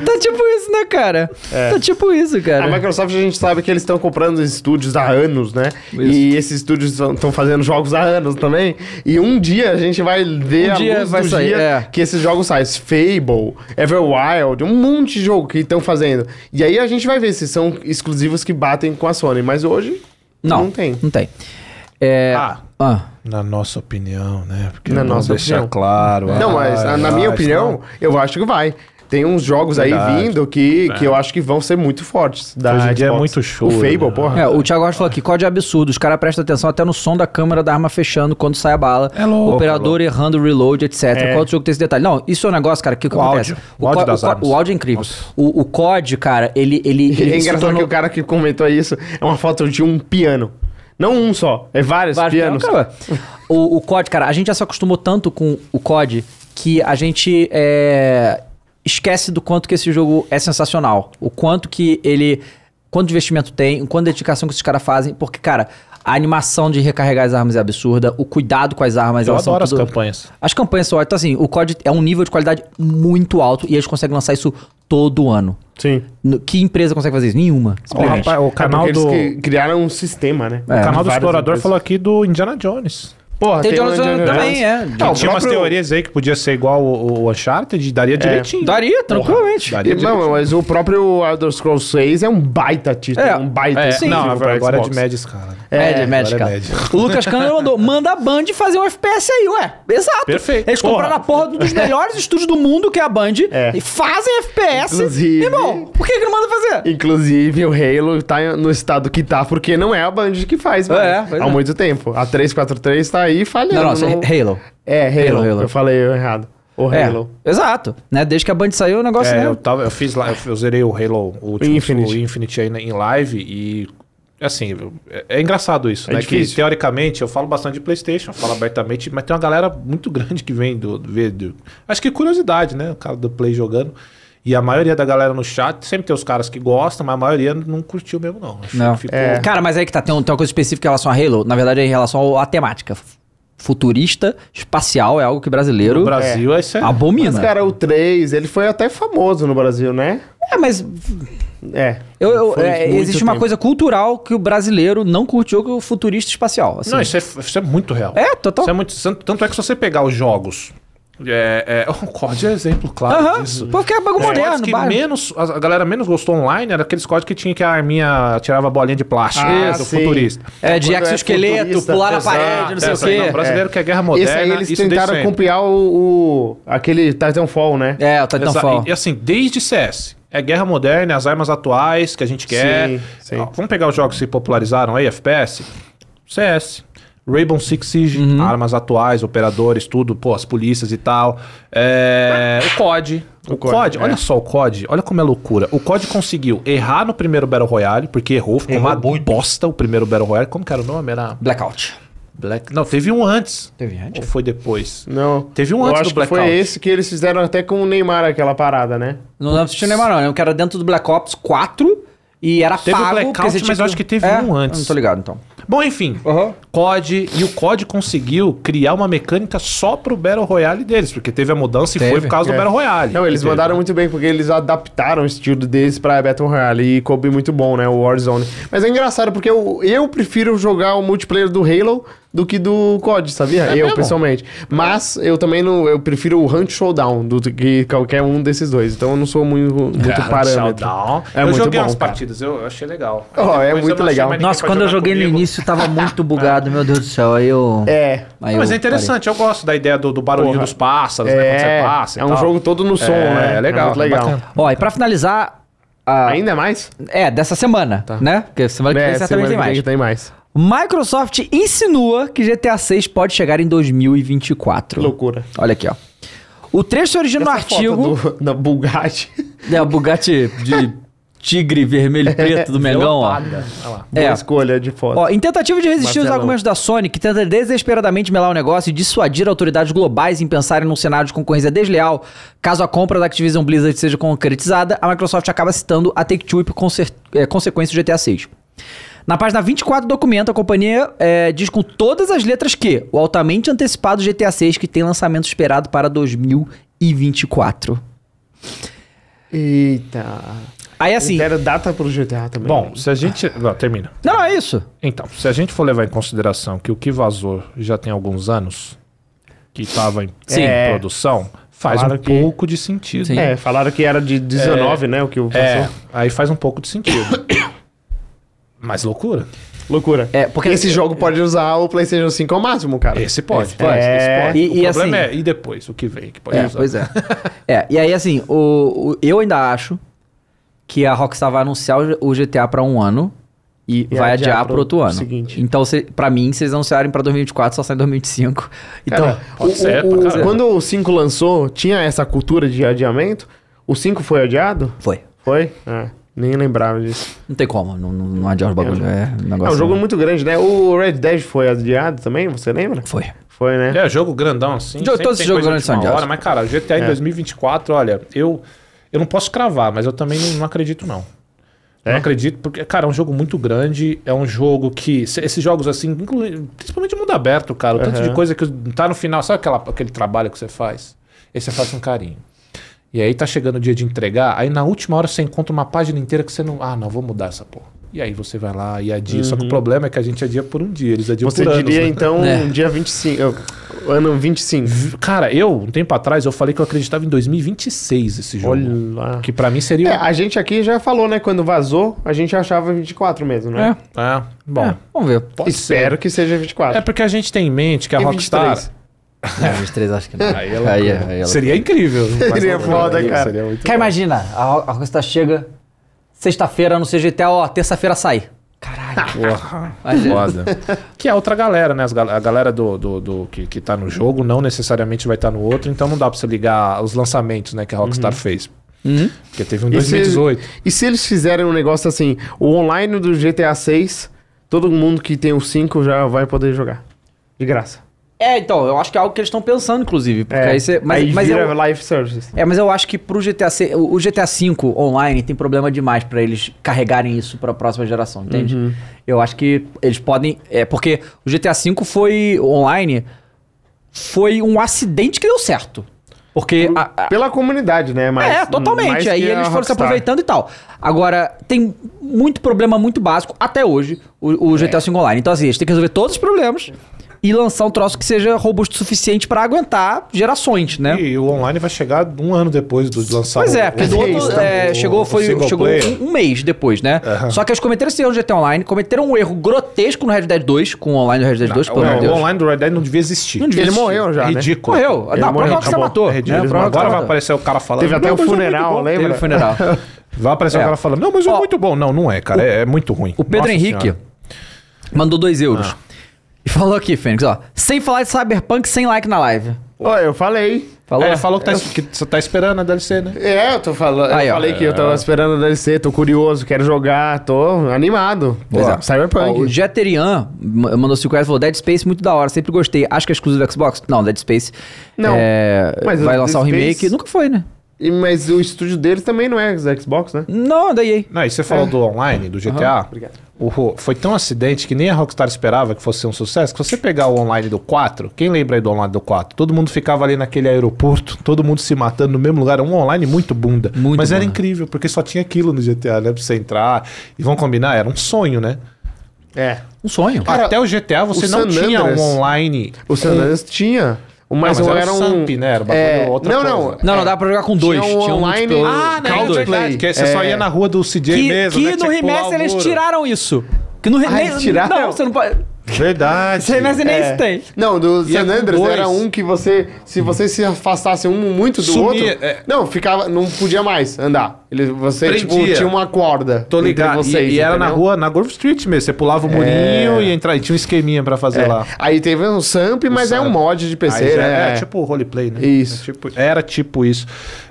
Speaker 1: tá tipo isso, né, cara?
Speaker 3: É.
Speaker 1: Tá tipo isso,
Speaker 3: Ah,
Speaker 2: A
Speaker 1: cara.
Speaker 2: Microsoft a gente sabe que eles estão comprando os estúdios há anos, né? E esses estúdios estão fazendo jogos há anos também. E um dia a gente vai ver
Speaker 1: Um
Speaker 2: a
Speaker 1: dia
Speaker 2: luz
Speaker 1: vai
Speaker 2: do
Speaker 1: sair,
Speaker 2: dia
Speaker 1: é.
Speaker 2: que esses jogos saem. Fable, Everwild, um monte de jogo que estão fazendo. E aí a gente vai ver se são exclusivos que batem com a Sony. Mas hoje
Speaker 1: Não,
Speaker 2: não tem.
Speaker 1: Não tem. É.
Speaker 3: Ah,
Speaker 1: ah.
Speaker 3: na nossa opinião, né? Porque
Speaker 2: Na
Speaker 3: é bom
Speaker 2: nossa
Speaker 3: deixar
Speaker 2: opinião.
Speaker 3: claro.
Speaker 2: Não,
Speaker 3: ah,
Speaker 2: mas na, na
Speaker 3: ah,
Speaker 2: minha
Speaker 3: isso
Speaker 2: opinião, eu acho que vai. Tem uns jogos aí
Speaker 3: Verdade. É.
Speaker 2: vindo que, que eu acho que vão ser muito fortes. da
Speaker 3: Hoje em dia é
Speaker 2: Xbox.
Speaker 3: muito show,
Speaker 2: O Fable,
Speaker 3: né?
Speaker 2: porra.
Speaker 1: É, o Thiago Rocha falou aqui, código absurdo, os caras prestam atenção até no som da câmera da arma fechando quando sai a bala,
Speaker 3: É louco,
Speaker 1: operador errando o reload, etc. Qual outro jogo tem esse detalhe? Não, isso é um negócio, cara, que o que
Speaker 3: O
Speaker 1: acontece?
Speaker 3: áudio. O áudio
Speaker 1: co-
Speaker 3: das
Speaker 1: co-
Speaker 3: armas.
Speaker 1: o áudio é incrível.
Speaker 3: Nossa.
Speaker 1: O, o COD, cara, ele... ele,
Speaker 2: E
Speaker 1: ele
Speaker 2: é
Speaker 1: se
Speaker 2: engraçado
Speaker 1: tornou-
Speaker 2: que o cara que comentou isso é uma foto de um piano. Não um só, é vários,
Speaker 1: Vários
Speaker 2: pianos.
Speaker 1: pianos, um cara. O, o COD, cara, a gente já se acostumou tanto com o COD que a gente é, esquece do quanto que esse jogo é sensacional. O quanto que ele. Quanto investimento tem, o quanto de dedicação que esses caras fazem. Porque, cara, a animação de recarregar as armas é absurda, o cuidado com as armas
Speaker 3: Eu
Speaker 1: elas
Speaker 3: adoro as
Speaker 1: são tudo-
Speaker 3: campanhas.
Speaker 1: As campanhas são ótimas. Então, assim, o COD é um nível de qualidade muito alto e eles conseguem lançar isso todo ano.
Speaker 2: Sim.
Speaker 1: No- Que empresa consegue fazer isso? Nenhuma.
Speaker 3: O,
Speaker 1: simplesmente.
Speaker 3: rapaz- o canal
Speaker 2: é porque
Speaker 3: do, É.
Speaker 2: eles que criaram um sistema, né?
Speaker 3: o canal do
Speaker 2: Várias
Speaker 3: Explorador
Speaker 2: empresas.
Speaker 3: falou aqui do Indiana Jones.
Speaker 2: Porra,
Speaker 1: Tem
Speaker 2: tem,
Speaker 1: Jonas
Speaker 2: um Indiana
Speaker 1: também,
Speaker 2: Jones.
Speaker 1: é.
Speaker 2: Ah, o
Speaker 3: Tinha umas
Speaker 2: próprio-
Speaker 3: teorias aí que podia ser igual o, o Uncharted, daria direitinho.
Speaker 1: Daria, tranquilamente.
Speaker 3: Daria
Speaker 2: E, Não, mas o próprio Elder Scrolls 6 é um baita título,
Speaker 1: É.
Speaker 2: um baita
Speaker 1: É,
Speaker 2: exclusivo
Speaker 3: Não,
Speaker 2: pra
Speaker 3: agora é de
Speaker 2: Xbox.
Speaker 3: médias, cara.
Speaker 1: É, de média,
Speaker 3: agora é
Speaker 1: cara.
Speaker 3: média.
Speaker 1: O Lucas Câmara mandou, manda a Band fazer um FPS aí, ué. Exato.
Speaker 3: Perfeito.
Speaker 1: Eles compraram a porra um dos melhores estúdios do mundo, que é a Band,
Speaker 2: É.
Speaker 1: e fazem FPS.
Speaker 2: Inclusive-
Speaker 1: E bom, por que, que não manda fazer?
Speaker 2: Inclusive, o Halo tá no estado que tá, porque não é a Band que faz, mano.
Speaker 1: É, pois
Speaker 2: Há
Speaker 1: é.
Speaker 2: muito tempo. A 343 tá aí falhando.
Speaker 1: Não, não, isso é Halo.
Speaker 2: É, Halo.
Speaker 1: Halo, Halo.
Speaker 2: Eu falei errado. O Halo.
Speaker 1: É, exato. Né? Desde que a Band saiu, o negócio
Speaker 3: É,
Speaker 1: né?
Speaker 3: eu, tava, eu fiz lá, eu f- eu zerei o Halo, o último,
Speaker 2: Infinite.
Speaker 3: o Infinite aí na- em live e assim, eu- é, é engraçado isso,
Speaker 2: É
Speaker 3: né?
Speaker 2: difícil.
Speaker 3: Que teoricamente eu falo bastante de PlayStation, eu falo abertamente, mas tem uma galera muito grande que vem do, do, vê do- acho que curiosidade, né? O cara do Play jogando. E a maioria da galera no chat, sempre tem os caras que gostam, mas a maioria não curtiu mesmo não. Acho que
Speaker 1: Não.
Speaker 3: ficou-
Speaker 1: Cara, mas aí que tá, tem, um- tem uma coisa específica em relação a Halo. Na verdade, é em relação ao- à temática. Futurista, espacial, é algo que brasileiro
Speaker 3: No Brasil é isso aí.
Speaker 1: abomina.
Speaker 2: Mas, cara, o 3, ele foi até famoso no Brasil, né?
Speaker 1: é, mas
Speaker 2: É.
Speaker 1: eu- eu-
Speaker 2: Foi
Speaker 1: é,
Speaker 2: muito
Speaker 1: existe uma
Speaker 2: tempo.
Speaker 1: coisa cultural que o brasileiro não curtiu que é o futurista espacial. assim.
Speaker 3: Não, isso é, isso é muito real.
Speaker 1: É, total.
Speaker 3: Isso é muito, tanto tanto é que se você pegar os jogos. É, é, o COD é exemplo claro
Speaker 1: Aham,
Speaker 3: disso.
Speaker 1: pô, porque é bagulho
Speaker 3: Os
Speaker 1: moderno,
Speaker 3: códigos que
Speaker 1: bairro.
Speaker 3: menos, a a galera menos gostou online era aqueles códigos que tinha que a arminha tirava a bolinha de plástico.
Speaker 2: Ah,
Speaker 3: do
Speaker 2: sim.
Speaker 3: futurista.
Speaker 1: É, de
Speaker 2: Quando é
Speaker 1: exoesqueleto,
Speaker 2: futurista,
Speaker 1: pular na
Speaker 2: exato,
Speaker 1: parede, não sei o
Speaker 3: Essa aí,
Speaker 1: quê.
Speaker 3: não, brasileiro quer guerra moderna.
Speaker 2: Esse aí eles
Speaker 3: isso desde
Speaker 2: tentaram
Speaker 3: sempre.
Speaker 2: copiar o, o- aquele Titanfall, né?
Speaker 1: É, o Titanfall.
Speaker 3: Exa- E assim, desde CS. É guerra moderna, as armas atuais que a gente quer.
Speaker 2: Sim, sim.
Speaker 3: Ó, Vamos pegar os jogos que se popularizaram aí, FPS? CS. Rainbow Six Siege, armas atuais, operadores, tudo, pô, as polícias e tal. É, o COD. O, COD,
Speaker 2: COD,
Speaker 3: olha
Speaker 2: é.
Speaker 3: só o COD, olha como é loucura. O COD conseguiu errar no primeiro Battle Royale, porque errou, ficou uma bosta o primeiro Battle Royale. Como que era o nome? Era
Speaker 1: Blackout.
Speaker 3: Black... Não, teve um antes.
Speaker 1: Teve antes?
Speaker 3: Ou foi depois?
Speaker 2: Não.
Speaker 3: Teve um
Speaker 2: Eu
Speaker 3: antes
Speaker 2: acho
Speaker 3: do
Speaker 2: que foi
Speaker 3: Blackout.
Speaker 2: esse que eles fizeram até com o Neymar, aquela parada, né?
Speaker 1: Não lembro se tinha Neymar, não. Eu que era dentro do Black Ops 4 e era
Speaker 3: Teve o
Speaker 1: pago.
Speaker 3: Blackout,
Speaker 1: porque você tinha É,
Speaker 3: mas eu acho que teve um antes.
Speaker 1: Não tô ligado, então.
Speaker 3: Bom, enfim,
Speaker 1: Aham.
Speaker 3: COD, e o COD conseguiu criar uma mecânica só pro Battle Royale deles, porque teve a mudança
Speaker 1: Teve,
Speaker 3: e foi por causa
Speaker 2: é.
Speaker 3: do Battle Royale.
Speaker 2: Não, eles
Speaker 3: Teve.
Speaker 2: mandaram muito bem, porque eles adaptaram o estilo deles pra Battle Royale e coube muito bom, né? O Warzone. Mas é engraçado, porque eu, eu prefiro jogar o multiplayer do Halo do que do COD, sabia? eu,
Speaker 3: É mesmo?
Speaker 2: pessoalmente. Mas eu também não... Eu prefiro o Hunt Showdown do que qualquer um desses dois. Então eu não sou muito, muito
Speaker 3: É,
Speaker 2: parâmetro.
Speaker 3: Showdown. eu
Speaker 2: É muito
Speaker 3: joguei
Speaker 2: bom,
Speaker 3: umas
Speaker 2: cara.
Speaker 3: partidas, eu eu achei legal.
Speaker 2: Oh,
Speaker 3: Aí
Speaker 2: é
Speaker 3: depois eu
Speaker 2: muito
Speaker 3: não achei
Speaker 2: legal.
Speaker 3: mais ninguém
Speaker 1: Nossa,
Speaker 3: pra
Speaker 1: quando eu
Speaker 3: jogar
Speaker 1: joguei no
Speaker 3: comigo.
Speaker 1: início, tava muito bugado, meu Deus do céu. Aí eu.
Speaker 2: É.
Speaker 1: Aí
Speaker 3: Mas
Speaker 1: eu
Speaker 3: é interessante, eu gosto da ideia do, do barulhinho
Speaker 2: Porra.
Speaker 3: dos pássaros, né? Quando
Speaker 2: É,
Speaker 3: você passa e
Speaker 2: é um
Speaker 3: tal.
Speaker 2: jogo todo no som,
Speaker 3: É,
Speaker 2: né?
Speaker 3: é legal,
Speaker 2: muito legal. Ah,
Speaker 3: bacana.
Speaker 1: parei. Ó, e pra finalizar. a-
Speaker 2: Ainda mais?
Speaker 1: Ah, É, dessa semana, né? Porque semana que vem
Speaker 3: Tá.
Speaker 2: É,
Speaker 1: certamente
Speaker 2: semana
Speaker 1: tem
Speaker 2: que vem
Speaker 1: mais.
Speaker 2: que tem mais.
Speaker 1: Microsoft insinua que GTA 6 pode chegar em 2024.
Speaker 2: Loucura.
Speaker 1: Olha aqui, ó. O trecho se origina no
Speaker 3: é
Speaker 2: Essa foto
Speaker 1: artigo.
Speaker 2: do- da Bugatti.
Speaker 1: Né,
Speaker 4: É a Bugatti de tigre vermelho e preto do
Speaker 1: Então,
Speaker 4: Mengão, ó.
Speaker 3: né?
Speaker 2: Olha lá.
Speaker 1: É.
Speaker 2: Boa escolha de foto.
Speaker 1: Ó, em tentativa de resistir aos
Speaker 2: Marcelão.
Speaker 1: argumentos da Sony, que tenta desesperadamente melar o negócio e dissuadir autoridades globais em pensarem num cenário de concorrência desleal, caso a compra da Activision Blizzard seja concretizada, a Microsoft acaba citando a Take-Two e, por conser- eh, consequência, o GTA VI. Na página 24 do documento, a companhia eh, diz com todas as letras que o altamente antecipado GTA VI que tem lançamento esperado para 2024.
Speaker 2: Eita.
Speaker 1: Aí assim...
Speaker 2: Deram data pro GTA também. né?
Speaker 3: Bom, se a gente. Não, termina.
Speaker 1: Não, não, é isso.
Speaker 3: Então, se a gente for levar em consideração que o que vazou já tem alguns anos, que estava em,
Speaker 2: Sim.
Speaker 3: em produção, faz
Speaker 2: Falaram
Speaker 3: um
Speaker 2: que-
Speaker 3: pouco de sentido. né?
Speaker 4: Sim.
Speaker 2: É, falaram que era de 19, né? O que o
Speaker 3: É,
Speaker 2: passou.
Speaker 3: aí faz um pouco de sentido. Mas loucura.
Speaker 2: Loucura.
Speaker 1: É, porque-
Speaker 2: esse jogo pode usar o PlayStation 5 ao máximo, cara.
Speaker 3: Esse pode.
Speaker 2: pode,
Speaker 3: esse pode.
Speaker 1: E-
Speaker 3: o
Speaker 1: e
Speaker 3: problema
Speaker 1: assim-
Speaker 3: é, e depois, o que vem que pode
Speaker 1: É,
Speaker 3: usar?
Speaker 1: pois é. é. E aí, assim, o, o- eu ainda acho que a Rockstar vai anunciar o G- o GTA pra um ano e,
Speaker 2: E
Speaker 1: vai
Speaker 2: adiar
Speaker 1: adiar pro
Speaker 2: pro
Speaker 1: outro ano.
Speaker 2: seguinte.
Speaker 1: Então, se, pra mim, se eles anunciarem pra 2024, só sai em 2025. Então,
Speaker 2: Cara,
Speaker 3: pode
Speaker 2: o-
Speaker 3: ser,
Speaker 2: o-
Speaker 3: pra
Speaker 2: o-
Speaker 3: caramba.
Speaker 2: quando o 5 lançou, tinha essa cultura de adiamento? O 5 foi adiado?
Speaker 1: foi.
Speaker 2: Foi? Ah, nem lembrava disso.
Speaker 1: Não tem como, não, não, não adiar os bagulhos. É, um
Speaker 2: É
Speaker 1: negócio.
Speaker 2: um jogo muito grande, né? O Red Dead foi adiado também, você lembra?
Speaker 1: Foi.
Speaker 2: Foi, né?
Speaker 3: É, jogo grandão assim.
Speaker 1: Jogo-
Speaker 3: sempre
Speaker 1: todos
Speaker 3: tem
Speaker 1: os jogos
Speaker 3: coisa
Speaker 1: grandes
Speaker 3: de
Speaker 1: são
Speaker 3: última
Speaker 1: de É.
Speaker 3: hora,
Speaker 1: aço.
Speaker 3: Mas, cara, o GTA em 2024, olha, eu, eu não posso cravar, mas eu também não, não acredito, não. Não acredito, porque, cara, é um jogo muito grande, é um jogo que. se- Esses jogos, assim, inclui- principalmente mundo aberto, cara, o tanto de coisa que tá no final. Sabe aquela, aquele trabalho que você faz? Aí você faz com carinho. E aí tá chegando o dia de entregar, aí na última hora você encontra uma página inteira que você não. Ah, não, vou mudar essa porra. E aí você vai lá e adia. Só
Speaker 1: Uhum.
Speaker 3: que o problema é que a gente adia por um dia, eles adiam
Speaker 2: Você
Speaker 3: por anos.
Speaker 2: diria,
Speaker 3: né?
Speaker 2: então,
Speaker 1: É.
Speaker 2: dia 25. eu- Ano 25.
Speaker 3: Cara, eu, um tempo atrás, eu falei que eu acreditava em 2026 esse jogo.
Speaker 2: Olha lá.
Speaker 3: Que pra mim seria.
Speaker 2: É, a gente aqui já falou, né? Quando vazou, a gente achava 24 mesmo, né?
Speaker 1: É,
Speaker 3: Ah, bom.
Speaker 1: é, vamos ver.
Speaker 3: Pode
Speaker 2: Espero que seja 24.
Speaker 3: ser. É porque a gente tem em mente que a
Speaker 2: E
Speaker 3: Rockstar.
Speaker 2: 23.
Speaker 1: É, 23, acho que não.
Speaker 3: Aí ela-
Speaker 4: Aí é- aí ela-
Speaker 3: Seria incrível.
Speaker 2: Seria
Speaker 3: Mas-
Speaker 2: foda, cara.
Speaker 3: Seria muito
Speaker 1: Cara, imagina, a Ro- a Rockstar chega sexta-feira no CGTA, ó, terça-feira sai. Caralho.
Speaker 3: Porra, foda. é que é outra galera, né? As gal- a galera do, do, do- que, que tá no jogo não necessariamente vai estar no outro, então não dá pra você ligar os lançamentos né, que a Rockstar
Speaker 1: Uhum.
Speaker 3: fez. Porque teve um
Speaker 2: E se-
Speaker 3: 2018.
Speaker 2: E se eles fizerem um negócio assim, o online do GTA 6, todo mundo que tem o 5 já vai poder jogar. De graça.
Speaker 1: É, então, eu acho que é algo que eles estão pensando, inclusive. Porque
Speaker 2: É,
Speaker 1: aí você. Mas,
Speaker 2: aí
Speaker 1: mas
Speaker 2: vira
Speaker 1: eu-
Speaker 2: live service.
Speaker 1: É, mas eu acho que pro GTA C- o o GTA V online tem problema demais pra eles carregarem isso pra próxima geração, entende?
Speaker 2: Uhum.
Speaker 1: Eu acho que eles podem, é porque o GTA V foi online foi um acidente que deu certo. Porque a- a-
Speaker 2: Pela comunidade, né? Mas,
Speaker 1: é,
Speaker 2: mais
Speaker 1: totalmente. Aí
Speaker 2: que
Speaker 1: eles
Speaker 2: a
Speaker 1: foram se
Speaker 2: Rockstar.
Speaker 1: aproveitando e tal. Agora, tem muito problema muito básico, até hoje, o,
Speaker 2: É.
Speaker 1: o GTA V Online. Então, assim, eles têm que resolver todos os problemas e lançar um troço que seja robusto o suficiente pra aguentar gerações, né?
Speaker 3: E o online vai chegar um ano depois do lançar
Speaker 1: Pois é,
Speaker 3: o-
Speaker 1: porque
Speaker 3: o-
Speaker 1: do outro
Speaker 3: o-
Speaker 1: é,
Speaker 3: o-
Speaker 1: chegou,
Speaker 3: o
Speaker 1: foi,
Speaker 3: tá single
Speaker 1: chegou
Speaker 3: player.
Speaker 1: um, um mês depois, né? Só que eles cometeram esse erro no GTA Online, cometeram um erro grotesco no Red Dead 2, com o online do Red Dead 2,
Speaker 3: Não,
Speaker 1: pelo amor de
Speaker 3: É, o
Speaker 1: Deus.
Speaker 3: online do Red Dead não devia existir.
Speaker 1: Não devia
Speaker 2: Ele
Speaker 1: existir.
Speaker 2: morreu já,
Speaker 3: É
Speaker 2: né?
Speaker 3: ridículo.
Speaker 1: Morreu.
Speaker 2: Ele
Speaker 1: Não, a
Speaker 2: morreu,
Speaker 1: prova que você
Speaker 2: acabou.
Speaker 1: matou.
Speaker 3: É ridículo.
Speaker 1: né? A prova que
Speaker 3: Agora
Speaker 1: você
Speaker 3: vai
Speaker 1: matou.
Speaker 3: aparecer o cara falando.
Speaker 2: Teve até
Speaker 3: "Não,
Speaker 2: o
Speaker 3: mas é muito
Speaker 2: funeral,
Speaker 3: bom."
Speaker 2: lembra?
Speaker 1: Teve o funeral.
Speaker 3: Vai aparecer
Speaker 1: É.
Speaker 3: o cara falando. Não, mas é
Speaker 1: Ó,
Speaker 3: muito bom. Não, não é, cara. é, é muito ruim.
Speaker 1: O Pedro
Speaker 3: Nossa
Speaker 1: Henrique
Speaker 3: Senhora.
Speaker 1: mandou 2 euros. E falou aqui, Fênix, ó. Sem falar de Cyberpunk, sem like na live.
Speaker 2: Ó, eu falei.
Speaker 1: Falou?
Speaker 3: É, falou que, tá, es- que você tá esperando a DLC, né?
Speaker 2: É, eu tô falando.
Speaker 1: Aí,
Speaker 2: eu
Speaker 1: ó.
Speaker 2: falei que eu tava esperando a DLC, tô curioso, quero jogar, tô animado.
Speaker 1: Pois
Speaker 2: Ó,
Speaker 1: é. Ó, o
Speaker 2: Cyberpunk.
Speaker 1: Jeterian ma- mandou 5 reais e falou: Dead Space, muito da hora, sempre gostei. Acho que é exclusivo do Xbox. Não, Dead Space.
Speaker 2: Não.
Speaker 1: é,
Speaker 2: Mas o
Speaker 1: vai
Speaker 2: Dead
Speaker 1: lançar o um
Speaker 2: Space-
Speaker 1: remake. Nunca foi, né?
Speaker 2: E- mas o estúdio deles também não é Xbox, né?
Speaker 1: Não, da EA.
Speaker 3: Não, e você
Speaker 1: É.
Speaker 3: falou do online, do GTA. O Ro- foi tão acidente que nem a Rockstar esperava que fosse um sucesso. Que se você pegar o online do 4, quem lembra aí do online do 4? Todo mundo ficava ali naquele aeroporto, todo mundo se matando no mesmo lugar. Um online muito bunda.
Speaker 1: Muito
Speaker 3: Mas era
Speaker 1: bunda.
Speaker 3: incrível, porque só tinha aquilo no GTA, né? Pra você entrar. E vamos combinar, era um sonho, né?
Speaker 2: É.
Speaker 1: Um sonho.
Speaker 2: Cara,
Speaker 3: Até o GTA você
Speaker 2: o
Speaker 3: não
Speaker 2: San
Speaker 3: tinha
Speaker 2: Andreas-
Speaker 3: um online.
Speaker 2: O San Andreas tinha. O mais
Speaker 3: mas
Speaker 2: um
Speaker 3: era
Speaker 2: era
Speaker 3: o
Speaker 2: um.
Speaker 3: Samp, né? Era bagulho,
Speaker 2: é...
Speaker 3: outra
Speaker 2: não,
Speaker 3: coisa.
Speaker 2: não.
Speaker 1: Não,
Speaker 2: é,
Speaker 1: não dá pra jogar com dois.
Speaker 2: Tinha um
Speaker 1: Tinha um
Speaker 2: online-
Speaker 1: multiplayer.
Speaker 2: Ah, né,
Speaker 3: Call
Speaker 2: é
Speaker 3: of
Speaker 2: verdade,
Speaker 3: Duty, que
Speaker 2: é.
Speaker 3: você só ia na rua do CJ
Speaker 1: que,
Speaker 3: mesmo,
Speaker 1: que
Speaker 3: né?
Speaker 1: no
Speaker 3: tinha pular
Speaker 1: remix
Speaker 3: o
Speaker 1: eles
Speaker 3: muro.
Speaker 1: tiraram isso. Que no
Speaker 2: Ah,
Speaker 1: remix.
Speaker 2: eles tiraram?
Speaker 1: Não, você não pode.
Speaker 3: Verdade.
Speaker 4: Você imagina
Speaker 3: é.
Speaker 4: isso tem.
Speaker 2: é. Não, do
Speaker 3: Ia
Speaker 2: San
Speaker 3: com
Speaker 2: Andreas
Speaker 3: dois.
Speaker 2: era um que você, se você se afastasse um muito do
Speaker 3: Sumia,
Speaker 2: outro,
Speaker 3: é.
Speaker 2: não, ficava, não podia mais andar. Ele, você tipo,
Speaker 3: Prendia.
Speaker 2: tinha uma corda.
Speaker 3: Tô
Speaker 2: entre
Speaker 3: ligado. E-
Speaker 2: vocês,
Speaker 3: e era na
Speaker 2: entendeu?
Speaker 3: rua, na Grove Street mesmo. Você pulava o
Speaker 1: É.
Speaker 3: murinho e entrava. E tinha um esqueminha pra fazer
Speaker 2: É.
Speaker 3: lá.
Speaker 2: Aí teve um Samp, mas é um
Speaker 3: Samp.
Speaker 2: mod de PC,
Speaker 3: Aí já
Speaker 2: né?
Speaker 3: É tipo roleplay, né?
Speaker 2: Isso.
Speaker 3: É tipo- era tipo isso.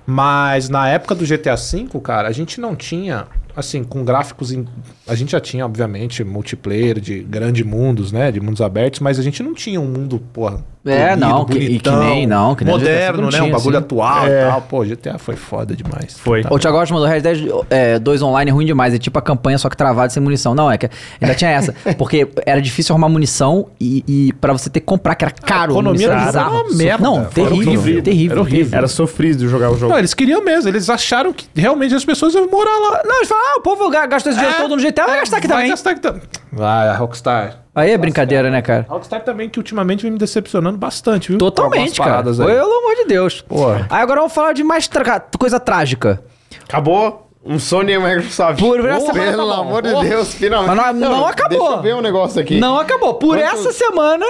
Speaker 3: Mas na época do GTA V, cara, a gente não tinha, assim, com gráficos. em- A gente já tinha, obviamente, multiplayer de grandes mundos, né? De mundos abertos, mas a gente não tinha um mundo, porra.
Speaker 1: É, não, que- e que nem- não, que nem
Speaker 3: moderno,
Speaker 1: GTA V não
Speaker 3: né? Um
Speaker 1: tinha,
Speaker 3: bagulho
Speaker 1: assim.
Speaker 3: atual e tal. Pô, GTA foi foda demais.
Speaker 5: Foi.
Speaker 3: Tá.
Speaker 1: O Thiago Alves mandou Red Dead é, 2 online é ruim demais. É tipo a campanha, só que travada sem munição. Não, é que ainda tinha essa. Porque era difícil arrumar munição e, e pra você ter que comprar, que era caro.
Speaker 3: economia
Speaker 1: munição
Speaker 3: do
Speaker 1: bizarro.
Speaker 3: jogo era uma merda.
Speaker 1: Não,
Speaker 3: Era
Speaker 1: terrível,
Speaker 3: horrível.
Speaker 1: terrível.
Speaker 3: Era horrível.
Speaker 1: terrível.
Speaker 5: Era sofrido jogar o jogo.
Speaker 3: Não, eles queriam mesmo. Eles acharam que realmente as pessoas iam morar lá.
Speaker 1: Não, eles falam, ah, o povo ga- gastou esse dinheiro todo no GTA, vai gastar aqui
Speaker 3: É? Vai
Speaker 1: também.
Speaker 3: gastar aqui também. Vai, a Rockstar.
Speaker 1: Aí é brincadeira, né, cara?
Speaker 3: Rockstar também, que ultimamente vem me decepcionando bastante, viu?
Speaker 1: Totalmente,
Speaker 3: Com
Speaker 1: cara.
Speaker 3: algumas paradas
Speaker 1: Pelo
Speaker 3: aí.
Speaker 1: amor de Deus.
Speaker 3: Porra.
Speaker 1: Aí agora vamos falar de mais tra- coisa trágica.
Speaker 2: Acabou um Sony e a Microsoft.
Speaker 1: Por
Speaker 2: Pô,
Speaker 1: essa semana tá
Speaker 2: Pelo
Speaker 1: bom.
Speaker 2: amor de
Speaker 1: Pô.
Speaker 2: Deus, finalmente.
Speaker 1: Mas não- não acabou.
Speaker 2: Deixa eu ver um negócio aqui.
Speaker 1: Não acabou. Por
Speaker 2: Quanto-
Speaker 1: essa semana.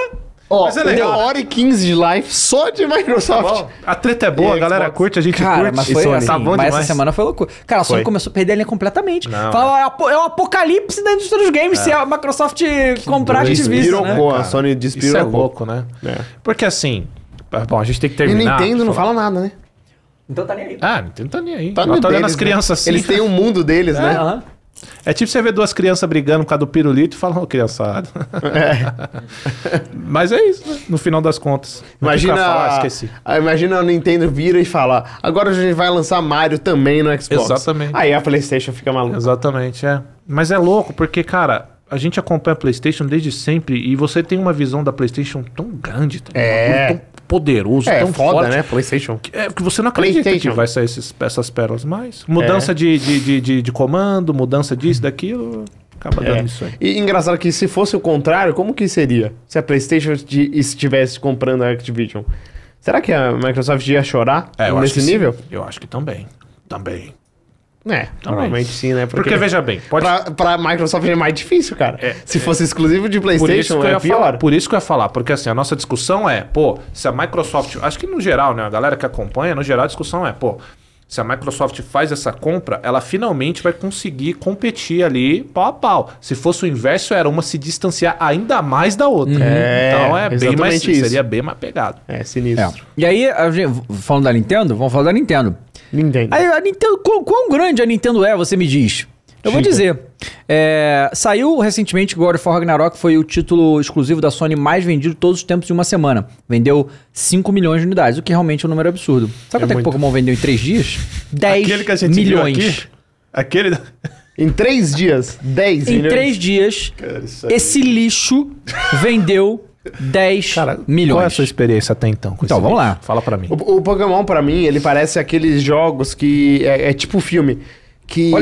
Speaker 2: Ó,
Speaker 3: Mas é
Speaker 2: deu
Speaker 3: legal.
Speaker 2: uma hora e 15 de live só de Microsoft.
Speaker 3: A treta é boa, a
Speaker 2: E
Speaker 3: galera
Speaker 2: Xbox.
Speaker 3: curte, a gente
Speaker 1: Cara,
Speaker 3: curte.
Speaker 1: mas
Speaker 3: E
Speaker 1: foi
Speaker 3: Sony,
Speaker 1: assim,
Speaker 3: tá bom
Speaker 1: mas essa
Speaker 3: demais.
Speaker 1: semana foi loucura. Cara, a Sony
Speaker 5: Foi.
Speaker 1: começou a perder a linha completamente.
Speaker 3: Não. né? É.
Speaker 1: Falava, é o apo- é o apocalipse da indústria dos games se a Microsoft comprar a
Speaker 3: doido.
Speaker 1: Activision, né?
Speaker 2: Pô, a
Speaker 3: cara?
Speaker 2: Sony despirou
Speaker 3: Isso é
Speaker 2: um pouco.
Speaker 3: louco, né?
Speaker 2: É.
Speaker 3: Porque assim... Bom, a gente tem que
Speaker 2: E
Speaker 3: terminar.
Speaker 2: Nintendo não fala nada, né?
Speaker 1: Então tá nem aí.
Speaker 3: Ah, Nintendo tá nem aí.
Speaker 2: Tá
Speaker 3: Ela
Speaker 2: no
Speaker 3: tá olhando
Speaker 2: deles,
Speaker 3: as crianças
Speaker 2: né?
Speaker 3: assim.
Speaker 2: Eles têm o mundo deles, né?
Speaker 1: Aham.
Speaker 3: É tipo você ver duas crianças brigando por causa do pirulito e falar, ô criançada.
Speaker 2: É.
Speaker 3: Mas é isso, né? No final das contas. Não tem o que
Speaker 2: Imagina,
Speaker 3: falar, esqueci.
Speaker 2: ah, imagina a Nintendo vira e fala: agora a gente vai lançar Mario também no Xbox.
Speaker 3: Exatamente.
Speaker 2: Aí a PlayStation fica maluca.
Speaker 3: Exatamente, é. Mas é louco, porque, cara, a gente acompanha a PlayStation desde sempre e você tem uma visão da PlayStation tão grande, tão,
Speaker 2: É.
Speaker 3: tão poderoso,
Speaker 2: É
Speaker 3: tão
Speaker 2: foda,
Speaker 3: forte.
Speaker 2: né? PlayStation.
Speaker 3: que- É, porque você não acredita que
Speaker 2: PlayStation. É.
Speaker 3: vai sair esses- essas pérolas mais. Mudança de, de, de, de- de comando, mudança disso, daquilo, acaba dando
Speaker 2: Uhum. É.
Speaker 3: isso aí.
Speaker 2: E engraçado que se fosse o contrário, como que seria? Se a PlayStation esti- estivesse comprando a Activision? Será que a Microsoft ia chorar nesse nível?
Speaker 3: É, Eu acho que também. Também.
Speaker 2: É, normalmente sim, né?
Speaker 3: Porque, veja bem, pode
Speaker 2: Pra, pra Microsoft é mais difícil, cara.
Speaker 3: É,
Speaker 2: se fosse exclusivo de
Speaker 3: Por isso,
Speaker 2: PlayStation,
Speaker 3: que eu
Speaker 2: é
Speaker 3: ia
Speaker 2: pior.
Speaker 3: falar, por isso que eu ia falar, porque assim, a nossa discussão é, pô, se a Microsoft, acho que no geral, né, a galera que acompanha, no geral a discussão é, pô, se a Microsoft faz essa compra, ela finalmente vai conseguir competir ali pau a pau. Se fosse o inverso, era uma se distanciar ainda mais da outra.
Speaker 2: É,
Speaker 3: então é bem mais,
Speaker 2: exatamente isso.
Speaker 3: seria bem mais pegado.
Speaker 2: É, sinistro.
Speaker 1: E aí, a gente- falando da Nintendo, vamos falar da Nintendo.
Speaker 2: Nintendo.
Speaker 1: Aí, a Nintendo, quão, quão grande a Nintendo é, você me diz? Eu vou
Speaker 2: Diga.
Speaker 1: dizer. É, saiu recentemente God of War Ragnarok, foi o título exclusivo da Sony mais vendido de todos os tempos em uma semana. Vendeu 5 milhões de unidades, o que realmente é um número absurdo. Sabe quanto é que
Speaker 2: muito.
Speaker 1: Pokémon vendeu em 3 dias? 10 milhões.
Speaker 3: aquele... da-
Speaker 2: Em três dias, 10
Speaker 1: Em
Speaker 2: milhões.
Speaker 1: 3 dias,
Speaker 2: Cara, isso aí-
Speaker 1: esse lixo vendeu 10
Speaker 3: Cara,
Speaker 1: milhões.
Speaker 3: qual é a sua experiência até então? com
Speaker 1: Então,
Speaker 3: esse
Speaker 1: vamos
Speaker 3: vídeo?
Speaker 1: lá.
Speaker 3: Fala pra mim.
Speaker 2: O, o Pokémon, pra mim, ele parece aqueles jogos que. É, é tipo filme. Que.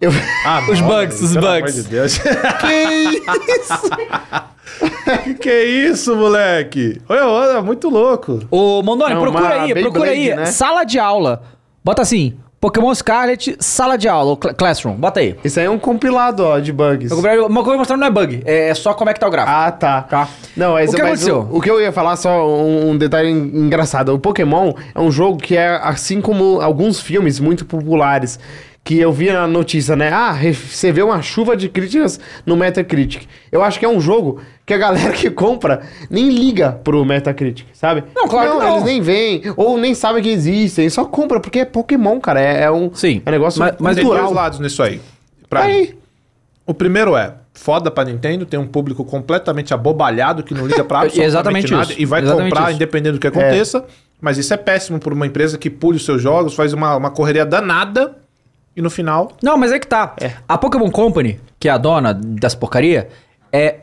Speaker 2: Eu...
Speaker 3: Ah.
Speaker 1: Os bugs, os bugs.
Speaker 3: Deus.
Speaker 2: que isso?
Speaker 3: Que isso, moleque? Olha, olha, muito louco.
Speaker 1: Ô, Mondoni,
Speaker 2: É uma
Speaker 1: procura aí,
Speaker 2: Beyblade,
Speaker 1: procura aí.
Speaker 2: né?
Speaker 1: Sala de aula. Bota assim, Pokémon Scarlet, sala de aula, ou cl- classroom. Bota aí.
Speaker 2: Isso aí é um compilado, ó, de bugs.
Speaker 1: Eu comprei- Uma coisa que eu vou mostrar não é bug, é só como é que tá o gráfico.
Speaker 2: Ah, tá.
Speaker 1: Tá.
Speaker 2: Não, mas,
Speaker 1: O que
Speaker 2: mas
Speaker 1: aconteceu?
Speaker 2: O, o que eu ia falar, só um, um detalhe en- engraçado. O Pokémon é um jogo que é, assim como alguns filmes muito populares, que eu vi na notícia, né? Ah, recebeu uma chuva de críticas no Metacritic. Eu acho que é um jogo que a galera que compra nem liga pro Metacritic, sabe?
Speaker 1: Não, claro que não.
Speaker 2: Eles nem veem, ou nem sabem que existem, só compra, porque é Pokémon, cara. É, é um,
Speaker 1: Sim.
Speaker 2: é um negócio
Speaker 1: Mas- mas
Speaker 3: Tem dois
Speaker 2: cultural.
Speaker 3: lados nisso aí. Pra mim.
Speaker 2: Aí,
Speaker 3: O primeiro é, foda pra Nintendo, tem um público completamente abobalhado que não liga pra absolutamente
Speaker 1: É, Exatamente
Speaker 3: nada
Speaker 1: isso.
Speaker 3: e vai
Speaker 1: Exatamente
Speaker 3: comprar
Speaker 1: isso.
Speaker 3: independente do que aconteça. Mas isso é péssimo por uma empresa que pule os seus jogos, faz uma, uma correria danada e no final...
Speaker 2: Ah.
Speaker 1: Não, mas é que tá. A Pokémon Company, que é a dona dessa porcaria, é.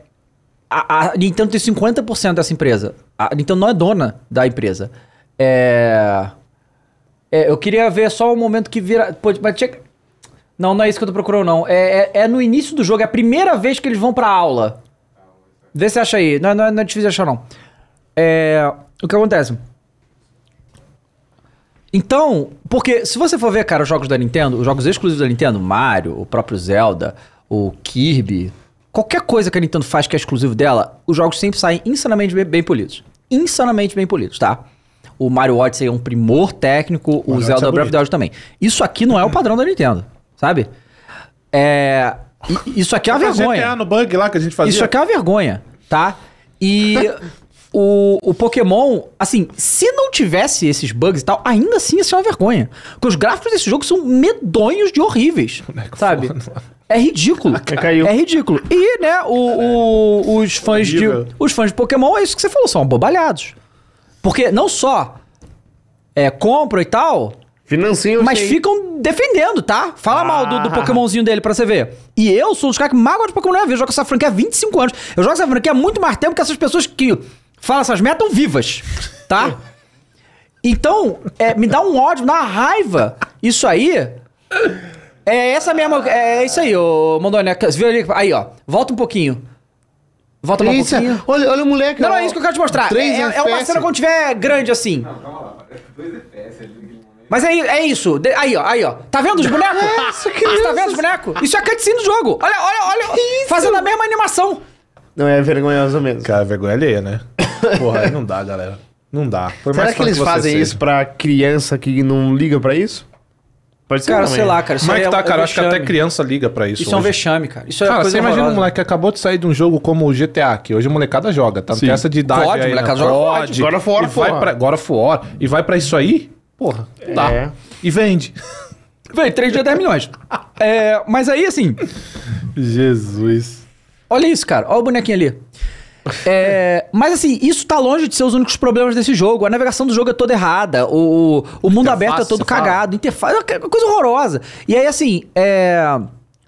Speaker 1: A, a Nintendo tem 50% dessa empresa. A Nintendo não é dona da empresa. É. é, eu queria ver só o momento que vira. Pô, mas tinha... que- Não, não é isso que eu tô procurando, não. É, é- é no início do jogo, é a primeira vez que eles vão pra aula. Vê se acha aí. Não, não, não é difícil achar, não. É. O que acontece? Então, porque se você for ver, cara, os jogos da Nintendo, os jogos exclusivos da Nintendo, Mario, o próprio Zelda, o Kirby, Qualquer coisa que a Nintendo faz que é exclusivo dela, os jogos sempre saem insanamente bem, bem polidos. Insanamente bem polidos, tá? O Mario Odyssey é um primor técnico, o,
Speaker 3: Mario Odyssey
Speaker 1: Zelda
Speaker 3: é
Speaker 1: Breath of the
Speaker 3: bonito.
Speaker 1: Wild também. Isso aqui não é o padrão da Nintendo, sabe? É. i- Isso aqui é uma
Speaker 3: Fazia
Speaker 1: vergonha.
Speaker 3: GTA no bug lá que a gente fazia.
Speaker 1: Isso aqui é uma vergonha, tá? E o, o Pokémon, assim, se não tivesse esses bugs e tal, ainda assim ia ser uma vergonha. Porque os gráficos desse jogo são medonhos de horríveis, sabe? É
Speaker 3: Ah,
Speaker 1: ridículo.
Speaker 2: caiu.
Speaker 1: É ridículo. E, né, o- o- os, fãs de,
Speaker 3: Horrível.
Speaker 1: os fãs de Pokémon, é isso que você falou, são abobalhados. Porque não só é, compram e tal,
Speaker 2: Financinho,
Speaker 1: mas
Speaker 2: ok.
Speaker 1: ficam defendendo, tá? Fala mal do, do
Speaker 2: Ah.
Speaker 1: Pokémonzinho dele pra você ver. E eu sou um dos caras que mais gosta de Pokémon na minha vida. Eu jogo essa franquia há 25 anos. Eu jogo essa franquia há muito mais tempo que essas pessoas que falam essas metas estão vivas, tá? Então, é, me dá um ódio, me dá uma raiva. Isso aí. É essa mesma. É isso aí, ô Mondoni. Você viu ali? Aí, ó. Volta um pouquinho. Volta mais um
Speaker 2: Isso, é
Speaker 1: pouquinho.
Speaker 2: olha, olha o moleque.
Speaker 1: Não,
Speaker 2: ó.
Speaker 1: não é isso que eu quero te mostrar. É,
Speaker 2: Então, Três
Speaker 1: é, é uma
Speaker 2: FPS.
Speaker 1: cena quando tiver grande assim. Mas é, é isso. De- Aí, ó, aí, ó. Tá vendo os bonecos?
Speaker 2: Nossa, que
Speaker 1: Tá vendo
Speaker 2: isso?
Speaker 1: os bonecos? Isso é cutscene do jogo. Olha, olha, olha. Fazendo a mesma animação.
Speaker 2: Não, é vergonhoso mesmo.
Speaker 3: Cara, vergonha alheia, né? Porra, aí não dá, galera. Não dá. Por mais
Speaker 2: Será que
Speaker 3: fã
Speaker 2: eles
Speaker 3: você
Speaker 2: fazem
Speaker 3: seja.
Speaker 2: isso pra criança que não liga pra isso? Pode ser
Speaker 1: Cara,
Speaker 2: também.
Speaker 1: sei lá, cara. Isso
Speaker 3: Como é
Speaker 1: aí
Speaker 3: que
Speaker 1: é
Speaker 3: tá,
Speaker 1: um-
Speaker 3: cara?
Speaker 1: é um
Speaker 3: Acho que até
Speaker 1: vexame.
Speaker 3: criança liga pra isso.
Speaker 1: Isso é um
Speaker 3: hoje.
Speaker 1: vexame, cara. Isso é
Speaker 3: Cara,
Speaker 1: coisa
Speaker 3: você imagina um
Speaker 1: horrorosa.
Speaker 3: moleque que acabou de sair de um jogo como o GTA, que hoje a molecada joga, tá? Não tem essa de idade
Speaker 1: COD,
Speaker 3: aí,
Speaker 1: molecada
Speaker 3: não.
Speaker 1: joga
Speaker 3: COD,
Speaker 1: COD.
Speaker 2: God of War,
Speaker 3: e vai
Speaker 2: porra.
Speaker 3: pra, God of War, e vai pra isso aí, porra, não dá.
Speaker 2: É.
Speaker 3: E vende.
Speaker 1: Véi, 3 dias 10 milhões. É, mas aí, assim.
Speaker 3: Jesus.
Speaker 1: Olha isso, cara. Olha o bonequinho ali. É, mas assim, isso tá longe de ser os únicos problemas desse jogo. A navegação do jogo é toda errada. O, o- o mundo
Speaker 3: Interface,
Speaker 1: aberto é todo
Speaker 3: você fala?
Speaker 1: cagado. Interface é uma coisa horrorosa. E aí, assim, é.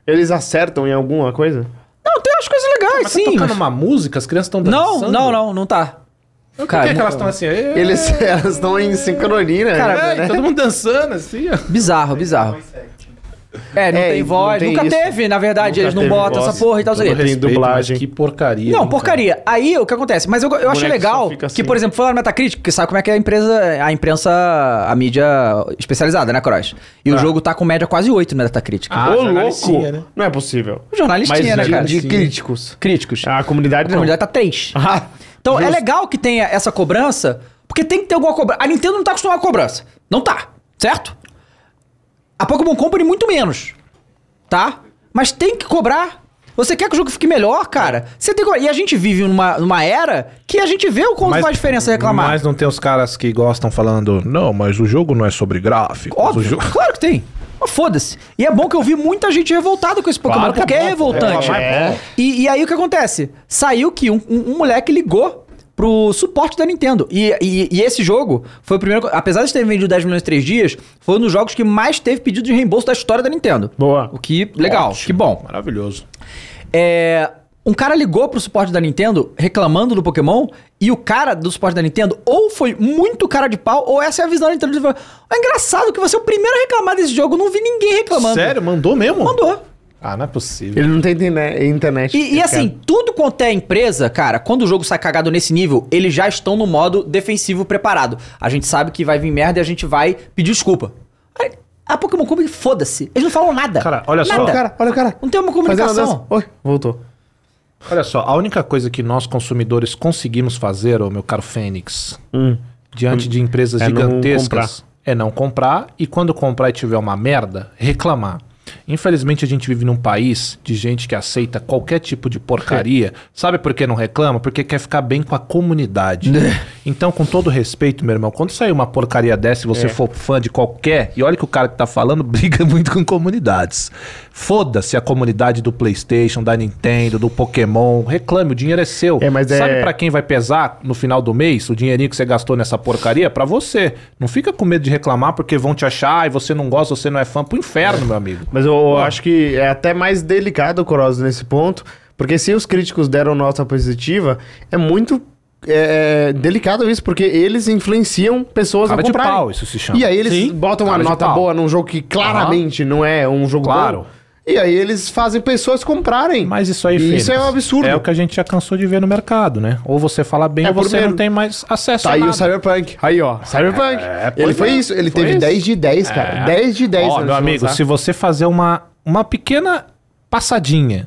Speaker 2: Eles acertam em alguma coisa?
Speaker 1: Não, tem umas coisas legais,
Speaker 3: Mas
Speaker 1: sim.
Speaker 3: tá tocando
Speaker 1: mas-
Speaker 3: uma música, as crianças estão
Speaker 1: Não,
Speaker 3: dançando.
Speaker 1: não, não, não tá.
Speaker 3: Por que,
Speaker 1: Cara,
Speaker 3: que elas estão assim? É,
Speaker 2: Eles elas estão em sincronia,
Speaker 1: Cara,
Speaker 2: né?
Speaker 3: é, e todo mundo dançando assim, ó.
Speaker 1: bizarro, bizarro. É, não
Speaker 2: É,
Speaker 1: tem
Speaker 2: não
Speaker 1: voz.
Speaker 2: tem
Speaker 1: Nunca
Speaker 2: isso.
Speaker 1: teve, na verdade.
Speaker 2: Nunca
Speaker 1: eles não
Speaker 2: teve
Speaker 1: botam
Speaker 2: voz.
Speaker 1: essa porra e tal.
Speaker 2: Todo
Speaker 1: isso aí.
Speaker 2: Tem dublagem.
Speaker 3: mas que porcaria.
Speaker 1: Não,
Speaker 3: hein,
Speaker 1: porcaria. Aí o que acontece? Mas eu, eu acho
Speaker 2: boneco só
Speaker 1: legal
Speaker 2: fica assim.
Speaker 1: que, por exemplo, foi lá no Metacritic, que sabe como é que a empresa, a imprensa, a mídia especializada, né, Cross?
Speaker 2: Ah.
Speaker 1: E o jogo tá com média quase 8 no Metacritic.
Speaker 3: Ah,
Speaker 2: Ô,
Speaker 3: jornalistinha,
Speaker 2: louco!
Speaker 3: né?
Speaker 2: Não é possível.
Speaker 1: O jornalistinha, né,
Speaker 2: Mas
Speaker 1: cara?
Speaker 2: de, de
Speaker 3: Sim.
Speaker 2: críticos.
Speaker 1: Críticos.
Speaker 2: A
Speaker 1: a
Speaker 2: comunidade não.
Speaker 1: comunidade tá 3.
Speaker 2: Ah,
Speaker 1: Então é legal que tenha essa cobrança, porque tem que ter alguma cobrança. A Nintendo não tá acostumada com cobrança. Não tá, certo? A Pokémon Company muito menos, tá? Mas tem que cobrar. Você quer que o jogo fique melhor, cara? Você tem que... cobrar. E a gente vive numa, numa era que a gente vê o quanto faz diferença reclamar.
Speaker 3: Mas não tem os caras que gostam falando, não, mas o jogo não é sobre gráfico.
Speaker 1: Óbvio, claro que tem. Mas foda-se. E é bom que eu vi muita gente revoltada com esse Pokémon,
Speaker 3: Claro que é
Speaker 1: porque é,
Speaker 3: bom,
Speaker 1: revoltante.
Speaker 2: reclamar é bom.
Speaker 1: E, e aí o que acontece? Saiu que um, um- um moleque ligou pro suporte da Nintendo. E, e- e esse jogo foi o primeiro... Apesar de ter vendido 10 milhões em 3 dias, foi um dos jogos que mais teve pedido de reembolso da história da Nintendo.
Speaker 2: Boa.
Speaker 1: O que... Legal. Que bom.
Speaker 3: Maravilhoso.
Speaker 1: É, um cara ligou pro suporte da Nintendo reclamando do Pokémon e o cara do suporte da Nintendo ou foi muito cara de pau ou essa é a visão da Nintendo. Ele falou, É engraçado que você é o primeiro a reclamar desse jogo, eu não vi ninguém reclamando.
Speaker 3: Sério? Mandou mesmo?
Speaker 1: Mandou.
Speaker 3: Ah, não é possível.
Speaker 2: Ele não tem interne- internet.
Speaker 1: E, e
Speaker 2: cara.
Speaker 1: assim, tudo quanto é empresa, cara, quando o jogo sai cagado nesse nível, eles já estão no modo defensivo preparado. A gente sabe que vai vir merda e a gente vai pedir desculpa. Aí, A Pokémon Company, foda-se. Eles não falam nada.
Speaker 3: Cara, olha só.
Speaker 1: nada.
Speaker 2: Olha o cara, olha o cara.
Speaker 1: Não tem uma
Speaker 2: Fazendo uma
Speaker 1: comunicação.
Speaker 2: dança. Oi, voltou.
Speaker 3: Olha só, a única coisa que nós consumidores conseguimos fazer, ô meu caro Fênix, diante de empresas
Speaker 2: Hum. É não
Speaker 3: gigantescas, é não comprar e quando comprar e tiver uma merda, reclamar. Infelizmente a gente vive num país de gente que aceita qualquer tipo de porcaria. Sabe por que não reclama? Porque quer ficar bem com a comunidade. então, com todo respeito, meu irmão, quando sair uma porcaria dessa e você
Speaker 2: É.
Speaker 3: for fã de qualquer, e olha que o cara que tá falando briga muito com comunidades. Foda-se a comunidade do PlayStation, da Nintendo, do Pokémon. Reclame, o dinheiro é seu.
Speaker 2: É, mas é-
Speaker 3: Sabe pra quem vai pesar no final do mês o dinheirinho que você gastou nessa porcaria? Pra você. Não fica com medo de reclamar porque vão te achar e você não gosta, você não é fã. Pro inferno, meu amigo.
Speaker 2: Mas eu acho que é até mais delicado o Cross nesse ponto, porque se os críticos deram nota positiva, é muito é, delicado isso, porque eles influenciam pessoas
Speaker 3: Cara
Speaker 2: a
Speaker 3: de
Speaker 2: comprarem.
Speaker 3: pau, isso se chama.
Speaker 2: E aí eles
Speaker 3: Sim,
Speaker 2: botam uma
Speaker 3: cara de
Speaker 2: nota
Speaker 3: pau.
Speaker 2: boa num jogo que claramente não é um jogo
Speaker 3: Claro.
Speaker 2: bom. E aí eles fazem pessoas comprarem.
Speaker 3: Mas isso aí,
Speaker 2: E
Speaker 3: Fênix,
Speaker 2: Isso é um absurdo.
Speaker 3: É o que a gente já cansou de ver no mercado, né? Ou você fala bem
Speaker 2: É,
Speaker 3: ou você
Speaker 2: primeiro-
Speaker 3: não tem mais acesso
Speaker 2: Tá
Speaker 3: a
Speaker 2: aí
Speaker 3: nada.
Speaker 2: o Cyberpunk. Aí, ó. Cyberpunk.
Speaker 3: É,
Speaker 2: ele
Speaker 3: pois
Speaker 2: foi
Speaker 3: é,
Speaker 2: isso. Ele
Speaker 3: foi
Speaker 2: teve
Speaker 3: isso. É.
Speaker 2: 10 de 10, cara. 10 de 10.
Speaker 3: Ó,
Speaker 2: antes
Speaker 3: meu
Speaker 2: de
Speaker 3: amigo,
Speaker 2: lançar.
Speaker 3: se você fazer uma, uma pequena passadinha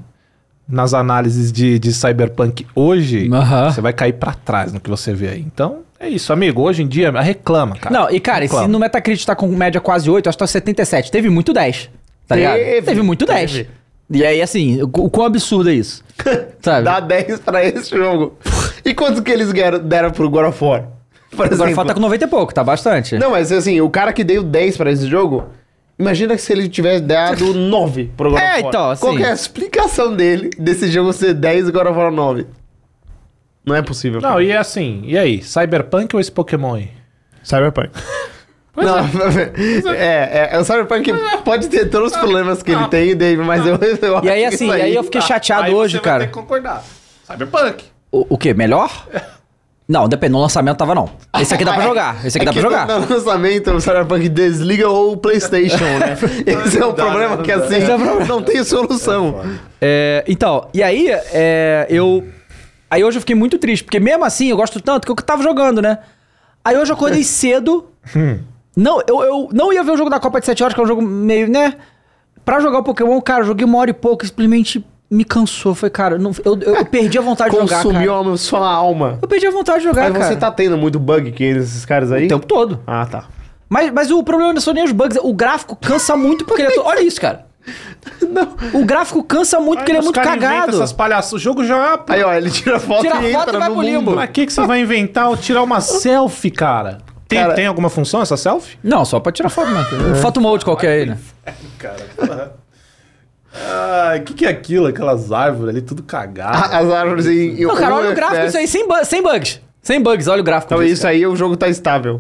Speaker 3: nas análises de, de Cyberpunk hoje,
Speaker 4: Aham.
Speaker 3: você vai cair pra trás no que você vê aí. Então, é isso, amigo. Hoje em dia, reclama, cara.
Speaker 1: Não, e cara,
Speaker 3: Reclama.
Speaker 1: se no Metacritic tá com média quase 8, acho que tá 77. Teve muito 10. Tá ligado?
Speaker 2: Teve,
Speaker 1: Teve, muito 10.
Speaker 2: teve.
Speaker 1: E aí, assim, o, o quão absurdo é isso? Sabe?
Speaker 2: Dá 10 pra esse jogo. E quanto que eles deram, deram pro God of War? Por
Speaker 1: Agora
Speaker 2: exemplo.
Speaker 1: falta tá com 90 e pouco, tá bastante.
Speaker 2: Não, mas assim, o cara que deu 10 pra esse jogo, imagina que se ele tivesse dado 9 pro God of War.
Speaker 1: É, então, assim-
Speaker 2: Qual que é a explicação dele desse jogo ser 10 e God of War 9? Não é possível.
Speaker 3: Não, e é assim, e aí? Cyberpunk ou esse Pokémon aí?
Speaker 2: Cyberpunk. Não, é, é, é, o Cyberpunk pode ter todos
Speaker 3: Ah,
Speaker 2: os problemas que ele tem, Dave, mas eu, eu
Speaker 1: E aí,
Speaker 2: acho que
Speaker 1: assim,
Speaker 2: isso
Speaker 1: e aí eu fiquei chateado
Speaker 3: Aí
Speaker 1: hoje,
Speaker 3: você
Speaker 1: cara.
Speaker 3: vai ter que concordar. Cyberpunk.
Speaker 1: O, o quê? Melhor? Não, depende. No lançamento tava não. Esse aqui dá pra jogar. Esse aqui
Speaker 2: É
Speaker 1: dá
Speaker 2: que
Speaker 1: pra jogar.
Speaker 2: No, no lançamento, o Cyberpunk desliga o PlayStation, né? Esse é um
Speaker 3: dá,
Speaker 2: problema
Speaker 3: não
Speaker 2: que,
Speaker 3: dá.
Speaker 2: assim,
Speaker 1: Esse é o problema.
Speaker 2: não tem solução.
Speaker 1: É, então, e aí é, eu. Aí hoje eu fiquei muito triste, porque mesmo assim eu gosto tanto que eu tava jogando, né? Aí hoje eu acordei cedo.
Speaker 2: Hum.
Speaker 1: não, eu, eu não ia ver o jogo da Copa de 7 horas, que é um jogo meio, né? Pra jogar o Pokémon, cara, eu joguei uma hora e pouco, simplesmente me cansou. Foi, cara, não- eu, eu, perdi a vontade de jogar.
Speaker 2: É, Consumiu
Speaker 1: Cara.
Speaker 2: a sua alma.
Speaker 1: Eu perdi a vontade de jogar,
Speaker 2: Mas
Speaker 1: cara.
Speaker 2: você tá tendo muito bug que eles- esses caras aí?
Speaker 1: o tempo todo.
Speaker 2: Ah, tá.
Speaker 1: Mas, mas o problema não são nem os bugs, o gráfico cansa muito porque ele é. to- Olha isso, cara. O gráfico cansa muito porque ele é
Speaker 3: Os
Speaker 1: muito
Speaker 3: cara inventa
Speaker 1: cagado.
Speaker 3: Essas palhaças. O jogo já. pô,
Speaker 2: Aí, ó, ele tira foto
Speaker 1: Tira
Speaker 2: e
Speaker 1: a foto
Speaker 2: entra
Speaker 1: e vai
Speaker 2: no
Speaker 1: pro limbo.
Speaker 2: mundo.
Speaker 3: Pra que, que você vai inventar ou tirar uma selfie, cara? Tem,
Speaker 2: Cara-
Speaker 3: tem alguma função essa selfie?
Speaker 1: Não, só pra tirar foto,
Speaker 2: É.
Speaker 1: mano. foto mode qualquer aí, né?
Speaker 3: Cara, o que, que é aquilo? Aquelas árvores ali, tudo cagado.
Speaker 2: A- Ah, As árvores em...
Speaker 1: Não, cara,
Speaker 2: um
Speaker 1: olha o gráfico
Speaker 2: FPS.
Speaker 1: isso aí, sem, bu- sem bugs. Sem bugs, olha o gráfico.
Speaker 2: Então,
Speaker 1: disso,
Speaker 2: isso aí, o jogo tá estável.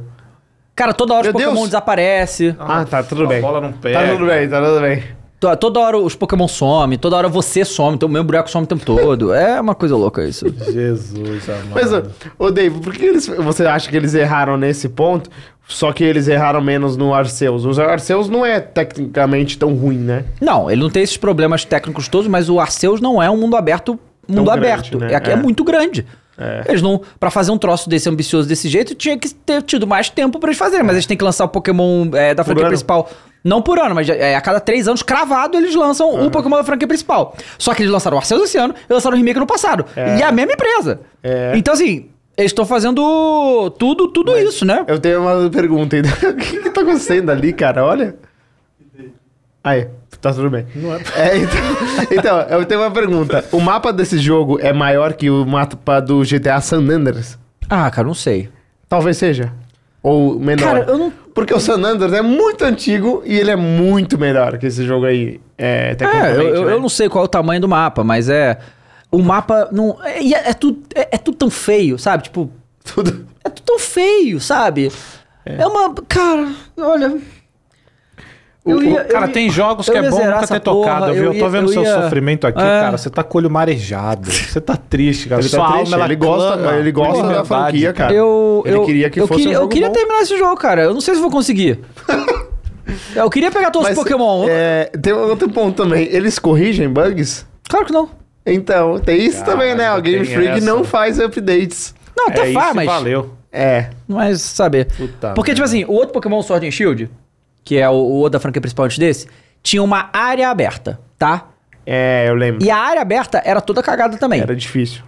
Speaker 1: Cara, Cara, toda hora
Speaker 2: Meu
Speaker 1: os Pokémon
Speaker 2: Deus.
Speaker 1: desaparecem.
Speaker 2: Ah, tá, tudo
Speaker 3: a
Speaker 2: bem.
Speaker 3: bola não
Speaker 2: Tá
Speaker 3: pega.
Speaker 2: tudo bem, tá tudo bem.
Speaker 1: To- Toda hora os Pokémon somem, toda hora você some, então o meu buraco some o tempo todo. É uma coisa louca isso.
Speaker 3: Jesus, amado.
Speaker 2: Mas, ô, ô, Dave, por que eles, você acha que eles erraram nesse ponto? Só que eles erraram menos no Arceus. O Arceus não é tecnicamente tão ruim, né?
Speaker 1: Não, ele não tem esses problemas técnicos todos, mas o Arceus não é um mundo aberto, mundo
Speaker 2: grande,
Speaker 1: aberto.
Speaker 2: né?
Speaker 1: É que é.
Speaker 2: É.
Speaker 1: muito grande. Eles não, Pra fazer um troço desse ambicioso desse jeito, tinha que ter tido mais tempo pra eles fazerem, mas eles têm que lançar o Pokémon é, da franquia
Speaker 2: É. ano?
Speaker 1: principal. Não por ano, mas é, a cada três anos, cravado, eles lançam o Pokémon da franquia principal. Só que eles lançaram o Arceus esse ano e lançaram o remake no passado. E é a mesma empresa.
Speaker 2: É.
Speaker 1: Então, assim, eles estão fazendo tudo, tudo isso, né?
Speaker 2: Eu tenho uma pergunta ainda. o que que tá acontecendo ali, cara? Olha. Aí, tá tudo bem. É, então, então, eu tenho uma pergunta. O mapa desse jogo é maior que o mapa do GTA San Andreas?
Speaker 1: Ah, cara, não sei.
Speaker 2: Talvez seja. Ou menor.
Speaker 1: Cara, eu não-
Speaker 2: Porque o San Andreas é muito antigo e ele é muito melhor que esse jogo aí. É,
Speaker 1: É,
Speaker 2: tecnicamente,
Speaker 1: eu, eu-
Speaker 2: né?
Speaker 1: eu não sei qual é o tamanho do mapa, mas é. O mapa não. É, e é, é tudo, é, é tudo tão feio, sabe? Tipo.
Speaker 2: Tudo...
Speaker 1: É tudo tão feio, sabe? É, uma. Cara, olha. Eu
Speaker 3: O-
Speaker 1: ia-
Speaker 3: cara,
Speaker 1: eu ia-
Speaker 3: tem jogos
Speaker 1: eu
Speaker 3: que é
Speaker 1: ia
Speaker 3: bom
Speaker 1: zerar
Speaker 3: nunca
Speaker 1: essa
Speaker 3: ter
Speaker 1: porra,
Speaker 3: tocado, viu? Eu
Speaker 1: ia-
Speaker 3: tô vendo
Speaker 1: eu
Speaker 3: seu
Speaker 1: ia-
Speaker 3: sofrimento aqui,
Speaker 1: É.
Speaker 3: cara. Você tá com o olho marejado. Você tá triste, cara.
Speaker 2: Ele
Speaker 3: Sua
Speaker 2: tá
Speaker 3: alma,
Speaker 2: triste,
Speaker 3: ela
Speaker 2: ele gosta,
Speaker 3: clama
Speaker 2: ele
Speaker 3: por
Speaker 2: gosta da
Speaker 3: liberdade,
Speaker 2: franquia, cara.
Speaker 1: Eu,
Speaker 2: ele
Speaker 1: eu-
Speaker 2: queria que
Speaker 1: eu
Speaker 2: fosse
Speaker 1: queria,
Speaker 2: um
Speaker 1: Eu
Speaker 2: jogo
Speaker 1: queria
Speaker 2: bom.
Speaker 1: terminar esse jogo, cara. Eu não sei se vou conseguir. eu queria pegar todos
Speaker 2: Mas,
Speaker 1: os Pokémon. um-
Speaker 2: É, tem outro ponto também. Eles corrigem bugs?
Speaker 1: Claro que não.
Speaker 2: Então, tem isso
Speaker 3: Cara,
Speaker 2: também, né? O
Speaker 3: tem
Speaker 2: Game Freak
Speaker 3: essa.
Speaker 2: não faz updates.
Speaker 1: Não, até
Speaker 3: É isso
Speaker 1: faz,
Speaker 3: e
Speaker 1: Tá mas.
Speaker 3: valeu.
Speaker 2: É.
Speaker 1: Mas saber.
Speaker 3: Puta
Speaker 1: Porque, tipo assim, o outro Pokémon Sword and Shield, que é o, o outro da franquia principal antes desse, tinha uma área aberta, tá?
Speaker 2: É, eu lembro.
Speaker 1: E a área aberta era toda cagada também.
Speaker 2: Era difícil.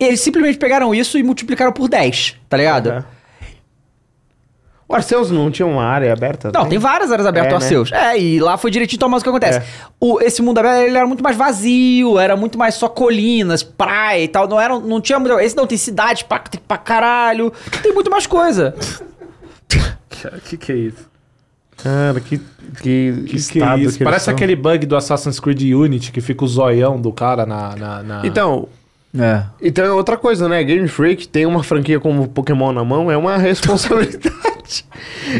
Speaker 1: Eles simplesmente pegaram isso e multiplicaram por 10, tá ligado?
Speaker 2: É. O Arceus não tinha uma área aberta?
Speaker 1: Não, tem várias áreas abertas
Speaker 2: É,
Speaker 1: do
Speaker 2: né?
Speaker 1: Arceus. É, e lá foi direitinho tomando o que acontece.
Speaker 2: É.
Speaker 1: O, esse mundo aberto, ele era muito mais vazio, era muito mais só colinas, praia e tal. Não, era, não tinha muito... Esse não, tem cidade pra, tem pra caralho. Tem muito mais coisa.
Speaker 3: O que, que é isso?
Speaker 2: Cara, que, que,
Speaker 3: Que que é
Speaker 2: estado
Speaker 3: isso?
Speaker 2: que eles
Speaker 3: Parece
Speaker 2: são.
Speaker 3: aquele bug do Assassin's Creed Unity que fica o zoião do cara na. na- na-
Speaker 2: Então,
Speaker 1: É.
Speaker 2: então é outra coisa, né? Game Freak tem uma franquia como Pokémon na mão, é uma responsabilidade.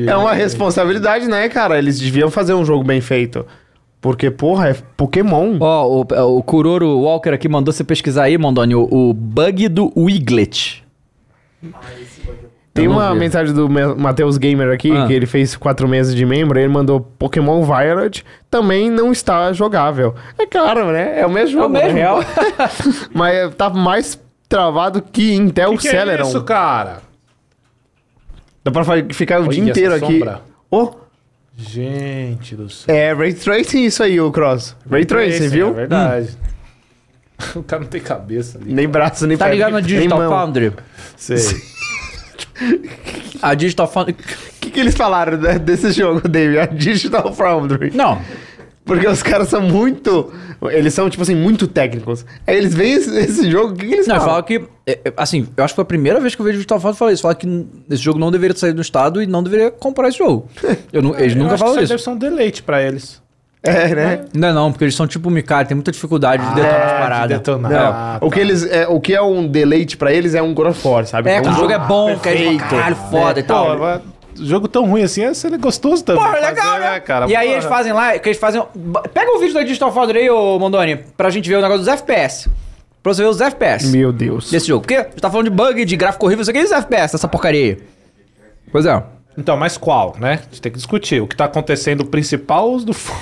Speaker 2: é uma responsabilidade, né, cara? Eles deviam fazer um jogo bem feito. Porque, porra, é Pokémon.
Speaker 1: Ó, o, o Kuroro Walker aqui mandou você pesquisar aí, Mondoni, o, o bug do Wiglet.
Speaker 2: Tem
Speaker 1: Eu não
Speaker 2: uma
Speaker 1: vi.
Speaker 2: mensagem do Me- Matheus Gamer aqui,
Speaker 1: Ah.
Speaker 2: que ele fez quatro meses de membro, ele mandou Pokémon Violet, também não está jogável. É claro, né? É o mesmo
Speaker 1: É o
Speaker 2: jogo, na
Speaker 1: mesmo.
Speaker 2: real. Mas tá mais travado que Intel
Speaker 3: Que que é
Speaker 2: Celeron.
Speaker 3: isso, cara?
Speaker 2: Dá pra fa- ficar o
Speaker 3: Olha
Speaker 2: dia
Speaker 3: essa
Speaker 2: inteiro aqui.
Speaker 3: sombra.
Speaker 2: Oh,
Speaker 3: Gente do céu.
Speaker 2: é Ray Tracing isso aí, o Cross. Ray Tracing, viu?
Speaker 3: É verdade.
Speaker 1: Hum.
Speaker 3: O cara não tem cabeça ali.
Speaker 2: Nem braço, nem
Speaker 1: Tá
Speaker 2: perna,
Speaker 1: ligado na
Speaker 2: nem
Speaker 1: Digital
Speaker 2: mão.
Speaker 1: Foundry?
Speaker 3: Sei.
Speaker 1: A Digital Foundry.
Speaker 2: O que, que eles falaram né, desse jogo, David? A Digital Foundry.
Speaker 1: Não.
Speaker 2: Porque os caras são muito. Eles são, tipo assim, muito técnicos. Aí eles veem esse, esse jogo, o que, que eles
Speaker 1: Não, eles falam
Speaker 2: falam?
Speaker 1: que. é, é, Assim, eu acho que foi a primeira vez que eu vejo o Digital Foundry falar isso. Fala que n- esse jogo não deveria sair do estado e não deveria comprar esse jogo. Eu nu- eles
Speaker 3: Eu
Speaker 1: nunca
Speaker 3: acho
Speaker 1: falam
Speaker 3: que
Speaker 1: isso.
Speaker 3: Deve ser um deleite pra eles.
Speaker 2: É, né?
Speaker 1: Não, é não, porque eles são tipo Mikari, tem muita dificuldade
Speaker 3: É,
Speaker 1: de detonar as
Speaker 3: de
Speaker 1: paradas.
Speaker 3: detonar.
Speaker 2: Não,
Speaker 3: Ah,
Speaker 2: o, que eles, é, o que é um deleite pra eles é um grofor, sabe?
Speaker 1: É,
Speaker 2: um
Speaker 1: que o jogo é bom, que é
Speaker 2: perfeito.
Speaker 1: caralho, foda e
Speaker 3: Pô,
Speaker 1: tal.
Speaker 3: mas jogo tão ruim assim, é ser gostoso também.
Speaker 1: Porra,
Speaker 3: Fazer,
Speaker 1: legal, né?
Speaker 3: cara?
Speaker 1: e aí
Speaker 3: Porra.
Speaker 1: eles fazem lá, que eles fazem... Pega o vídeo da Digital Foundry aí, ô Mondoni, pra gente ver o negócio dos FPS. Pra você ver os FPS
Speaker 2: Meu Deus.
Speaker 1: desse jogo. Porque a gente tá falando de bug, de gráfico horrível, isso aqui é os FPS, essa porcaria aí. Pois é.
Speaker 3: Então, mas qual, né? A gente tem que discutir. O que tá acontecendo principal os do fundo.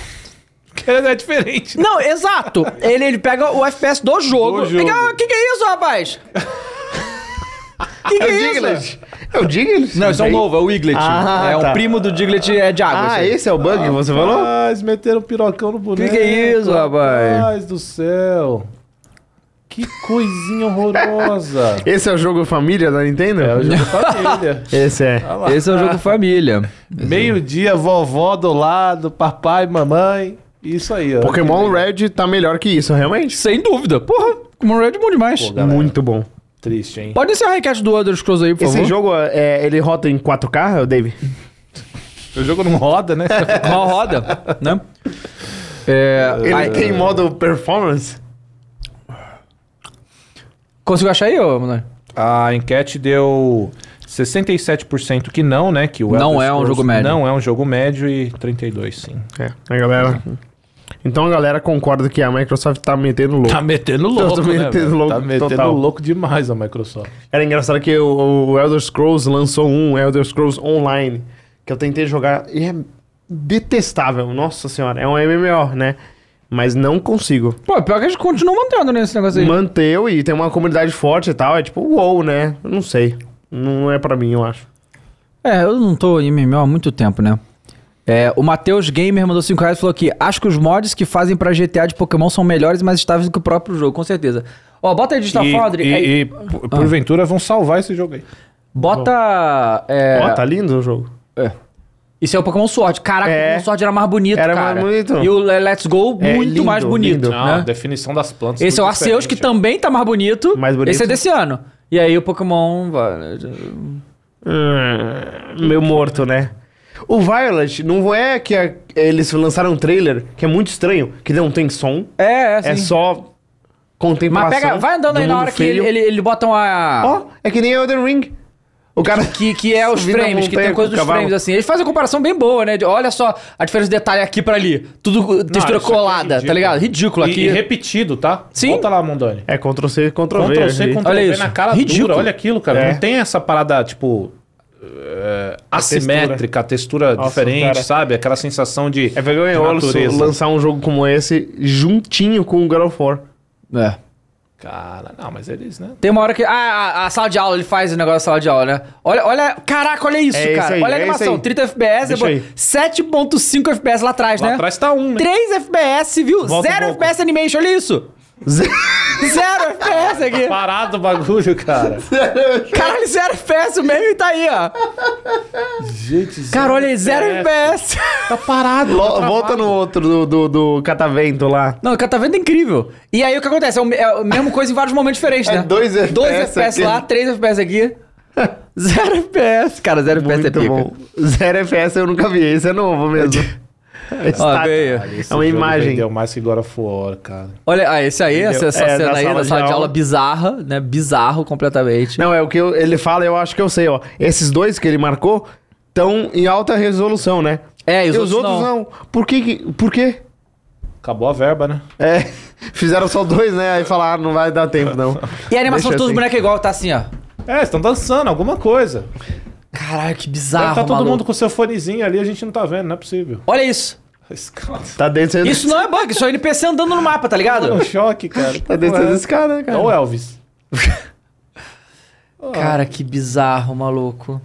Speaker 3: Que é diferente. né?
Speaker 1: Não, exato. Ele, ele pega o FPS do jogo.
Speaker 3: Do jogo.
Speaker 1: Fica, "Ah, que que é isso, rapaz? que que
Speaker 2: É o
Speaker 1: é isso?
Speaker 2: Diglett. É o Diglett?
Speaker 4: Não, esse é um
Speaker 2: Bem-
Speaker 4: novo, é o Wiglet.
Speaker 2: Ah,
Speaker 1: é,
Speaker 2: tá.
Speaker 1: o primo do Diglett é de água.
Speaker 2: Ah,
Speaker 1: assim.
Speaker 2: esse é o bug que você falou?
Speaker 3: Rapaz, meteram um pirocão no boneco.
Speaker 1: Que que é isso, rapaz?
Speaker 3: do céu. Que coisinha horrorosa.
Speaker 2: Esse é o jogo família da Nintendo?
Speaker 3: é o jogo família.
Speaker 2: Esse
Speaker 1: Ah,
Speaker 2: é.
Speaker 4: Esse é o jogo família.
Speaker 3: Meio-dia, vovó do lado, papai, mamãe. Isso aí, ó.
Speaker 2: Pokémon Red tá melhor que isso, realmente.
Speaker 1: Sem dúvida. Porra, Pokémon Red é bom demais.
Speaker 3: Pô, galera.
Speaker 2: Muito bom.
Speaker 3: Triste, hein?
Speaker 1: Pode encerrar a enquete do Elder Scrolls aí, por
Speaker 2: Esse
Speaker 1: favor.
Speaker 2: jogo, é, ele roda em 4K, o Dave?
Speaker 3: O jogo não roda, né?
Speaker 1: Uma roda, né? É,
Speaker 2: Ele
Speaker 1: ai,
Speaker 2: tem modo performance?
Speaker 1: Consigo achar aí, ô, Manoel?
Speaker 3: A enquete deu 67% que não, né? Que o
Speaker 1: Não
Speaker 3: Elder
Speaker 1: é um
Speaker 3: Scrolls
Speaker 1: jogo médio.
Speaker 3: Não é um jogo médio e 32, sim.
Speaker 2: É, a galera... Então a galera concorda que a Microsoft tá metendo louco.
Speaker 3: Tá metendo louco,
Speaker 2: Tá
Speaker 3: né,
Speaker 2: metendo
Speaker 3: velho?
Speaker 2: louco
Speaker 3: Tá metendo
Speaker 2: total.
Speaker 3: louco demais a Microsoft.
Speaker 2: Era engraçado que o, o Elder Scrolls lançou um, Elder Scrolls Online, que eu tentei jogar e é detestável. Nossa senhora, é um MMO, né? Mas não consigo.
Speaker 1: Pô, pior que a gente continua mantendo nesse negócio aí.
Speaker 2: Manteu e tem uma comunidade forte e tal. É tipo, uou, né? Eu não sei. Não é pra mim, eu acho.
Speaker 1: É, eu não tô em MMO há muito tempo, né? É, o Matheus Gamer mandou 5 reais e falou aqui: Acho que os mods que fazem pra GTA de Pokémon são melhores e mais estáveis do que o próprio jogo, com certeza. Ó, bota aí Digital
Speaker 3: e,
Speaker 1: Foundry.
Speaker 3: e-
Speaker 1: Tá aí,
Speaker 3: e, por- porventura vão salvar esse jogo aí.
Speaker 1: bota. É,
Speaker 2: Ó, tá lindo o jogo.
Speaker 1: é. Isso é o Pokémon Sword. Caraca,
Speaker 2: É.
Speaker 1: o Pokémon Sword era mais bonito,
Speaker 2: Era
Speaker 1: cara.
Speaker 2: mais bonito.
Speaker 1: E o Le- Let's Go,
Speaker 2: É,
Speaker 1: muito
Speaker 2: lindo,
Speaker 1: mais bonito.
Speaker 2: lindo. Ah.
Speaker 1: né?
Speaker 3: Não, definição das plantas.
Speaker 1: Esse é o
Speaker 3: muito
Speaker 1: Arceus, que
Speaker 3: diferente.
Speaker 1: também tá mais bonito.
Speaker 2: Mais bonito.
Speaker 1: Esse é desse ano. E aí o Pokémon. vai-
Speaker 2: Hum, Meu morto, né? O Violet, não é que a- eles lançaram um trailer que é muito estranho, que não tem som,
Speaker 1: É, é,
Speaker 2: é
Speaker 1: sim.
Speaker 2: só contemplação.
Speaker 1: Mas pega, vai andando
Speaker 2: do
Speaker 1: aí na
Speaker 2: mundo
Speaker 1: hora que
Speaker 2: feio.
Speaker 1: ele, ele, ele bota uma.
Speaker 2: Ó, é que nem Elden Ring. O cara.
Speaker 1: Que, que é os
Speaker 2: Subindo a
Speaker 1: frames, que
Speaker 2: montanha
Speaker 1: tem coisa dos
Speaker 2: com o cavalo.
Speaker 1: frames, assim. Eles fazem uma comparação bem boa, né? De, olha só a diferença de detalhe aqui pra ali. Tudo textura
Speaker 3: Não, isso aqui é
Speaker 1: colada, tá
Speaker 3: ridículo.
Speaker 1: ligado? Ridículo
Speaker 3: E-
Speaker 1: aqui.
Speaker 3: E, repetido, tá?
Speaker 1: Sim.
Speaker 3: Bota lá, Mondoni.
Speaker 2: É Ctrl C, Ctrl V.
Speaker 3: Ctrl C,
Speaker 2: ali.
Speaker 3: Ctrl
Speaker 1: Olha
Speaker 3: V
Speaker 1: isso.
Speaker 3: na cara
Speaker 1: Ridículo.
Speaker 3: dura. Olha aquilo, cara.
Speaker 2: É.
Speaker 3: Não tem essa parada, tipo... eh, assimétrica, textura,
Speaker 2: Nossa,
Speaker 3: diferente,
Speaker 2: cara.
Speaker 3: sabe? Aquela sensação de.
Speaker 2: É
Speaker 3: de
Speaker 2: vergonhoso
Speaker 3: natureza.
Speaker 2: lançar um jogo como esse juntinho com o God of War.
Speaker 1: É.
Speaker 3: Cara, não, mas eles, né?
Speaker 1: Tem uma hora que. Ah, a, a sala de aula, ele faz o negócio da sala de aula, né? Olha, olha. Caraca, olha isso,
Speaker 2: É isso
Speaker 1: cara.
Speaker 2: aí,
Speaker 1: olha a
Speaker 2: é isso
Speaker 1: animação.
Speaker 2: aí.
Speaker 1: 30 FPS,
Speaker 2: Deixa
Speaker 1: é
Speaker 2: aí.
Speaker 1: bom. 7.5 FPS lá atrás,
Speaker 3: Lá
Speaker 1: né?
Speaker 3: atrás tá um, né?
Speaker 1: 3 FPS, viu?
Speaker 3: Volta um
Speaker 1: 0
Speaker 3: pouco.
Speaker 1: FPS animation, olha isso. Zero FPS aqui.
Speaker 3: Parado o bagulho, cara.
Speaker 1: Caralho, zero FPS, o meme tá aí, ó.
Speaker 3: Gente,
Speaker 1: Cara, olha aí, zero FPS.
Speaker 3: Tá parado.
Speaker 2: Lo- Volta no outro do, do, do catavento lá.
Speaker 1: Não, o cara tá vendo é incrível. E aí o que acontece? É, o, é a mesma coisa em vários momentos diferentes, né?
Speaker 2: É dois FPS
Speaker 1: Dois FPS lá,
Speaker 2: aqui.
Speaker 1: três FPS aqui. Zero FPS. Cara, zero FPS é
Speaker 2: Muito
Speaker 1: pica.
Speaker 2: bom. Zero FPS eu nunca vi, esse é novo mesmo.
Speaker 1: Ó,
Speaker 2: Está-
Speaker 1: veio.
Speaker 2: É uma imagem.
Speaker 3: Deu mais que agora for, cara.
Speaker 1: Olha, ah, esse aí, essa, essa
Speaker 2: É, da
Speaker 1: cena aí
Speaker 2: sala
Speaker 1: da
Speaker 2: de
Speaker 1: sala de aula
Speaker 2: aula.
Speaker 1: bizarra, né? Bizarro completamente.
Speaker 2: Não, é o que eu- ele fala, eu acho que eu sei, ó. Esses dois que ele marcou estão em alta resolução, né?
Speaker 1: É, e os outros não.
Speaker 2: não. Por que, que- Por quê?
Speaker 3: Acabou a verba, né?
Speaker 2: É, fizeram só dois, né? Aí falaram, ah, não vai dar tempo, não.
Speaker 1: E a animação de
Speaker 2: Deixa
Speaker 1: todos os
Speaker 2: assim.
Speaker 1: bonecos é igual, tá assim, ó.
Speaker 3: É, estão dançando, alguma coisa.
Speaker 1: Caralho, que
Speaker 3: Deve
Speaker 1: bizarro,
Speaker 3: tá todo
Speaker 1: maluco.
Speaker 3: mundo com seu fonezinho ali, a gente não tá vendo, não é possível.
Speaker 1: Olha isso.
Speaker 3: Esse cara
Speaker 2: Tá dentro desse-
Speaker 1: Isso não é bug, isso é NPC andando no mapa, tá
Speaker 3: tá um
Speaker 1: ligado?
Speaker 3: choque, cara.
Speaker 2: Tá dentro
Speaker 3: Ué.
Speaker 2: desse cara, né, cara?
Speaker 3: É o Elvis. Ah.
Speaker 1: Cara, que bizarro, maluco.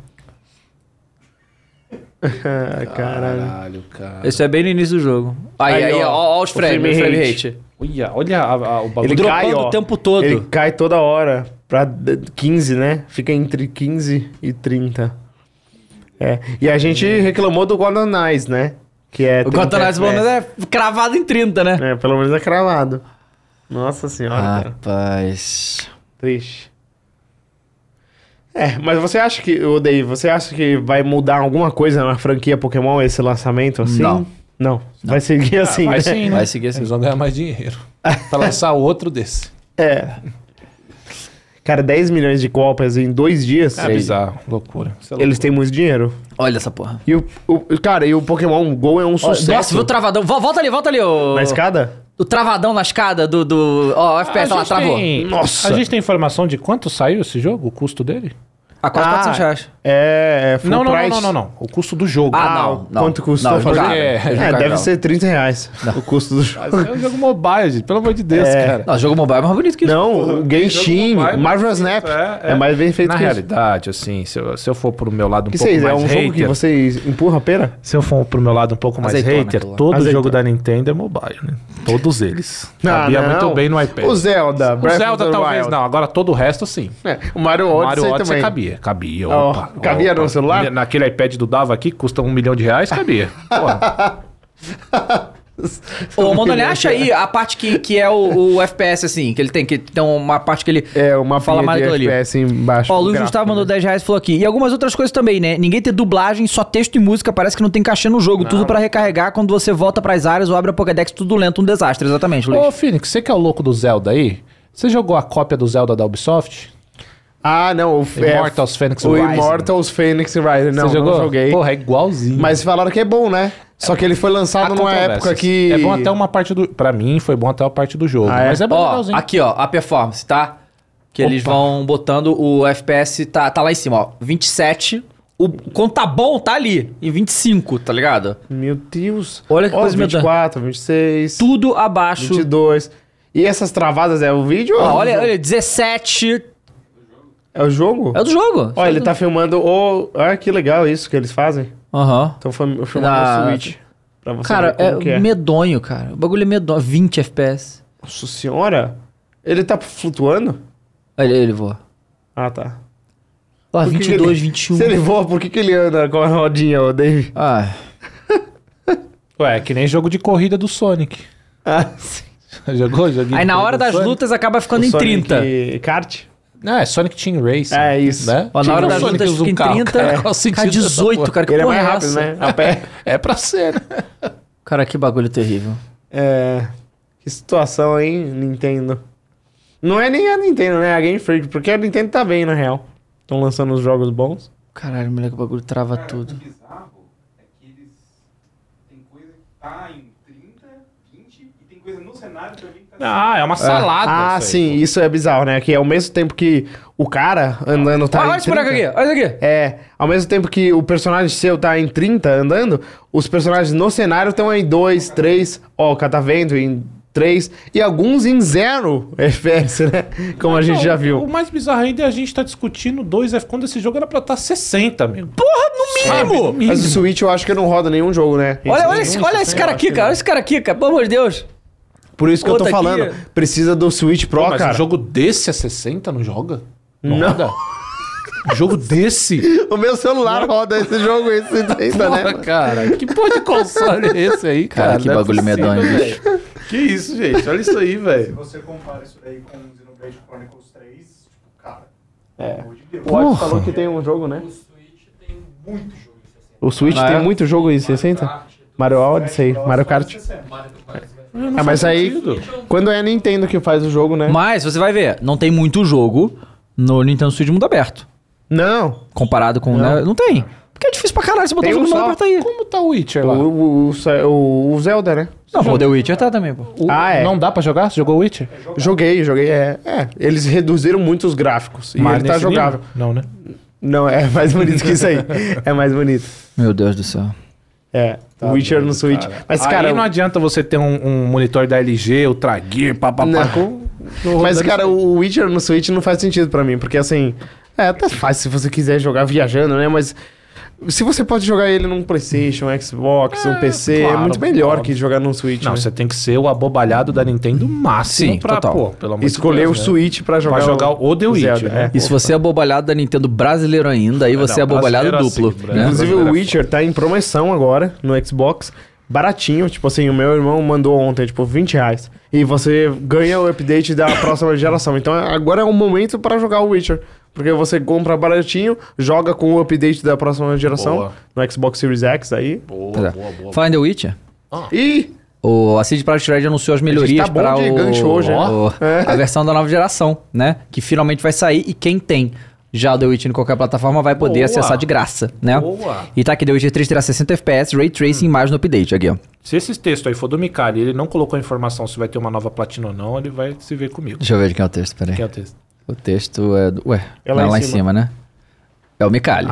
Speaker 2: Ah, caralho.
Speaker 3: cara.
Speaker 2: Ah,
Speaker 1: Isso é bem no início do jogo. Aí,
Speaker 2: Aí,
Speaker 1: aí, ó,
Speaker 2: ó,
Speaker 1: ó, os
Speaker 2: o
Speaker 1: frames,
Speaker 2: frame
Speaker 1: o frame
Speaker 2: rate.
Speaker 1: rate.
Speaker 3: Olha, olha a- a- o bagulho.
Speaker 2: Ele
Speaker 3: Dro-
Speaker 2: cai,
Speaker 1: Dropando
Speaker 2: ó.
Speaker 1: o tempo todo.
Speaker 2: Ele cai toda hora pra d- 15, né? Fica entre 15 e 30. É. E a gente
Speaker 1: Hum.
Speaker 2: reclamou do Guadanais, né? Que é
Speaker 4: O Cotonais, pelo menos,
Speaker 2: é...
Speaker 4: é cravado em 30, né?
Speaker 2: é. Pelo menos é cravado. Nossa senhora, cara.
Speaker 4: Rapaz.
Speaker 2: Ah, Triste. É, mas você acha que, ô Dave, você acha que vai mudar alguma coisa na franquia Pokémon esse lançamento assim?
Speaker 4: Não.
Speaker 2: Não. Vai seguir assim,
Speaker 5: vai
Speaker 2: né?
Speaker 5: sim, né?
Speaker 4: Vai seguir assim.
Speaker 5: Vocês vão ganhar mais dinheiro. pra lançar outro desse.
Speaker 2: É. Cara, 10 milhões de copas em dois dias.
Speaker 5: É bizarro, loucura. Isso é
Speaker 2: Eles têm muito dinheiro.
Speaker 1: Olha essa porra.
Speaker 2: E o, o- cara, e o Pokémon Go é um sucesso.
Speaker 1: Nossa, viu o travadão? Vol- Volta ali, volta ali, ô.
Speaker 2: Na escada?
Speaker 1: O travadão na escada do. do... Ó, o FPS
Speaker 3: A
Speaker 1: lá,
Speaker 3: gente
Speaker 1: travou.
Speaker 3: tem-
Speaker 2: Nossa.
Speaker 3: A gente tem informação de quanto saiu esse jogo, o custo dele?
Speaker 1: A quase
Speaker 2: Ah,
Speaker 1: 400 reais.
Speaker 2: É, é full
Speaker 3: Não, não,
Speaker 2: price.
Speaker 3: não, não, não, não. O custo do jogo.
Speaker 1: Ah,
Speaker 2: Ah,
Speaker 1: não, não.
Speaker 2: quanto custa
Speaker 1: Não,
Speaker 2: fazer?
Speaker 1: jogar.
Speaker 5: É,
Speaker 1: Eu
Speaker 2: É,
Speaker 1: jogar,
Speaker 2: deve
Speaker 1: não.
Speaker 2: ser 30 reais o custo do jogo.
Speaker 5: loucura. É um jogo mobile, gente. Pelo amor de Deus,
Speaker 2: É.
Speaker 5: cara.
Speaker 1: Não, jogo mobile é mais bonito que isso.
Speaker 2: Não, o Genshin,
Speaker 3: mobile,
Speaker 2: Marvel
Speaker 3: mas-
Speaker 2: Snap.
Speaker 3: É,
Speaker 2: É,
Speaker 3: é.
Speaker 2: mais bem feito
Speaker 3: Na
Speaker 2: que isso.
Speaker 3: realidade, assim, se eu, se eu for pro meu lado um
Speaker 2: que
Speaker 3: pouco
Speaker 2: vocês, é
Speaker 3: mais
Speaker 2: um jogo que
Speaker 3: hater,
Speaker 2: vocês empurra a pera?
Speaker 3: se eu for pro meu lado um pouco mais
Speaker 1: Azeitona,
Speaker 2: né,
Speaker 3: hater,
Speaker 1: aquilo lá.
Speaker 3: todo
Speaker 2: Azeitona.
Speaker 3: jogo da Nintendo é mobile, né? Todos eles.
Speaker 2: Ah,
Speaker 3: Cabia muito bem no iPad.
Speaker 2: O Zelda,
Speaker 3: O
Speaker 2: Breath of
Speaker 3: Zelda
Speaker 2: the
Speaker 3: talvez
Speaker 2: Wild.
Speaker 3: não, agora todo o resto sim.
Speaker 2: É, o Mario
Speaker 3: O
Speaker 2: Odyssey,
Speaker 3: Mario Odyssey
Speaker 2: também.
Speaker 3: cabia, cabia,
Speaker 2: Ó,
Speaker 3: opa,
Speaker 2: cabia
Speaker 3: opa.
Speaker 2: no celular?
Speaker 3: Naquele iPad do Dava aqui, que custa um milhão de reais, cabia. Porra.
Speaker 1: Ô, Mondoni, acha aí a parte que, que é o, o FPS, assim, que ele tem, que tem uma parte que ele.
Speaker 2: É, uma
Speaker 1: Fala
Speaker 2: fala
Speaker 1: mais
Speaker 2: mais
Speaker 1: daquilo ali.
Speaker 2: FPS embaixo.
Speaker 1: Ó, o
Speaker 2: do
Speaker 1: Luiz
Speaker 2: gráfico,
Speaker 1: Gustavo
Speaker 2: né?
Speaker 1: mandou 10 reais e falou aqui. E algumas outras coisas também, né? Ninguém tem dublagem, só texto e música. Parece que não tem cachê no jogo. Tudo pra recarregar quando você volta pras áreas ou abre a Pokédex, tudo lento, um desastre. Exatamente, Luiz.
Speaker 5: Ô, Phoenix, você que é o louco do Zelda aí, você jogou a cópia do Zelda da Ubisoft?
Speaker 2: Ah, não, o é,
Speaker 5: Immortals Phoenix
Speaker 2: O
Speaker 5: Rising.
Speaker 2: Immortals Phoenix Rising. Não,
Speaker 5: você jogou?
Speaker 2: não joguei.
Speaker 5: Porra, é igualzinho.
Speaker 2: Mas falaram que é bom, né? Só que ele foi
Speaker 5: Há
Speaker 3: Tá Ah,
Speaker 2: lançado numa
Speaker 5: controvérsias.
Speaker 2: época que...
Speaker 5: É bom
Speaker 3: um-
Speaker 5: até uma parte do... Pra mim, foi bom até uma parte do jogo.
Speaker 2: Ah, é?
Speaker 5: Mas é bem
Speaker 1: Ó,
Speaker 5: legalzinho.
Speaker 1: aqui, ó, a performance, tá? Que eles vão botando o FPS, tá, tá lá em cima, ó. 27. O, quando tá bom, tá ali. E 25, tá ligado?
Speaker 2: Meu Deus.
Speaker 1: Olha que
Speaker 2: Ó,
Speaker 1: coisa, meu Deus.
Speaker 2: 24, 26,
Speaker 1: Tudo abaixo.
Speaker 2: 22. E essas travadas é o vídeo?
Speaker 1: Ó,
Speaker 2: ou é o
Speaker 1: Ah, olha,
Speaker 2: jogo?
Speaker 1: olha, 17.
Speaker 2: É o jogo?
Speaker 1: É do jogo.
Speaker 2: Ó, ele tá filmando o... Ah, que legal isso que eles fazem.
Speaker 1: Aham.
Speaker 2: Então foi filmando
Speaker 1: Na-
Speaker 2: no Switch. Pra você
Speaker 1: Ah, Cara,
Speaker 2: ver como que
Speaker 1: é medonho, cara. O bagulho é medonho. 20 FPS.
Speaker 2: Nossa senhora. Ele tá flutuando?
Speaker 1: Olha ele voa.
Speaker 2: Ah, tá.
Speaker 1: Ó,
Speaker 2: Por que
Speaker 1: 22,
Speaker 2: ele-
Speaker 1: 21.
Speaker 2: Se ele voa, por que, que ele anda com a rodinha, ô Dave?
Speaker 1: Ah,
Speaker 5: Ué, é que nem jogo de corrida do Sonic.
Speaker 2: Ah, sim.
Speaker 5: jogou? Joguinho
Speaker 1: aí
Speaker 5: de
Speaker 1: na
Speaker 5: corrida
Speaker 1: hora
Speaker 5: do
Speaker 1: das
Speaker 5: Sonic?
Speaker 1: lutas acaba ficando
Speaker 2: O
Speaker 1: em
Speaker 2: Sonic
Speaker 1: 30.
Speaker 2: Kart?
Speaker 5: Não, é Sonic Team Racing.
Speaker 2: É, isso.
Speaker 5: Né?
Speaker 1: Ó, na
Speaker 5: Quem
Speaker 1: hora
Speaker 5: é o
Speaker 1: das
Speaker 5: Sonic
Speaker 1: lutas
Speaker 5: que usa
Speaker 1: fica em 30.
Speaker 5: Carro, cara? Qual o
Speaker 1: Cara,
Speaker 5: sentido dessa
Speaker 1: 18,
Speaker 5: porra?
Speaker 1: cara. Que
Speaker 2: um Ele é
Speaker 1: porra
Speaker 2: mais
Speaker 1: é
Speaker 2: rápido,
Speaker 1: essa?
Speaker 2: né? A pé.
Speaker 5: É pra ser, né?
Speaker 1: Cara, que bagulho terrível.
Speaker 2: É. Que situação, hein, Nintendo? Não é nem a Nintendo, né? A Game Freak, porque a Nintendo tá bem, na real. Estão lançando os jogos bons.
Speaker 1: Caralho, moleque, o bagulho trava tudo.
Speaker 6: bizarro é que eles. Tem coisa que tá em 30, 20 e tem coisa no cenário também que tá.
Speaker 3: Ah, é uma salada.
Speaker 2: Ah,
Speaker 3: isso aí,
Speaker 2: sim, isso é bizarro, né? Que ao mesmo tempo que o cara andando tá.
Speaker 1: Ah,
Speaker 2: em
Speaker 1: olha esse buraco
Speaker 2: 30,
Speaker 1: aqui, olha isso aqui.
Speaker 2: É, ao mesmo tempo que o personagem seu tá em 30 andando, os personagens no cenário estão em 2, 3, ó, o cara tá vendo em 3 e alguns em 0 FPS, né? Como a gente
Speaker 3: Não,
Speaker 2: já
Speaker 3: Então, O
Speaker 2: viu.
Speaker 3: mais bizarro ainda é a gente tá discutindo 2F quando esse jogo era pra estar 60, meu.
Speaker 1: Porra, no mínimo!
Speaker 2: Mas o Switch eu acho que não roda nenhum jogo, né?
Speaker 1: Olha, olha, esse, olha esse cara aqui, cara. Olha esse cara aqui, cara. Pelo amor de Deus.
Speaker 2: Por isso que eu tô
Speaker 1: Outra aqui.
Speaker 2: falando, precisa do Switch Pro,
Speaker 5: Pô, mas
Speaker 2: cara.
Speaker 5: um jogo desse a 60 não joga?
Speaker 2: Não.
Speaker 5: roda? Um jogo desse?
Speaker 2: O meu celular roda esse jogo, esse 30,
Speaker 5: Porra,
Speaker 2: né?
Speaker 5: cara, que porra de console é esse aí, cara?
Speaker 4: que
Speaker 5: Não é
Speaker 4: bagulho
Speaker 5: possível,
Speaker 4: medonho,
Speaker 5: velho. Que isso, gente? Olha isso aí,
Speaker 6: Se
Speaker 5: velho.
Speaker 6: você compara isso daí com o Xenoblade Chronicles 3, tipo, cara.
Speaker 2: É.
Speaker 6: pelo amor de Deus.
Speaker 2: O Alex falou que tem um jogo, né?
Speaker 6: Muito jogo em 60.
Speaker 2: O Switch
Speaker 4: Ah, é?
Speaker 2: tem muito jogo em 60? Mario Odyssey, é Mario Kart.
Speaker 6: 60.
Speaker 2: Ah, mas aí, quando é a Nintendo que faz o jogo, né?
Speaker 1: Mas você vai ver, não tem muito jogo no Nintendo Switch mundo aberto.
Speaker 2: Não,
Speaker 1: Comparado com. Não, né? não tem. Porque é difícil pra caralho você botar
Speaker 2: Tem
Speaker 1: um jogo
Speaker 2: um
Speaker 1: no mundo aberto
Speaker 2: só.
Speaker 1: aí.
Speaker 5: Como tá o Witcher
Speaker 2: o,
Speaker 5: lá?
Speaker 2: o, o- o Zelda, né?
Speaker 1: Não, pô, The Witcher tá também, pô.
Speaker 5: O-
Speaker 2: Ah, é.
Speaker 5: Não dá pra jogar? Você jogou Witcher?
Speaker 2: Joguei, joguei. É, é, eles reduziram muito os gráficos. E ele tá
Speaker 3: nesse
Speaker 2: jogável.
Speaker 3: nível? Não, né?
Speaker 2: Não, é mais bonito que isso aí. É mais bonito.
Speaker 1: Meu Deus do céu.
Speaker 2: É, Witcher no Switch. Mas, cara,
Speaker 3: aí não adianta você ter um, um monitor da LG, Ultra Gear,
Speaker 2: Não.
Speaker 3: papapá.
Speaker 2: Mas, cara, o Witcher no Switch não faz sentido pra mim, porque assim. É, até faz se você quiser jogar viajando, né? Mas. Se você pode jogar ele num PlayStation, Xbox, um PC, é
Speaker 3: claro,
Speaker 2: muito melhor
Speaker 3: óbvio.
Speaker 2: que jogar num Switch.
Speaker 3: Não,
Speaker 2: né?
Speaker 3: você tem que ser o abobalhado da Nintendo máximo
Speaker 4: Sim,
Speaker 3: pra,
Speaker 4: total.
Speaker 3: pô, pelo amor de
Speaker 2: Escolher
Speaker 3: Deus,
Speaker 2: o
Speaker 3: né?
Speaker 2: Switch pra jogar,
Speaker 3: Pra jogar o The Witcher,
Speaker 2: Zelda,
Speaker 3: né?
Speaker 2: é.
Speaker 4: E se você é abobalhado da Nintendo brasileiro ainda, aí você
Speaker 3: não,
Speaker 4: é abobalhado
Speaker 3: brasileiro
Speaker 4: duplo.
Speaker 3: assim,
Speaker 4: né?
Speaker 3: brasileiro.
Speaker 2: Inclusive, o Witcher tá em promoção agora no Xbox. Baratinho, tipo assim, o meu irmão mandou ontem, tipo, 20 reais. E você ganha o update da próxima geração. Então agora é o momento pra jogar o Witcher. Porque você compra baratinho, joga com o update da próxima geração
Speaker 3: Boa.
Speaker 2: no Xbox Series X aí.
Speaker 4: Pois
Speaker 3: Boa,
Speaker 4: é.
Speaker 3: boa, boa.
Speaker 4: Fala em The Witcher.
Speaker 2: E
Speaker 4: O a CD Projekt Red anunciou as melhorias
Speaker 2: tá bom
Speaker 4: para
Speaker 2: de gancho
Speaker 4: o,
Speaker 2: hoje, né?
Speaker 4: o- a versão da nova geração, né? Que finalmente vai sair e quem tem já o The Witcher em qualquer plataforma vai poder
Speaker 3: Boa.
Speaker 4: acessar de graça, né?
Speaker 3: Boa.
Speaker 4: E tá aqui The Witcher 3 terá 60 FPS, Ray Tracing mais no update aqui, ó.
Speaker 3: Se esse texto aí for do Mikali e ele não colocou a informação se vai ter uma nova platina ou não, ele vai se ver comigo.
Speaker 4: Deixa eu ver de quem é o texto, peraí.
Speaker 3: Quem é o texto?
Speaker 4: O texto é... do- Ué,
Speaker 2: É lá
Speaker 4: não é
Speaker 2: em
Speaker 4: lá em
Speaker 2: cima.
Speaker 4: cima, né? É o Micali.
Speaker 2: O Micali.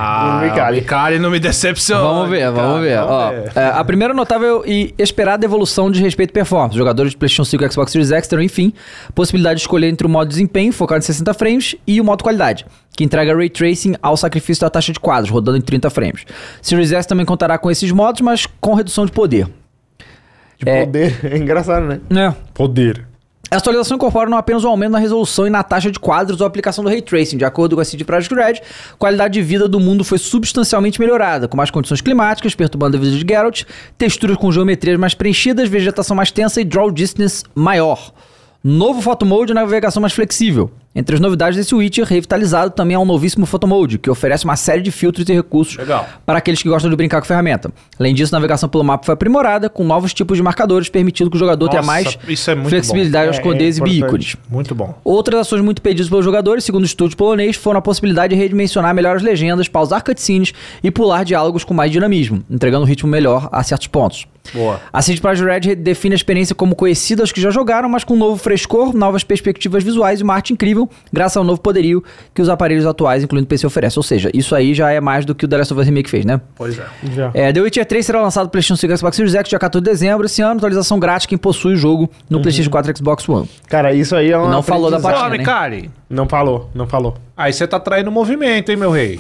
Speaker 3: Ah, o Micali não me decepciona.
Speaker 4: Vamos ver, vamos ver. Ó, é, a primeira notável e esperada evolução de respeito à performance. Os Jogadores de PlayStation 5 e Xbox Series X terão, enfim, possibilidade de escolher entre o modo desempenho, focado em 60 frames, e o modo qualidade, que entrega ray tracing ao sacrifício da taxa de quadros, rodando em 30 frames. Series S também contará com esses modos, mas com redução de poder.
Speaker 2: de
Speaker 4: É.
Speaker 2: poder, é engraçado, né?
Speaker 4: É.
Speaker 2: Poder.
Speaker 4: A atualização incorpora não apenas um aumento na resolução e na taxa de quadros ou aplicação do ray tracing. De acordo com a CD Projekt Red, a qualidade de vida do mundo foi substancialmente melhorada, com mais condições climáticas, perturbando a vida de Geralt, texturas com geometrias mais preenchidas, vegetação mais tensa e draw distance maior. Novo photo mode e navegação mais flexível. Entre as novidades desse Witcher, revitalizado também há um novíssimo photo mode, que oferece uma série de filtros e recursos
Speaker 3: Legal.
Speaker 4: para aqueles que gostam de brincar com a ferramenta. Além disso, a navegação pelo mapa foi aprimorada, com novos tipos de marcadores, permitindo que o jogador tenha
Speaker 3: Nossa,
Speaker 4: mais
Speaker 3: isso é muito
Speaker 4: flexibilidade ao
Speaker 2: bom. É,
Speaker 4: esconder
Speaker 2: é
Speaker 4: e exibir
Speaker 2: importante.
Speaker 4: ícones.
Speaker 3: Muito bom.
Speaker 4: Outras ações muito pedidas pelos jogadores, segundo o estúdio polonês, foram a possibilidade de redimensionar melhor as legendas, pausar cutscenes e pular diálogos com mais dinamismo, entregando um ritmo melhor a certos pontos.
Speaker 3: Boa.
Speaker 4: A City Project Red define a experiência como conhecida aos que já jogaram, mas com um novo frescor, novas perspectivas visuais e uma arte incrível, graças ao novo poderio que os aparelhos atuais, incluindo o PC, oferecem. Ou seja, isso aí já é mais do que o The Last of Us Remake fez, né?
Speaker 3: Pois é.
Speaker 2: Já.
Speaker 4: É, The Witcher 3 será lançado no PlayStation 5 e Xbox Series X dia 14 de dezembro esse ano. Atualização grátis quem possui o jogo no
Speaker 3: Uhum.
Speaker 4: PlayStation 4 e Xbox One.
Speaker 2: Cara, isso aí é uma.
Speaker 4: Não falou da
Speaker 2: aprendizagem.
Speaker 4: platina. né?
Speaker 3: Ó, Micali,
Speaker 2: Não falou, não falou.
Speaker 3: aí você tá traindo o movimento, hein, meu rei?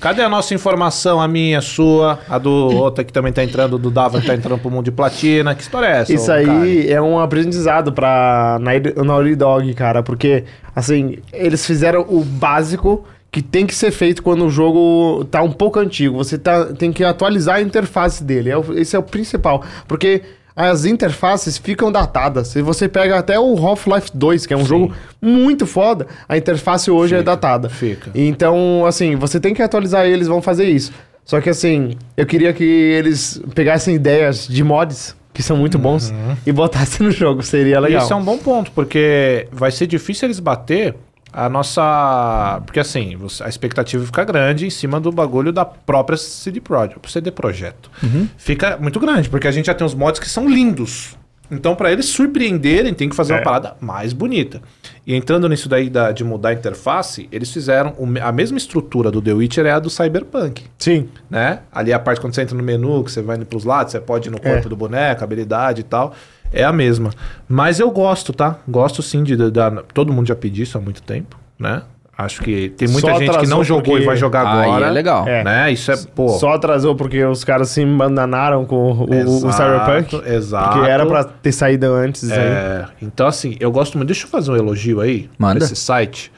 Speaker 3: Cadê a nossa informação, a minha, a sua, a do outra que também tá entrando, do Dava que tá entrando pro mundo de platina? Que história é essa?
Speaker 2: Isso
Speaker 3: ô,
Speaker 2: aí
Speaker 3: Micali?
Speaker 2: é um aprendizado pra Nai- Naughty Dog, cara, porque, assim, eles fizeram o básico que tem que ser feito quando o jogo tá um pouco antigo. Você tá, tem que atualizar a interface dele. É o- esse é o principal. Porque as interfaces ficam datadas. Se você pega até o Half-Life 2, que é um jogo muito foda, a interface hoje é datada.
Speaker 3: fica.
Speaker 2: Então, assim, você tem que atualizar e eles vão fazer isso. Só que, assim, eu queria que eles pegassem ideias de mods, que são muito bons, e botassem no jogo. Seria legal.
Speaker 3: Uhum. Isso é um bom ponto, porque vai ser difícil eles bater a nossa. Porque assim, você- a expectativa fica grande em cima do bagulho da própria CD Projekt, CD Projeto. Fica muito grande, porque a gente já tem os mods que são lindos. Então, pra eles surpreenderem, tem que fazer uma parada mais bonita. E entrando nisso daí da- de mudar a interface, eles fizeram o me- a mesma estrutura do The Witcher é a do Cyberpunk
Speaker 2: Sim.
Speaker 3: né? Ali a parte quando você entra no menu, que você vai indo pros lados, você pode ir no
Speaker 2: É.
Speaker 3: corpo do boneco, habilidade e tal. É a mesma. Mas eu gosto, tá? Gosto sim de, de- da- Todo mundo já pediu isso há muito tempo, né? Acho que tem muita
Speaker 2: Só
Speaker 3: gente que
Speaker 2: atrasou
Speaker 3: não jogou
Speaker 2: porque-
Speaker 3: e vai jogar
Speaker 4: Aí
Speaker 3: agora.
Speaker 4: é legal.
Speaker 2: É.
Speaker 3: Né? Isso é, pô.
Speaker 2: Só atrasou porque os caras se embandanaram com o, o-
Speaker 3: Exato,
Speaker 2: o Cyberpunk.
Speaker 3: Exato.
Speaker 2: Porque era pra ter saído antes. aí.
Speaker 3: É, então, assim, eu gosto muito. Deixa eu fazer um elogio aí
Speaker 4: Manda.
Speaker 3: pra esse site.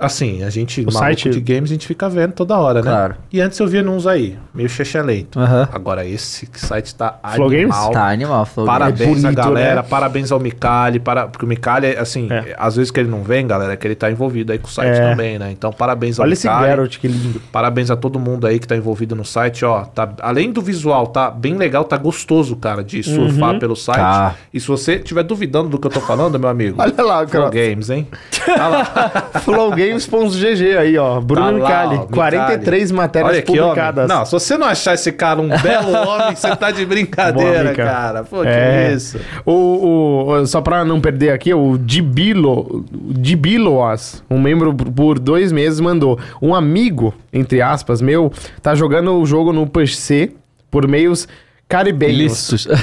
Speaker 3: Assim, a gente, maluco
Speaker 2: site-
Speaker 3: de games, a gente fica vendo toda hora, né?
Speaker 4: Claro.
Speaker 3: E antes eu via uns aí, meio lento.
Speaker 4: Aham.
Speaker 3: Agora esse site tá
Speaker 2: Flow Games? é
Speaker 3: animal.
Speaker 4: Tá, animal. Flow Game.
Speaker 3: Parabéns
Speaker 2: bonito,
Speaker 3: à galera,
Speaker 2: né?
Speaker 3: parabéns ao Micali, para... porque o Micali, assim,
Speaker 2: É.
Speaker 3: às vezes que ele não vem, galera, é que ele tá envolvido aí com o site
Speaker 2: É.
Speaker 3: também, né? Então, parabéns ao
Speaker 2: Olha esse
Speaker 3: Micali.
Speaker 2: Geralt, que lindo.
Speaker 3: Parabéns a todo mundo aí que tá envolvido no site, ó. Tá, além do visual, tá bem legal, tá gostoso, cara,
Speaker 2: Uhum.
Speaker 3: de surfar pelo site.
Speaker 4: Tá.
Speaker 3: E se você tiver duvidando do que eu tô falando, meu amigo.
Speaker 2: Olha lá,
Speaker 3: Flow
Speaker 2: cara.
Speaker 3: Games, hein? Tá lá.
Speaker 2: Flowgames.gg aí, ó.
Speaker 3: Tá
Speaker 2: Bruno
Speaker 3: lá,
Speaker 2: Micali.
Speaker 3: ó,
Speaker 2: 43
Speaker 3: Micali.
Speaker 2: matérias
Speaker 3: Olha aqui,
Speaker 2: publicadas.
Speaker 3: Homem. Não, se você não achar esse cara um belo homem, você tá de brincadeira,
Speaker 2: Boa, Mica.
Speaker 3: cara. Pô,
Speaker 2: É.
Speaker 3: que isso.
Speaker 2: O, o- só pra não perder aqui, o Dibilo, Dibiloas, um membro por dois meses, mandou. Um amigo, entre aspas, meu, tá jogando o jogo no PC por meios caribenhos.
Speaker 7: Ilícitos.
Speaker 2: né?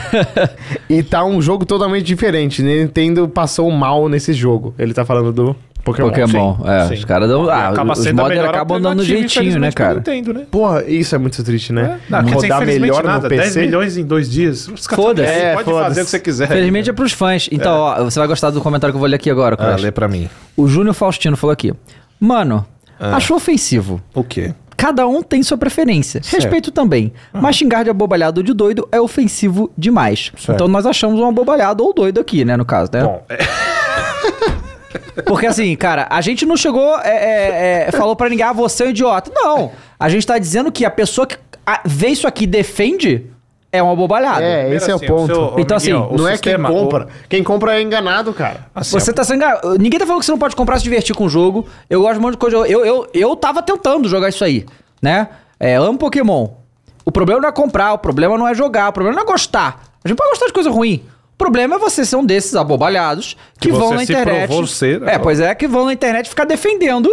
Speaker 2: E tá um jogo totalmente diferente. Nintendo passou mal nesse jogo. Ele tá falando do
Speaker 3: Pokémon.
Speaker 8: Pokémon.
Speaker 3: sim,
Speaker 8: é,
Speaker 3: sim.
Speaker 8: os caras dão. Ah,
Speaker 3: Acaba
Speaker 8: os
Speaker 3: sendo a
Speaker 8: modders
Speaker 3: melhor
Speaker 8: acabam dando um
Speaker 3: alternativa,
Speaker 8: jeitinho, né,
Speaker 3: infelizmente, pra
Speaker 8: cara?
Speaker 3: Nintendo, né?
Speaker 2: Porra, isso é muito triste, né?
Speaker 3: Não, quer dizer,
Speaker 2: Rodar
Speaker 3: infelizmente
Speaker 2: melhor
Speaker 3: nada,
Speaker 2: no PC.
Speaker 3: 10 milhões em dois dias. Os caras
Speaker 4: Foda-se.
Speaker 3: tão-
Speaker 2: É,
Speaker 3: pode
Speaker 2: foda-se.
Speaker 3: fazer o que você quiser.
Speaker 4: Felizmente é pros fãs. Então, ó, você vai gostar do comentário que eu vou ler aqui agora,
Speaker 3: Ah,
Speaker 4: Crash.
Speaker 3: lê pra mim.
Speaker 4: O Júnior Faustino falou aqui. Mano,
Speaker 3: Ah.
Speaker 4: acho ofensivo.
Speaker 3: O quê?
Speaker 4: Cada um tem sua preferência. Respeito também.
Speaker 3: Ah.
Speaker 4: Mas xingar de abobalhado ou de doido é ofensivo demais.
Speaker 3: Certo.
Speaker 4: Então nós achamos um abobalhado ou doido aqui, né, no caso, né?
Speaker 3: Bom, é,
Speaker 4: Porque assim, cara, a gente não chegou, é, é, é, falou pra ninguém, ah, você é um idiota. Não. A gente tá dizendo que a pessoa que ah, vê isso aqui e defende é um abobalhado.
Speaker 2: É, esse é o
Speaker 3: primeiro, assim,
Speaker 2: ponto.
Speaker 3: seu- ô,
Speaker 4: Então,
Speaker 3: amiguinho,
Speaker 4: assim,
Speaker 3: o
Speaker 2: não é quem
Speaker 3: sistema, o-
Speaker 2: compra. Quem compra é enganado, cara.
Speaker 3: assim,
Speaker 4: Você tá sendo. engan- Ninguém tá falando que você não pode comprar se divertir com o jogo. Eu gosto de um monte de coisa. Eu, eu, eu tava tentando jogar isso aí, né? É, amo Pokémon. O problema não é comprar, o problema não é jogar, o problema não é gostar. A gente pode gostar de coisa ruim. O problema é você ser um desses abobalhados que,
Speaker 3: Que
Speaker 4: vão
Speaker 3: você
Speaker 4: na
Speaker 3: se
Speaker 4: internet.
Speaker 3: provou ser, né?
Speaker 4: é, pois é, que vão na internet ficar defendendo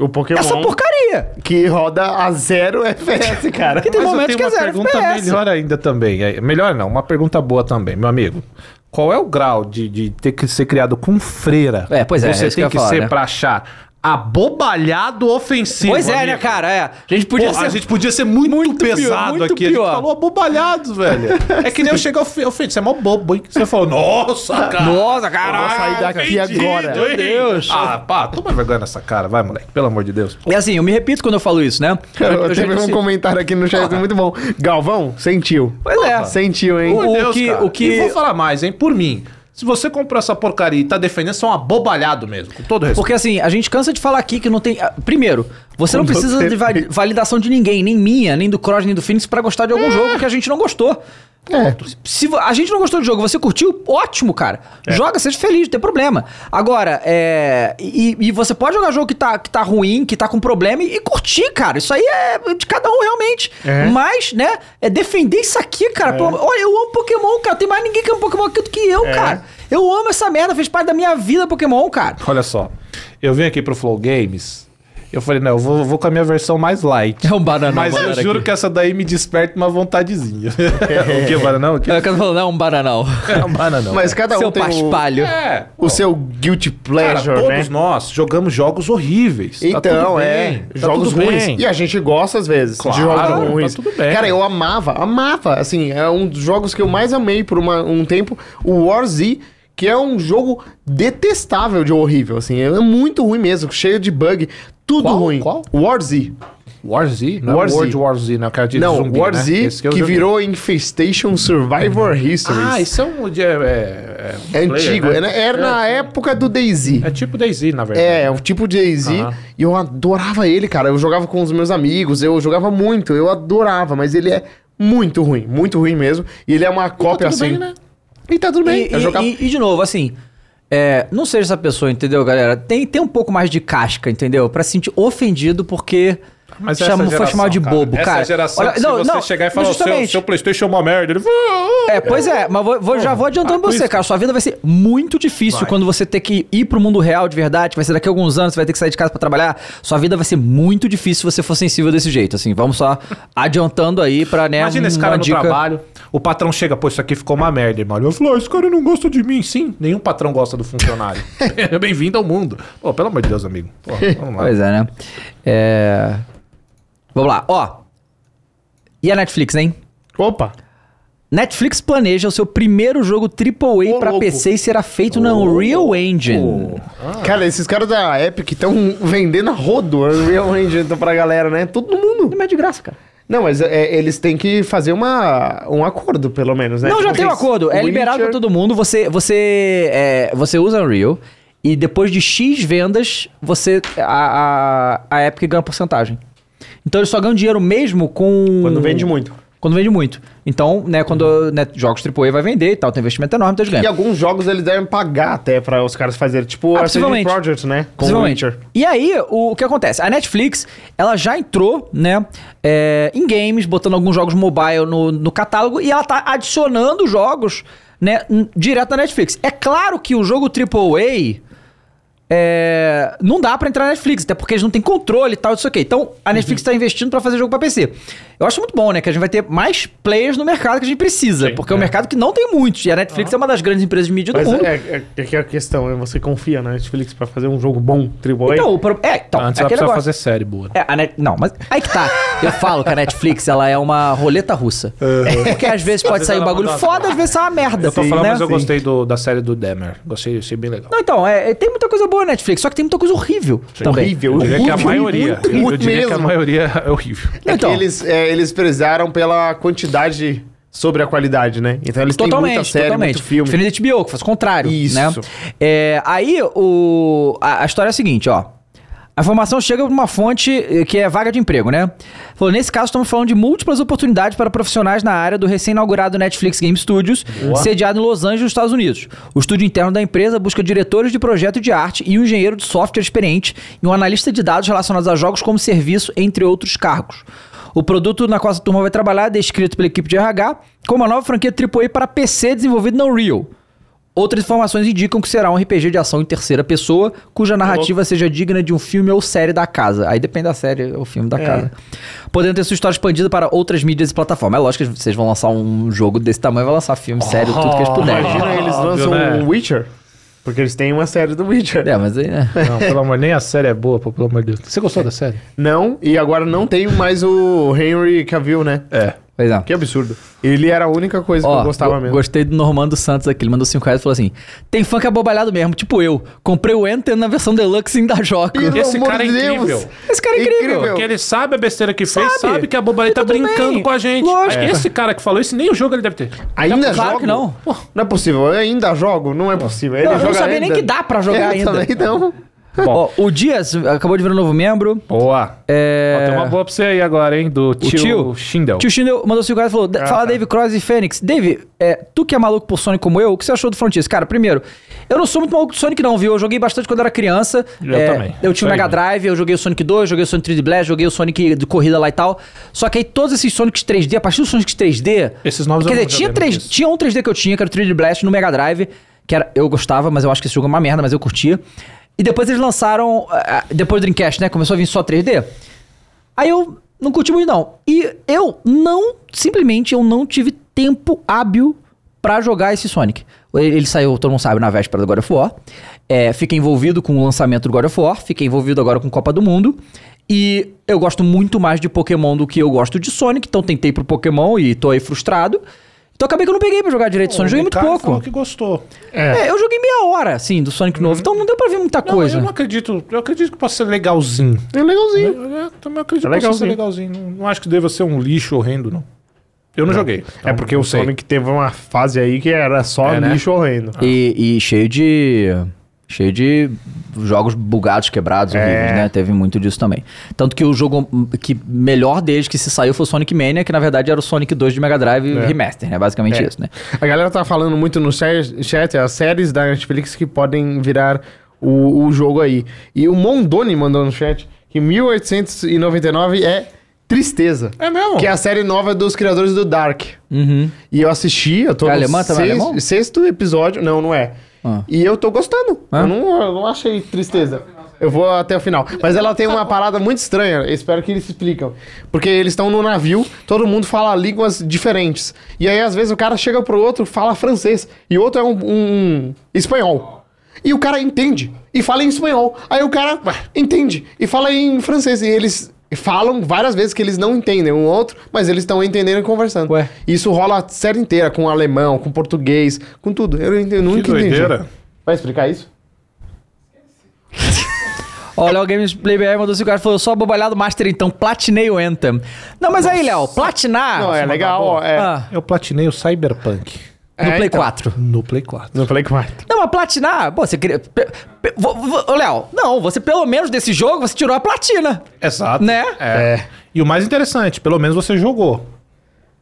Speaker 2: O Pokémon
Speaker 4: essa porcaria.
Speaker 2: que roda a zero FPS, cara.
Speaker 4: Que tem
Speaker 3: Mas eu
Speaker 4: momentos
Speaker 3: tenho
Speaker 4: que é
Speaker 3: uma
Speaker 4: zero
Speaker 3: pergunta
Speaker 4: FPS.
Speaker 3: melhor ainda também. É, Melhor não, uma pergunta boa também, meu amigo. Qual é o grau de, de ter que ser criado com freira?
Speaker 4: É, pois é, é
Speaker 3: Você
Speaker 4: isso que
Speaker 3: tem
Speaker 4: eu ia
Speaker 3: que
Speaker 4: falar,
Speaker 3: ser
Speaker 4: né?
Speaker 3: pra achar abobalhado ofensivo.
Speaker 4: pois é, né,
Speaker 3: amigo?
Speaker 4: cara? É. A gente podia
Speaker 3: Porra,
Speaker 4: ser.
Speaker 3: a gente podia ser muito, pesado
Speaker 4: muito
Speaker 3: aqui. A
Speaker 4: pior.
Speaker 3: gente falou abobalhados, velho. É que nem eu chegar ao fim. Ô, filho, Você é mó bobo, hein? Você falou, nossa, cara.
Speaker 4: Nossa,
Speaker 3: eu
Speaker 4: caralho.
Speaker 3: vou
Speaker 2: sair daqui
Speaker 3: ofendido,
Speaker 2: agora.
Speaker 3: hein?
Speaker 4: Meu Deus.
Speaker 3: Ah, pá, toma vergonha nessa cara. Vai, moleque. Pelo amor de Deus.
Speaker 4: E assim, eu me repito quando eu falo isso, né?
Speaker 2: Cara, eu
Speaker 4: já
Speaker 2: teve um
Speaker 4: disse-
Speaker 2: comentário aqui no chat muito bom. Galvão, sentiu.
Speaker 4: Pois é.
Speaker 2: Sentiu, hein?
Speaker 4: O-
Speaker 3: Por Deus,
Speaker 4: que-
Speaker 3: cara.
Speaker 4: o que-
Speaker 3: E vou falar mais, hein? Por mim. Se você comprou essa porcaria e tá defendendo, você é um abobalhado mesmo. Com todo respeito.
Speaker 4: Porque assim, a gente cansa de falar aqui que não tem. ah, Primeiro, você não precisa de va- validação de ninguém, nem minha, nem do Cross, nem do Phoenix, pra gostar de algum
Speaker 3: É.
Speaker 4: jogo que a gente não gostou.
Speaker 2: É.
Speaker 4: Se vo- a gente não gostou do jogo, você curtiu, ótimo, cara.
Speaker 3: É.
Speaker 4: Joga, seja feliz, não tem problema. Agora, é. E, e você pode jogar jogo que tá, que tá ruim, que tá com problema e, e curtir, cara. Isso aí é de cada um realmente. Mas, né, é defender isso aqui,
Speaker 3: É.
Speaker 4: cara. Pelo- olha, eu amo Pokémon, cara. Tem mais ninguém que ama Pokémon aqui do que eu, cara. Eu amo essa merda, fez parte da minha vida Pokémon, cara.
Speaker 3: Olha só. Eu vim aqui pro Flow Games. Eu falei, não, eu vou, vou com a minha versão mais light.
Speaker 8: É um bananão.
Speaker 3: Mas eu
Speaker 8: galera,
Speaker 3: juro
Speaker 8: aqui.
Speaker 3: que essa daí me desperta uma vontadezinha. o que, Bananão? O que?
Speaker 8: É, o cara falou, não, é um bananal.
Speaker 3: É um bananão.
Speaker 2: Mas cada um
Speaker 8: Seu
Speaker 2: tem o,
Speaker 8: paspalho.
Speaker 3: É.
Speaker 2: o seu guilty
Speaker 3: Cara,
Speaker 2: pleasure,
Speaker 3: todos
Speaker 2: né?
Speaker 3: nós jogamos jogos horríveis. Tá
Speaker 2: Então, é. jogos ruins. E a gente gosta, às vezes,
Speaker 3: Claro,
Speaker 2: de
Speaker 3: tá
Speaker 2: jogos ruins.
Speaker 3: tudo bem.
Speaker 2: Cara, eu amava, amava. Assim, é um dos jogos que eu mais amei por uma- um tempo, o War Z, que é um jogo detestável de horrível, assim. É muito ruim mesmo, cheio de bug, tudo
Speaker 9: Qual?
Speaker 2: ruim.
Speaker 9: Qual?
Speaker 2: War Z.
Speaker 9: War Z? Não
Speaker 2: War
Speaker 9: é
Speaker 2: Z.
Speaker 9: World War Z, não, cara de
Speaker 2: Não,
Speaker 9: zumbi,
Speaker 2: War
Speaker 9: né?
Speaker 2: Z,
Speaker 9: Esse
Speaker 2: que,
Speaker 9: eu joguei.
Speaker 2: virou Infestation Survivor Histories.
Speaker 3: é Ah, isso é um. É, é,
Speaker 2: é
Speaker 3: player,
Speaker 2: antigo.
Speaker 3: né?
Speaker 2: Era, era na época do DayZ.
Speaker 3: É tipo Daisy, na verdade.
Speaker 2: É, é um tipo de Jay-Z. E eu adorava ele, cara. Eu jogava com os meus amigos, eu jogava muito, eu adorava, mas ele é muito ruim, muito ruim mesmo. E ele é uma cópia
Speaker 9: tudo
Speaker 2: assim.
Speaker 9: bem, né?
Speaker 2: E tá tudo bem.
Speaker 4: E,
Speaker 2: eu
Speaker 4: e-
Speaker 2: jogava.
Speaker 4: e- e, de novo, assim, é, não seja essa pessoa, entendeu, galera? Tem, tem um pouco mais de casca, entendeu? Pra se sentir ofendido porque
Speaker 3: Mas
Speaker 4: chama-
Speaker 3: essa
Speaker 4: foi
Speaker 3: geração,
Speaker 4: chamado de
Speaker 3: cara,
Speaker 4: bobo,
Speaker 3: essa
Speaker 4: cara.
Speaker 3: geração,
Speaker 4: Olha,
Speaker 3: que se você chegar e
Speaker 4: mas
Speaker 3: falar, "O seu,
Speaker 4: justamente,
Speaker 3: seu Playstation é uma merda, ele...
Speaker 4: É, pois é, mas vou- vou- já vou adiantando
Speaker 3: Ah,
Speaker 4: você,
Speaker 3: isso.
Speaker 4: cara. Sua vida vai ser muito difícil quando você ter que ir pro mundo real de verdade. Vai ser daqui a alguns anos, você vai ter que sair de casa pra trabalhar. Sua vida vai ser muito difícil se você for sensível desse jeito. Assim, vamos só adiantando aí pra, né?
Speaker 3: Imagina esse
Speaker 4: uma
Speaker 3: cara no
Speaker 4: dica-
Speaker 3: trabalho, o patrão chega, pô, isso aqui ficou uma merda, irmão. Eu falo, "Ah, esse cara não gosta de mim. Sim, nenhum patrão gosta do funcionário.
Speaker 4: É,
Speaker 3: Bem-vindo ao mundo. Pô, pelo amor de Deus, amigo. Pô, vamos lá.
Speaker 4: Pois é, né? É... Vamos lá, ó. E a Netflix, hein?
Speaker 2: Opa!
Speaker 4: Netflix planeja o seu primeiro jogo AAA
Speaker 2: Ô,
Speaker 4: pra
Speaker 2: louco.
Speaker 4: PC e será feito na Unreal Engine.
Speaker 2: Ah. Cara, esses caras da Epic estão vendendo a rodo Unreal Engine pra galera, né? Todo mundo.
Speaker 4: Não é de graça, cara.
Speaker 2: Não, mas é, eles têm que fazer uma, um acordo, pelo menos, né?
Speaker 4: Não, já
Speaker 2: Tipo,
Speaker 4: tem um
Speaker 2: eles-
Speaker 4: acordo. É
Speaker 2: Witcher-
Speaker 4: liberado pra todo mundo. Você, você, é, você usa Unreal e depois de X vendas, você a, a, a Epic ganha porcentagem. Então eles só ganham dinheiro mesmo com...
Speaker 2: Quando vende muito.
Speaker 4: Quando vende muito. Então, né, quando né, jogos AAA vai vender e tal, tem investimento enorme, então eles ganham.
Speaker 2: E alguns jogos eles devem pagar até pra os caras fazerem. Tipo,
Speaker 4: Ah,
Speaker 2: Arcane
Speaker 4: possivelmente.
Speaker 2: Project, né? Com
Speaker 4: Possivelmente.
Speaker 2: Witcher.
Speaker 4: E aí, o, o que acontece? A Netflix, ela já entrou, né, é, em games, botando alguns jogos mobile no, no catálogo, e ela tá adicionando jogos, né, n- direto na Netflix. É claro que o jogo AAA é, não dá pra entrar na Netflix, até porque eles não têm controle e tal, isso aqui. Então, a Netflix tá investindo pra fazer jogo pra PC. Eu acho muito bom, né? Que a gente vai ter mais players no mercado que a gente precisa, porque é um mercado que não tem muitos. E a Netflix é uma das grandes empresas de mídia
Speaker 10: Mas
Speaker 4: do mundo.
Speaker 10: é, é, é que a questão é você confia na Netflix pra fazer um jogo bom, AAA?
Speaker 4: Então, o pro... é, então,
Speaker 3: Antes
Speaker 4: é
Speaker 3: ela
Speaker 4: aquele
Speaker 3: precisava
Speaker 4: negócio.
Speaker 3: fazer série boa. né?
Speaker 4: É, a Net- Não, mas aí que tá. Eu falo que a Netflix, ela é uma roleta russa. Porque às vezes pode
Speaker 3: vezes
Speaker 4: sair um
Speaker 3: ela
Speaker 4: bagulho
Speaker 3: manda-
Speaker 4: foda, às vezes é uma merda.
Speaker 3: Eu tô falando,
Speaker 4: né?
Speaker 3: mas eu gostei do- da série do Demer. Gostei, achei bem legal.
Speaker 4: Não, então, é, é- tem muita coisa boa na Netflix, só que tem muita coisa horrível também.
Speaker 2: É Horrível.
Speaker 3: Eu diria que é a
Speaker 2: horrível,
Speaker 3: maioria.
Speaker 2: muito,
Speaker 3: eu
Speaker 2: muito
Speaker 3: diria que a
Speaker 2: mesmo.
Speaker 3: maioria é horrível.
Speaker 2: É
Speaker 4: Então.
Speaker 2: que eles, é, eles prezaram pela quantidade sobre a qualidade, né? Então eles têm muita série, muito filme.
Speaker 4: Diferente de HBO, que faz o contrário,
Speaker 2: Isso.
Speaker 4: né? É, aí, o, a, a história é a seguinte, ó. A informação chega de uma fonte eh, que é vaga de emprego, né? Falou, nesse caso, estamos falando de múltiplas oportunidades para profissionais na área do recém-inaugurado Netflix Game Studios, sediado em Los Angeles, nos Estados Unidos. O estúdio interno da empresa busca diretores de projeto de arte e um engenheiro de software experiente e um analista de dados relacionados a jogos como serviço, entre outros cargos. O produto na qual essa turma vai trabalhar é descrito pela equipe de RH como uma nova franquia AAA para PC desenvolvida na Unreal. Outras informações indicam que será um RPG de ação em terceira pessoa, cuja
Speaker 2: Tá
Speaker 4: narrativa seja digna de um filme ou série da casa. Aí depende da série ou filme da
Speaker 2: É.
Speaker 4: casa. Podendo ter sua história expandida para outras mídias e plataformas. É lógico que vocês vão lançar um jogo desse tamanho, vai lançar filme, série, tudo que eles puderem.
Speaker 10: Imagina, eles lançam
Speaker 3: né?
Speaker 10: um Witcher, porque eles têm uma série do Witcher.
Speaker 4: É, mas aí, né?
Speaker 3: Não, pelo amor, nem a série é boa, pô, pelo amor de Deus. Você gostou da série?
Speaker 2: Não, e agora não tem mais o Henry Cavill, né?
Speaker 3: É.
Speaker 4: Pois é.
Speaker 2: Que absurdo. Ele era a única coisa que
Speaker 4: Ó,
Speaker 2: eu gostava
Speaker 4: go-
Speaker 2: mesmo.
Speaker 4: gostei do Normando Santos aqui. Ele mandou 5 reais e falou assim: Tem funk abobalhado mesmo, tipo eu. Comprei o Enter na versão deluxe e ainda jogo.
Speaker 2: Pelo
Speaker 3: Esse
Speaker 2: amor
Speaker 3: cara é
Speaker 2: de Deus.
Speaker 3: incrível.
Speaker 4: Esse cara é incrível.
Speaker 2: Incrível.
Speaker 3: Porque ele sabe a besteira que fez,
Speaker 4: Sabe.
Speaker 3: sabe que a boba aí tá
Speaker 4: tudo
Speaker 3: brincando
Speaker 4: bem.
Speaker 3: com a gente.
Speaker 4: Lógico.
Speaker 3: É. Esse cara que falou isso, nem o jogo ele deve ter.
Speaker 2: Ainda
Speaker 4: Claro
Speaker 2: jogo?
Speaker 4: que não.
Speaker 2: Não é possível. Eu ainda jogo? Não é possível. Ele
Speaker 4: eu não
Speaker 2: joga
Speaker 4: sabia nem
Speaker 2: ainda.
Speaker 4: que dá pra jogar
Speaker 2: É, eu
Speaker 4: ainda.
Speaker 2: também não.
Speaker 4: Ó, o Dias acabou de virar um novo membro.
Speaker 3: Boa.
Speaker 4: É...
Speaker 3: Ó, tem uma boa pra você aí agora, hein? Do tio,
Speaker 4: tio?
Speaker 3: Schindel.
Speaker 4: Tio Shindel mandou 5 reais e falou:
Speaker 3: Ah,
Speaker 4: "Da- Fala Dave Cross e Fênix. Dave, é, tu que é maluco por Sonic como eu, o que você achou do Frontiers? Cara, primeiro, eu não sou muito maluco do Sonic, não, viu? Eu joguei bastante quando era criança.
Speaker 3: Eu
Speaker 4: É,
Speaker 3: também.
Speaker 4: Eu tinha o
Speaker 3: Isso aí,
Speaker 4: Mega
Speaker 3: né?
Speaker 4: Drive, eu joguei o Sonic 2, joguei o Sonic 3D Blast, joguei o Sonic de corrida lá e tal. Só que aí todos esses Sonics 3D, a partir dos Sonics 3D.
Speaker 3: Esses novos
Speaker 4: Quer
Speaker 3: eu
Speaker 4: dizer,
Speaker 3: não
Speaker 4: tinha,
Speaker 3: joguei, não
Speaker 4: 3,
Speaker 3: conheço.
Speaker 4: tinha um 3D que eu tinha, que era o 3D Blast no Mega Drive, que era, eu gostava, mas eu acho que esse jogo é uma merda, mas eu curtia. E depois eles lançaram. ah, ah, Depois do Dreamcast, né? Começou a vir só 3D. Aí eu não curti muito, não. E eu não, simplesmente, eu não tive tempo hábil pra jogar esse Sonic. Ele ele saiu, todo mundo sabe, na véspera do God of War. É, fiquei envolvido com o lançamento do God of War, fiquei envolvido agora com Copa do Mundo. E eu gosto muito mais de Pokémon do que eu gosto de Sonic, então tentei pro Pokémon e tô aí frustrado. Então acabei que eu não peguei pra jogar direito Sonic, joguei muito
Speaker 3: Ricardo falou
Speaker 4: pouco.
Speaker 3: que gostou.
Speaker 4: É, eu joguei meia hora, assim, do Sonic novo, então não deu pra ver muita
Speaker 3: Não,
Speaker 4: coisa.
Speaker 3: eu não acredito. Eu acredito que possa ser legalzinho.
Speaker 2: É legalzinho.
Speaker 3: Eu, eu também acredito
Speaker 2: É
Speaker 3: que possa ser
Speaker 2: legalzinho.
Speaker 3: legalzinho. Não, não acho que deva ser um lixo horrendo, não. Eu não, joguei.
Speaker 2: É porque o
Speaker 3: Sonic
Speaker 2: Sonic teve uma fase aí que era só
Speaker 3: É, né?
Speaker 2: lixo horrendo.
Speaker 4: E, e cheio de. Cheio de jogos bugados, quebrados,
Speaker 2: É.
Speaker 4: horríveis, né? Teve muito disso também. Tanto que o jogo hum, que melhor deles que se saiu foi o Sonic Mania, que na verdade era o Sonic 2 de Mega Drive Remaster, né? Basicamente
Speaker 2: É.
Speaker 4: isso, né?
Speaker 2: A galera tá falando muito no chat, chat, as séries da Netflix que podem virar o, o jogo aí. E o Mondoni mandou no chat que 1899 é Tristeza.
Speaker 3: É mesmo?
Speaker 2: Que é a série nova dos criadores do Dark. E eu assisti, eu tô
Speaker 4: Uhum. É alemã também,
Speaker 2: seis-
Speaker 4: alemão?
Speaker 2: sexto episódio. Não, não é.
Speaker 4: Ah.
Speaker 2: E eu tô gostando.
Speaker 4: Ah.
Speaker 2: Eu, não, eu não achei tristeza. Eu vou até o final. Mas ela tem uma parada muito estranha. Eu espero que eles explicam. Porque eles estão no navio, todo mundo fala línguas diferentes. E aí, às vezes, o cara chega pro outro, fala francês. E o outro é um, um espanhol. E o cara entende. E fala em espanhol. Aí o cara entende. E fala em francês. E eles falam várias vezes que eles não entendem um outro, mas eles estão entendendo e conversando.
Speaker 4: Ué.
Speaker 2: Isso rola a série inteira, com alemão, com português, com tudo. Eu, não ent- eu nunca entendi. Vai explicar isso?
Speaker 4: Ó, o Léo Games Playboy mandou 5 reais e falou: só bobalhado Master, então platinei o Anthem. Não, mas aí, Léo, platinar.
Speaker 2: não, é legal. ó, É,
Speaker 4: Ah,
Speaker 3: Eu platinei o Cyberpunk
Speaker 4: no
Speaker 2: É,
Speaker 4: Play
Speaker 2: então.
Speaker 4: 4.
Speaker 3: no Play 4.
Speaker 2: Não falei com mais.
Speaker 4: Não, mas platinar, pô, você queria. pe- pe- vo- vo- Ô, Léo, não, você pelo menos desse jogo, você tirou a platina.
Speaker 3: Exato.
Speaker 4: Né?
Speaker 3: É. E o mais interessante, pelo menos você jogou.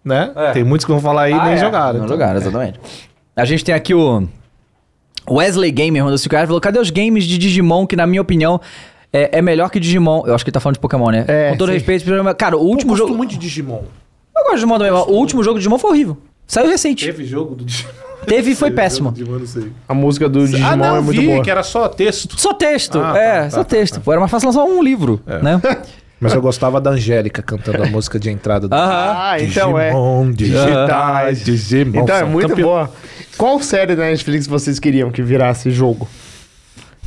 Speaker 3: Né? Tem muitos que vão falar
Speaker 4: Ah,
Speaker 3: aí e nem jogaram.
Speaker 4: No
Speaker 3: então.
Speaker 4: lugar, é. exatamente. A gente tem aqui o Wesley Gamer, mandou 5 reais, falou, cadê os games de Digimon que, na minha opinião, é, é melhor que Digimon. Eu acho que ele tá falando de Pokémon, né?
Speaker 2: É,
Speaker 4: Com todo
Speaker 2: sim.
Speaker 4: respeito, Digimon- cara, o
Speaker 3: Pô,
Speaker 4: último
Speaker 3: gosto
Speaker 4: jogo...
Speaker 3: muito de Digimon.
Speaker 4: Eu gosto de Digimon também, mas o último jogo de Digimon foi horrível. Saiu recente. Teve,
Speaker 3: Teve jogo do Digimon.
Speaker 4: e foi péssimo.
Speaker 3: Digimon, não sei.
Speaker 2: A música do Digimon
Speaker 3: Ah, não,
Speaker 2: é muito
Speaker 3: vi,
Speaker 2: boa.
Speaker 3: que era só texto.
Speaker 4: Só texto.
Speaker 3: Ah,
Speaker 4: é,
Speaker 3: tá, tá,
Speaker 4: só
Speaker 3: tá, É.
Speaker 4: texto. Pô, era mais fácil lançar um livro, né?
Speaker 3: Mas eu gostava da Angélica cantando a música de entrada do
Speaker 11: Aham.
Speaker 2: Ah, então é.
Speaker 3: Digimon, digitais, Digimon.
Speaker 2: Então é
Speaker 3: são
Speaker 2: muito
Speaker 3: campeão.
Speaker 2: boa. Qual série da Netflix vocês queriam que virasse jogo?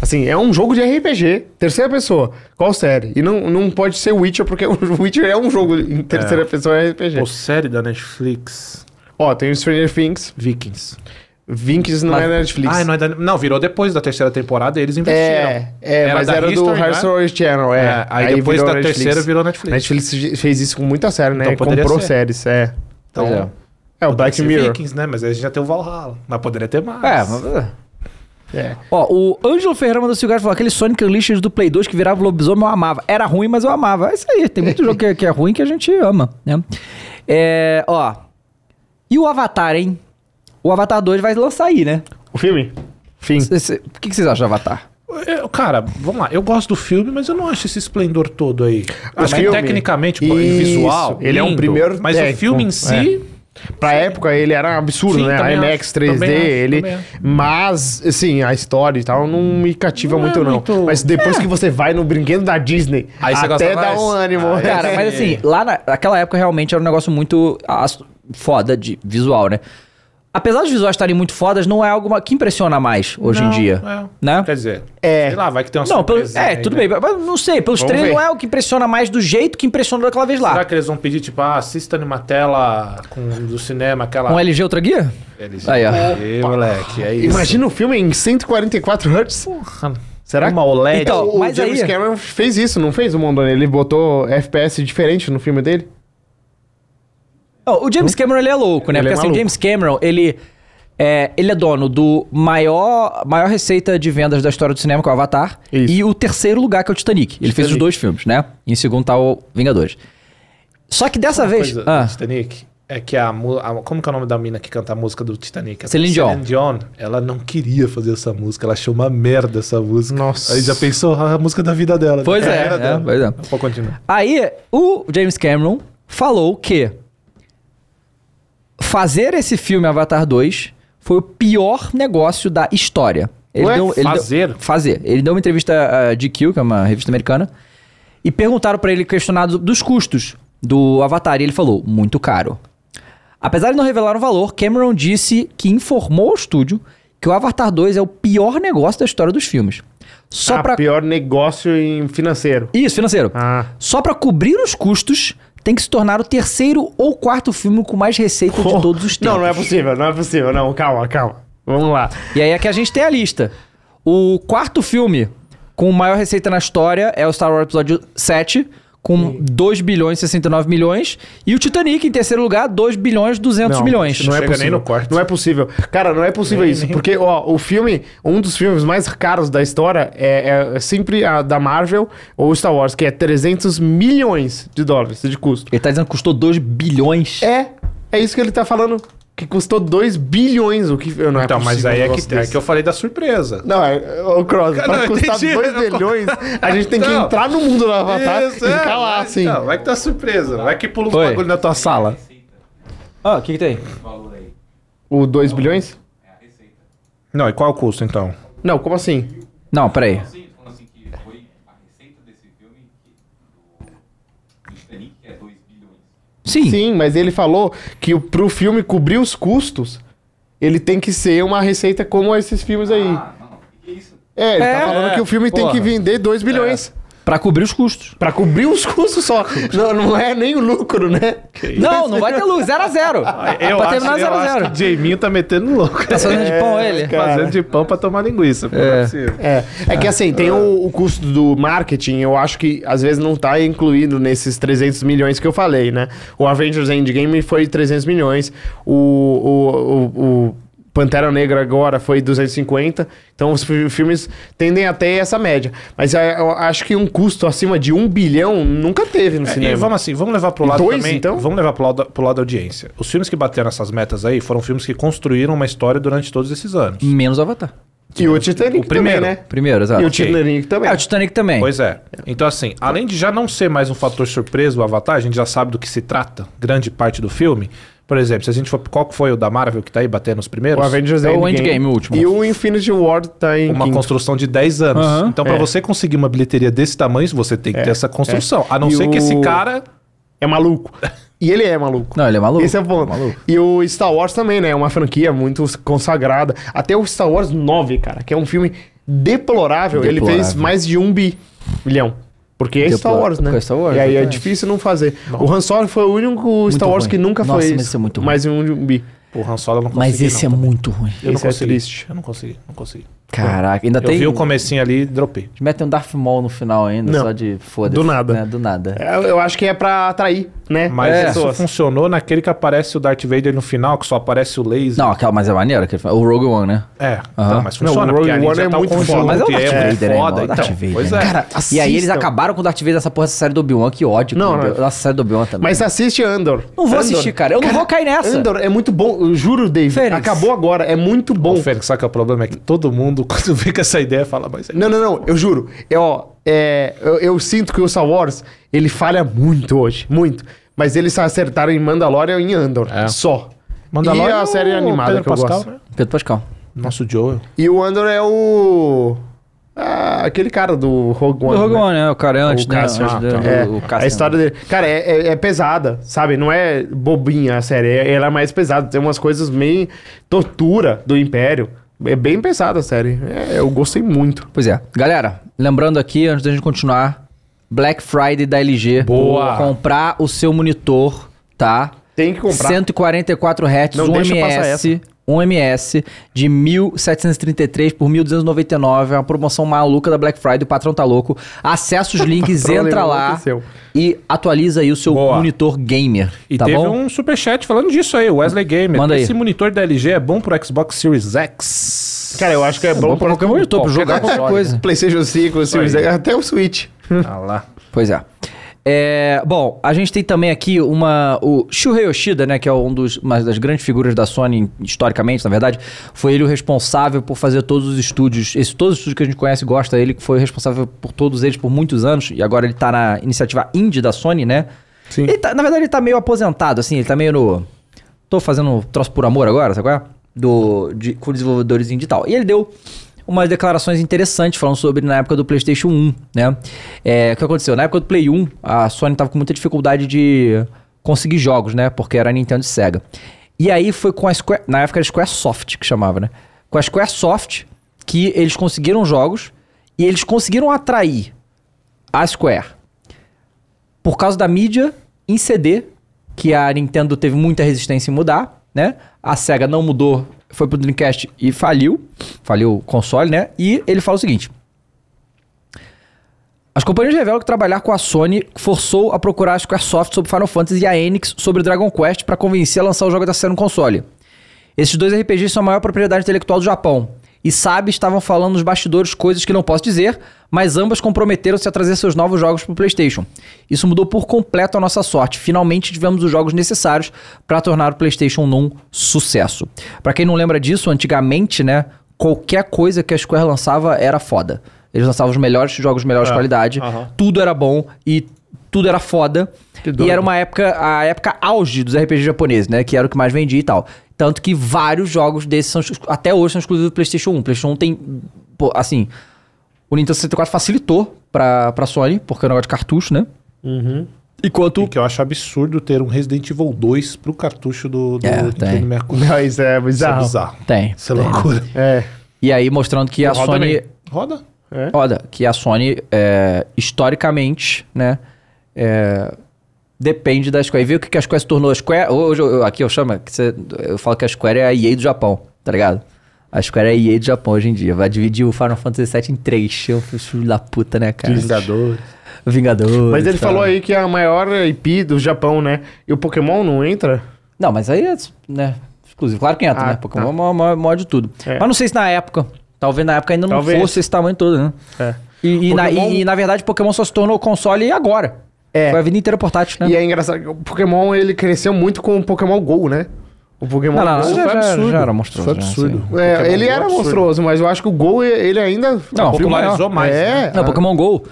Speaker 2: Assim, é um jogo de RPG, terceira pessoa. Qual série? E não, não pode ser Witcher, porque o Witcher é um jogo em terceira pessoa é RPG.
Speaker 3: Pô, série da Netflix,
Speaker 2: Ó, tem o Stranger Things.
Speaker 3: Vikings.
Speaker 2: Vinks não é Netflix.
Speaker 3: Ah, não, é da- não, virou depois da terceira temporada e eles investiram.
Speaker 2: É, é
Speaker 3: Era
Speaker 2: mas
Speaker 3: da
Speaker 2: era do
Speaker 3: History, né?
Speaker 2: High Story Channel, é.
Speaker 3: É, aí, depois
Speaker 2: virou
Speaker 3: da
Speaker 2: Netflix.
Speaker 3: terceira virou Netflix.
Speaker 2: Netflix ge- fez isso com muita série, né?
Speaker 3: Então poderia
Speaker 2: Comprou
Speaker 3: ser.
Speaker 2: séries, é.
Speaker 11: Pois
Speaker 3: Então,
Speaker 11: é.
Speaker 3: poderia
Speaker 2: É, o Black
Speaker 3: ser
Speaker 2: Mirror.
Speaker 3: Vikings, né? Mas aí a gente já tem o Valhalla. Mas poderia ter mais.
Speaker 4: É, mas-
Speaker 2: É.
Speaker 4: Ó, o Ângelo Ferreira mandou cigarro e falou: aquele Sonic Unleashed do Play 2 que virava lobisomem, eu amava. Era ruim, mas eu amava. É isso aí, tem muito jogo que, é- que é ruim que a gente ama, né? É, ó. E o Avatar, hein? O Avatar 2 vai lançar aí, né?
Speaker 2: O filme? Fim.
Speaker 4: Cê- cê- O que, que vocês acham do Avatar?
Speaker 3: Eu- É, cara, vamos lá. Eu gosto do filme, mas eu não acho esse esplendor todo aí. acho
Speaker 2: filme?
Speaker 3: que tecnicamente, pô, e
Speaker 2: Isso,
Speaker 3: visual,
Speaker 2: ele é um primeiro É,
Speaker 3: Mas o
Speaker 2: técnico,
Speaker 3: filme em si,
Speaker 2: Pra época ele era absurdo,
Speaker 3: Sim,
Speaker 2: né?
Speaker 3: também
Speaker 2: IMAX
Speaker 3: acho,
Speaker 2: 3D,
Speaker 3: também acho,
Speaker 2: ele.
Speaker 3: também acho.
Speaker 2: Mas, assim, a história e tal não me cativa
Speaker 3: Não é
Speaker 2: muito, não.
Speaker 3: muito-
Speaker 2: Mas depois
Speaker 4: É.
Speaker 2: que você vai no brinquedo da Disney,
Speaker 3: Aí você
Speaker 2: até
Speaker 3: gosta
Speaker 2: dá
Speaker 3: mais.
Speaker 2: um ânimo.
Speaker 3: Ah,
Speaker 4: Cara, mas assim, lá na- naquela época realmente era um negócio muito as- foda de visual, né? Apesar dos visuais estarem muito fodas, não é algo que impressiona mais hoje em
Speaker 3: Não,
Speaker 4: dia.
Speaker 3: é.
Speaker 4: Né?
Speaker 3: quer dizer,
Speaker 2: É.
Speaker 3: sei lá, vai que tem uma
Speaker 4: Não, pelo-
Speaker 3: surpresa
Speaker 4: é,
Speaker 3: aí,
Speaker 4: tudo
Speaker 3: né?
Speaker 4: bem. Mas não sei, pelos
Speaker 2: Vamos
Speaker 4: treinos
Speaker 2: ver.
Speaker 4: não é o que impressiona mais do jeito que impressionou daquela vez lá.
Speaker 3: Será que eles vão pedir, tipo, ah, assista numa tela com, do cinema, aquela...
Speaker 4: Um
Speaker 2: Ah.
Speaker 4: LG Ultra Guia?
Speaker 3: Eles...
Speaker 4: Aí, ó.
Speaker 3: Aí, moleque, é isso.
Speaker 2: Imagina o filme em 144 Hz.
Speaker 3: Será que... Uma OLED.
Speaker 4: Então,
Speaker 2: o
Speaker 4: mas
Speaker 2: James
Speaker 4: aí-
Speaker 2: Cameron fez isso, não fez o Mondoni? Ele botou FPS diferente no filme dele?
Speaker 4: Não, o James Cameron ele é louco, né?
Speaker 2: Ele é
Speaker 4: Porque assim, o
Speaker 2: maluco.
Speaker 4: James Cameron, ele é, ele é dono do maior, maior receita de vendas da história do cinema, que é o Avatar,
Speaker 2: Isso.
Speaker 4: e o terceiro lugar, que é o Titanic. Ele fez os
Speaker 2: Titanic.
Speaker 4: dois filmes, né? E em segundo tá o Vingadores. Só que dessa
Speaker 3: Uma
Speaker 4: vez.
Speaker 3: coisa
Speaker 4: Ah,
Speaker 3: do Titanic é que a, mu- a- Como que é o nome da mina que canta a música do Titanic?
Speaker 4: Celine Dion.
Speaker 3: Dion. Ela não queria fazer essa música, ela achou uma merda essa música.
Speaker 2: Nossa.
Speaker 3: Aí já pensou a música da vida dela.
Speaker 4: Pois
Speaker 3: da
Speaker 4: é,
Speaker 3: carreira
Speaker 4: é,
Speaker 3: dela.
Speaker 4: pois é.
Speaker 3: Pô, continua.
Speaker 4: aí, o James Cameron falou que fazer esse filme Avatar 2 foi o pior negócio da história. Ele
Speaker 2: Ué,
Speaker 4: deu- ele deu-
Speaker 3: fazer?
Speaker 4: fazer. Ele deu uma entrevista a GQ, que é uma revista americana, e perguntaram pra ele questionado dos custos do Avatar, e ele falou: "Muito caro". Apesar de não revelar o valor, Cameron disse que informou ao estúdio que o Avatar 2 é o pior negócio da história dos filmes. Só
Speaker 2: ah,
Speaker 4: pra
Speaker 2: pior negócio em financeiro.
Speaker 4: Isso, financeiro.
Speaker 2: Ah.
Speaker 4: Só pra cobrir os custos, tem que se tornar o terceiro ou quarto filme com mais receita de todos os tempos.
Speaker 2: Não, não é possível, não é possível, não. Calma, calma. Vamos lá.
Speaker 4: E aí é que a gente tem a lista. O quarto filme com maior receita na história é o Star Wars Episódio 7, com 2 bilhões e 69 milhões. E o Titanic, em terceiro lugar, 2 bilhões e 200
Speaker 2: Não,
Speaker 4: milhões.
Speaker 2: isso Não é
Speaker 3: Chega
Speaker 2: possível.
Speaker 3: nem no quarto.
Speaker 2: Não é possível. Cara, não é possível isso. Porque, ó, o filme, um dos filmes mais caros da história é, é sempre a da Marvel ou Star Wars, que é 300 milhões de dólares de custo.
Speaker 4: Ele tá dizendo que custou 2 bilhões.
Speaker 2: É, é isso que ele tá falando. Que custou 2 bilhões o que. Não é
Speaker 3: Então, mas
Speaker 2: possível um
Speaker 3: aí é
Speaker 2: negócio
Speaker 3: que, é
Speaker 2: desse.
Speaker 3: que eu falei da surpresa.
Speaker 2: Não, é, o Cross,
Speaker 3: Cara,
Speaker 2: pra
Speaker 3: não, eu
Speaker 2: custar
Speaker 3: entendi.
Speaker 2: 2 bilhões, a gente tem que
Speaker 3: Então.
Speaker 2: entrar no mundo do Avatar
Speaker 3: Isso,
Speaker 2: e
Speaker 3: é,
Speaker 2: ficar lá,
Speaker 3: vai-
Speaker 2: assim.
Speaker 3: então, vai que tá surpresa. Vai que pula um
Speaker 4: Oi.
Speaker 3: bagulho na tua sala.
Speaker 4: Ah, o que, que tem?
Speaker 12: valor aí.
Speaker 2: O 2 bilhões?
Speaker 12: É a receita.
Speaker 3: Não, e qual é o custo, então?
Speaker 2: Não, como assim?
Speaker 4: Não, peraí.
Speaker 12: Assim, falando assim que foi a receita desse filme que, do, do Titanic, que é 2 bilhões.
Speaker 4: Sim.
Speaker 2: Sim, mas ele falou que o- pro filme cobrir os custos, ele tem que ser uma receita como esses filmes aí.
Speaker 12: Ah, não. O que que é isso?
Speaker 2: É, ele tá
Speaker 4: É,
Speaker 2: falando que o filme tem
Speaker 3: porra.
Speaker 2: que vender 2 bilhões.
Speaker 4: Pra cobrir os custos.
Speaker 2: Pra cobrir os custos só. É. Não, não é nem o lucro, né?
Speaker 4: Não, não vai ter luz. 0 a 0 Ah, Pra terminar 0 a 0
Speaker 3: que o Jaminho tá metendo louco.
Speaker 4: Tá fazendo de pão ele.
Speaker 2: É, Cara.
Speaker 3: Fazendo de pão pra tomar linguiça. pô, não
Speaker 4: É.
Speaker 3: possível.
Speaker 2: É, é que assim, tem o, o custo do marketing, eu acho que às vezes não tá incluído nesses 300 milhões que eu falei, né? O Avengers Endgame foi 300 milhões, o, o, o, o Pantera Negra agora foi 250, então os fi- filmes tendem até essa média. Mas é, eu acho que um custo acima de um bilhão nunca teve no
Speaker 3: É,
Speaker 2: cinema.
Speaker 3: E vamos assim, vamos levar pro
Speaker 2: E
Speaker 3: lado
Speaker 2: dois,
Speaker 3: também.
Speaker 2: então?
Speaker 3: Vamos levar pro lado, pro lado da audiência. Os filmes que bateram essas metas aí foram filmes que construíram uma história durante todos esses anos.
Speaker 2: Hum.
Speaker 4: Menos o Avatar.
Speaker 2: E o Titanic
Speaker 3: O primeiro.
Speaker 2: também, né?
Speaker 4: Primeiro, exato.
Speaker 2: E o Titanic também.
Speaker 4: É, o Titanic também.
Speaker 3: Pois é. Então, assim, além de já não ser mais um fator surpresa o Avatar, a gente já sabe do que se trata, grande parte do filme,
Speaker 5: Por exemplo, se a gente for. Qual que foi o da Marvel que tá aí batendo os
Speaker 13: O
Speaker 5: primeiros?
Speaker 13: Avengers
Speaker 4: É
Speaker 13: é
Speaker 4: o Endgame, o último.
Speaker 2: E o Infinity War tá em
Speaker 5: Uma
Speaker 2: quinto.
Speaker 5: construção de 10 anos.
Speaker 4: Aham.
Speaker 5: Então, pra
Speaker 13: É.
Speaker 5: você conseguir uma bilheteria desse tamanho, você tem que ter essa construção. A não
Speaker 2: É, E
Speaker 5: ser que esse
Speaker 2: o-
Speaker 5: cara.
Speaker 2: É maluco. E ele é maluco.
Speaker 4: Não, ele é maluco.
Speaker 2: Esse é o ponto. e o Star Wars também, né? É uma franquia muito consagrada. Até o Star Wars 9, cara, que é um filme deplorável. Ele
Speaker 4: Deplorável.
Speaker 2: fez mais de um bilhão. Porque é Star
Speaker 4: Deplor-
Speaker 2: Wars, né?
Speaker 4: porque é Star Wars,
Speaker 2: e aí é
Speaker 4: exatamente.
Speaker 2: difícil não fazer. O Han Solo foi o único Star Wars
Speaker 4: ruim.
Speaker 2: que nunca
Speaker 4: Nossa,
Speaker 2: foi
Speaker 4: mas esse é muito ruim.
Speaker 2: mais de um bi.
Speaker 5: O Han Solo eu não consegui.
Speaker 4: Mas esse
Speaker 5: não,
Speaker 4: é muito ruim.
Speaker 5: Eu não
Speaker 2: esse é
Speaker 5: consegui.
Speaker 2: triste.
Speaker 5: Eu não consegui, não consegui.
Speaker 4: Caraca, ainda
Speaker 5: Eu
Speaker 4: tem.
Speaker 5: vi o comecinho ali e dropei.
Speaker 4: Eles metem um Darth Maul no final ainda,
Speaker 2: Não.
Speaker 4: só de foda-se.
Speaker 2: Do nada.
Speaker 4: né? Do nada.
Speaker 2: É, Eu acho que é pra atrair, né?
Speaker 5: Mas
Speaker 4: É.
Speaker 2: as
Speaker 5: isso
Speaker 2: pessoas.
Speaker 5: funcionou naquele que aparece o Darth Vader no final, que só aparece o laser.
Speaker 4: Não, aquela, mas é maneiro. aquele- O Rogue One, né?
Speaker 5: É,
Speaker 4: Aham.
Speaker 5: então, mas funciona,
Speaker 2: Não, o
Speaker 5: porque
Speaker 2: Rogue
Speaker 5: ali
Speaker 2: One
Speaker 5: já
Speaker 2: é
Speaker 5: tá o
Speaker 2: muito
Speaker 5: conjunto,
Speaker 2: foda.
Speaker 4: Mas é o
Speaker 3: um
Speaker 5: e
Speaker 4: Darth Vader, né,
Speaker 5: foda,
Speaker 4: irmão?
Speaker 5: então.
Speaker 4: Darth Vader,
Speaker 5: pois é.
Speaker 4: né?
Speaker 2: Cara,
Speaker 4: E aí eles
Speaker 2: assistam.
Speaker 4: acabaram com o Darth Vader essa porra dessa série do Obi-Wan, que ódio.
Speaker 2: Não,
Speaker 4: cara.
Speaker 2: não.
Speaker 4: Nossa, série do Obi-Wan também.
Speaker 2: Mas assiste Andor.
Speaker 4: Não vou
Speaker 2: Andor.
Speaker 4: assistir, cara. Eu não vou cair nessa.
Speaker 2: Andor é muito bom, eu juro, David.
Speaker 4: Fênix.
Speaker 2: Acabou agora, é muito bom.
Speaker 5: Ô, Fênix, sabe que é o problema? É que todo mundo, quando vê com essa ideia, fala, mas é
Speaker 2: Não, não, não, eu juro. É, ó, é, eu, eu sinto que o Star Wars, ele falha muito hoje, muito. Mas eles acertaram em Mandalorian e em Andor,
Speaker 5: É.
Speaker 2: só.
Speaker 5: Mandalorian
Speaker 2: e a série
Speaker 5: é o
Speaker 2: animada
Speaker 5: Pedro
Speaker 2: que eu
Speaker 5: Pascal,
Speaker 2: gosto.
Speaker 5: né?
Speaker 4: Pedro Pascal.
Speaker 5: Nosso Joel.
Speaker 2: E o Andor é o... ah, aquele cara do Rogue One.
Speaker 4: O Rogue
Speaker 2: né?
Speaker 4: One, né? O cara antes,
Speaker 2: O
Speaker 4: né?
Speaker 2: Cassian,
Speaker 4: Antes do-
Speaker 2: É,
Speaker 4: o
Speaker 2: a
Speaker 4: Cassian.
Speaker 2: história dele. Cara, é, é- é pesada, sabe? Não é bobinha a série. é- Ela é mais pesada. Tem umas coisas meio tortura do Império. É bem pesada a série. É, eu gostei muito.
Speaker 4: Pois é. Galera, lembrando aqui, antes da gente continuar, Black Friday da LG.
Speaker 5: Boa.
Speaker 4: Comprar o seu monitor, tá?
Speaker 2: Tem que comprar.
Speaker 4: 144 Hz,
Speaker 2: Não
Speaker 4: 1
Speaker 2: deixa eu passar
Speaker 4: MS, 1 MS um de 1.733 por 1.299. É uma promoção maluca da Black Friday, o patrão tá louco. Acessa os links,
Speaker 2: patrão
Speaker 4: entra
Speaker 2: lembrou,
Speaker 4: lá
Speaker 2: aconteceu.
Speaker 4: e atualiza aí o seu
Speaker 5: Boa.
Speaker 4: monitor gamer,
Speaker 5: E
Speaker 4: tá
Speaker 5: teve
Speaker 4: bom?
Speaker 5: um superchat falando disso aí, o Wesley Gamer.
Speaker 4: Manda aí.
Speaker 5: Esse monitor da LG é bom pro Xbox Series X.
Speaker 2: Cara, eu acho que é bom, pra
Speaker 4: qualquer monitor, pra jogar qualquer coisa.
Speaker 2: PlayStation 5, Series X, até o Switch.
Speaker 5: Ah lá.
Speaker 4: Pois é. É, bom, a gente tem também aqui uma. O Shuhei Yoshida, né? Que é um dos, uma das grandes figuras da Sony, historicamente, na verdade. Foi ele o responsável por fazer todos os estúdios. Esse, todos os estúdios que a gente conhece e gosta, ele que foi o responsável por todos eles por muitos anos. E agora ele tá na iniciativa indie da Sony, né? Sim. na verdade, ele tá meio aposentado, assim. Ele tá meio no. Tô fazendo um troço por amor agora, sabe qual é? Do, de, com desenvolvedores indie e tal. E ele deu umas declarações interessantes falando sobre na época do PlayStation 1, né? É, o que aconteceu? Na época do Play 1, a Sony tava com muita dificuldade de conseguir jogos, né? Porque era Nintendo e Sega. E aí foi com a Square... Na época era Squaresoft que chamava, né? Com a Squaresoft que eles conseguiram jogos e eles conseguiram atrair a Square por causa da mídia em CD, que a Nintendo teve muita resistência em mudar, né? A SEGA não mudou, foi pro Dreamcast e faliu. Faliu o console, né? E ele fala o seguinte. As companhias revelam que trabalhar com a Sony forçou a procurar a Squaresoft sobre Final Fantasy e a Enix sobre Dragon Quest para convencer a lançar o jogo da série no console. Esses dois RPGs são a maior propriedade intelectual do Japão. E sabe, estavam falando nos bastidores coisas que não posso dizer, mas ambas comprometeram-se a trazer seus novos jogos para o PlayStation. Isso mudou por completo a nossa sorte. Finalmente tivemos os jogos necessários para tornar o PlayStation um sucesso. Para quem não lembra disso, antigamente, né, qualquer coisa que a Square lançava era foda. Eles lançavam os melhores jogos, de melhor qualidade, tudo era bom e tudo era foda. E era uma época, a época auge dos RPG japoneses, né? Que era o que mais vendia e tal. Tanto que vários jogos desses são, exclu- até hoje são exclusivos do PlayStation 1. O PlayStation 1 tem, pô, assim, o Nintendo 64 facilitou pra, pra Sony, porque é um negócio de cartucho, né? Enquanto
Speaker 5: E que eu acho absurdo ter um Resident Evil 2 pro cartucho do, do
Speaker 4: É, tem.
Speaker 5: Nintendo Mercúrio.
Speaker 2: Mas é
Speaker 5: Isso é
Speaker 2: bizarro.
Speaker 5: bizarro.
Speaker 4: tem.
Speaker 5: Isso é loucura.
Speaker 2: É.
Speaker 4: E aí mostrando que a
Speaker 13: Roda
Speaker 4: Sony
Speaker 13: bem.
Speaker 5: Roda.
Speaker 4: Olha, que a Sony, é, historicamente, né? é, depende da Square. E viu o que, que a Square se tornou? A Square, hoje eu, eu- aqui eu chamo, que você- eu falo que a Square é a EA do Japão, tá ligado? A Square é a EA do Japão hoje em dia. Vai dividir o Final Fantasy VII em três. Eu fui filho da puta, né, cara? tá.
Speaker 2: Vingador.
Speaker 4: Vingador.
Speaker 2: Mas ele falou aí que é a maior IP do Japão, né? E o Pokémon não entra?
Speaker 4: Não, mas aí é, né? Exclusivo. Claro que entra,
Speaker 2: Ah,
Speaker 4: né? Pokémon é o maior- maior, maior de tudo.
Speaker 2: É.
Speaker 4: Mas não sei se na época. Talvez na época ainda não
Speaker 2: Talvez.
Speaker 4: fosse esse tamanho todo, né?
Speaker 2: É.
Speaker 4: E, e na,
Speaker 2: Pokémon-
Speaker 4: e- e, na verdade, Pokémon só se tornou console agora.
Speaker 2: É.
Speaker 4: Foi a vida inteira portátil, né?
Speaker 2: E é engraçado que o Pokémon, ele cresceu muito com o Pokémon GO, né? O Pokémon
Speaker 4: Não, não,
Speaker 2: Go...
Speaker 4: não,
Speaker 5: Isso
Speaker 4: já,
Speaker 5: foi
Speaker 4: já,
Speaker 5: absurdo.
Speaker 4: já era
Speaker 5: Isso
Speaker 4: monstruoso.
Speaker 5: é
Speaker 4: né,
Speaker 5: absurdo.
Speaker 4: assim.
Speaker 2: É,
Speaker 5: Pokémon Go
Speaker 2: ele
Speaker 5: é
Speaker 2: era
Speaker 5: absurdo.
Speaker 2: monstruoso, mas eu acho que o Gol, ele ainda...
Speaker 4: Não,
Speaker 5: Popularizou mais.
Speaker 2: É.
Speaker 5: né?
Speaker 4: um- Assim. Não, Pokémon GO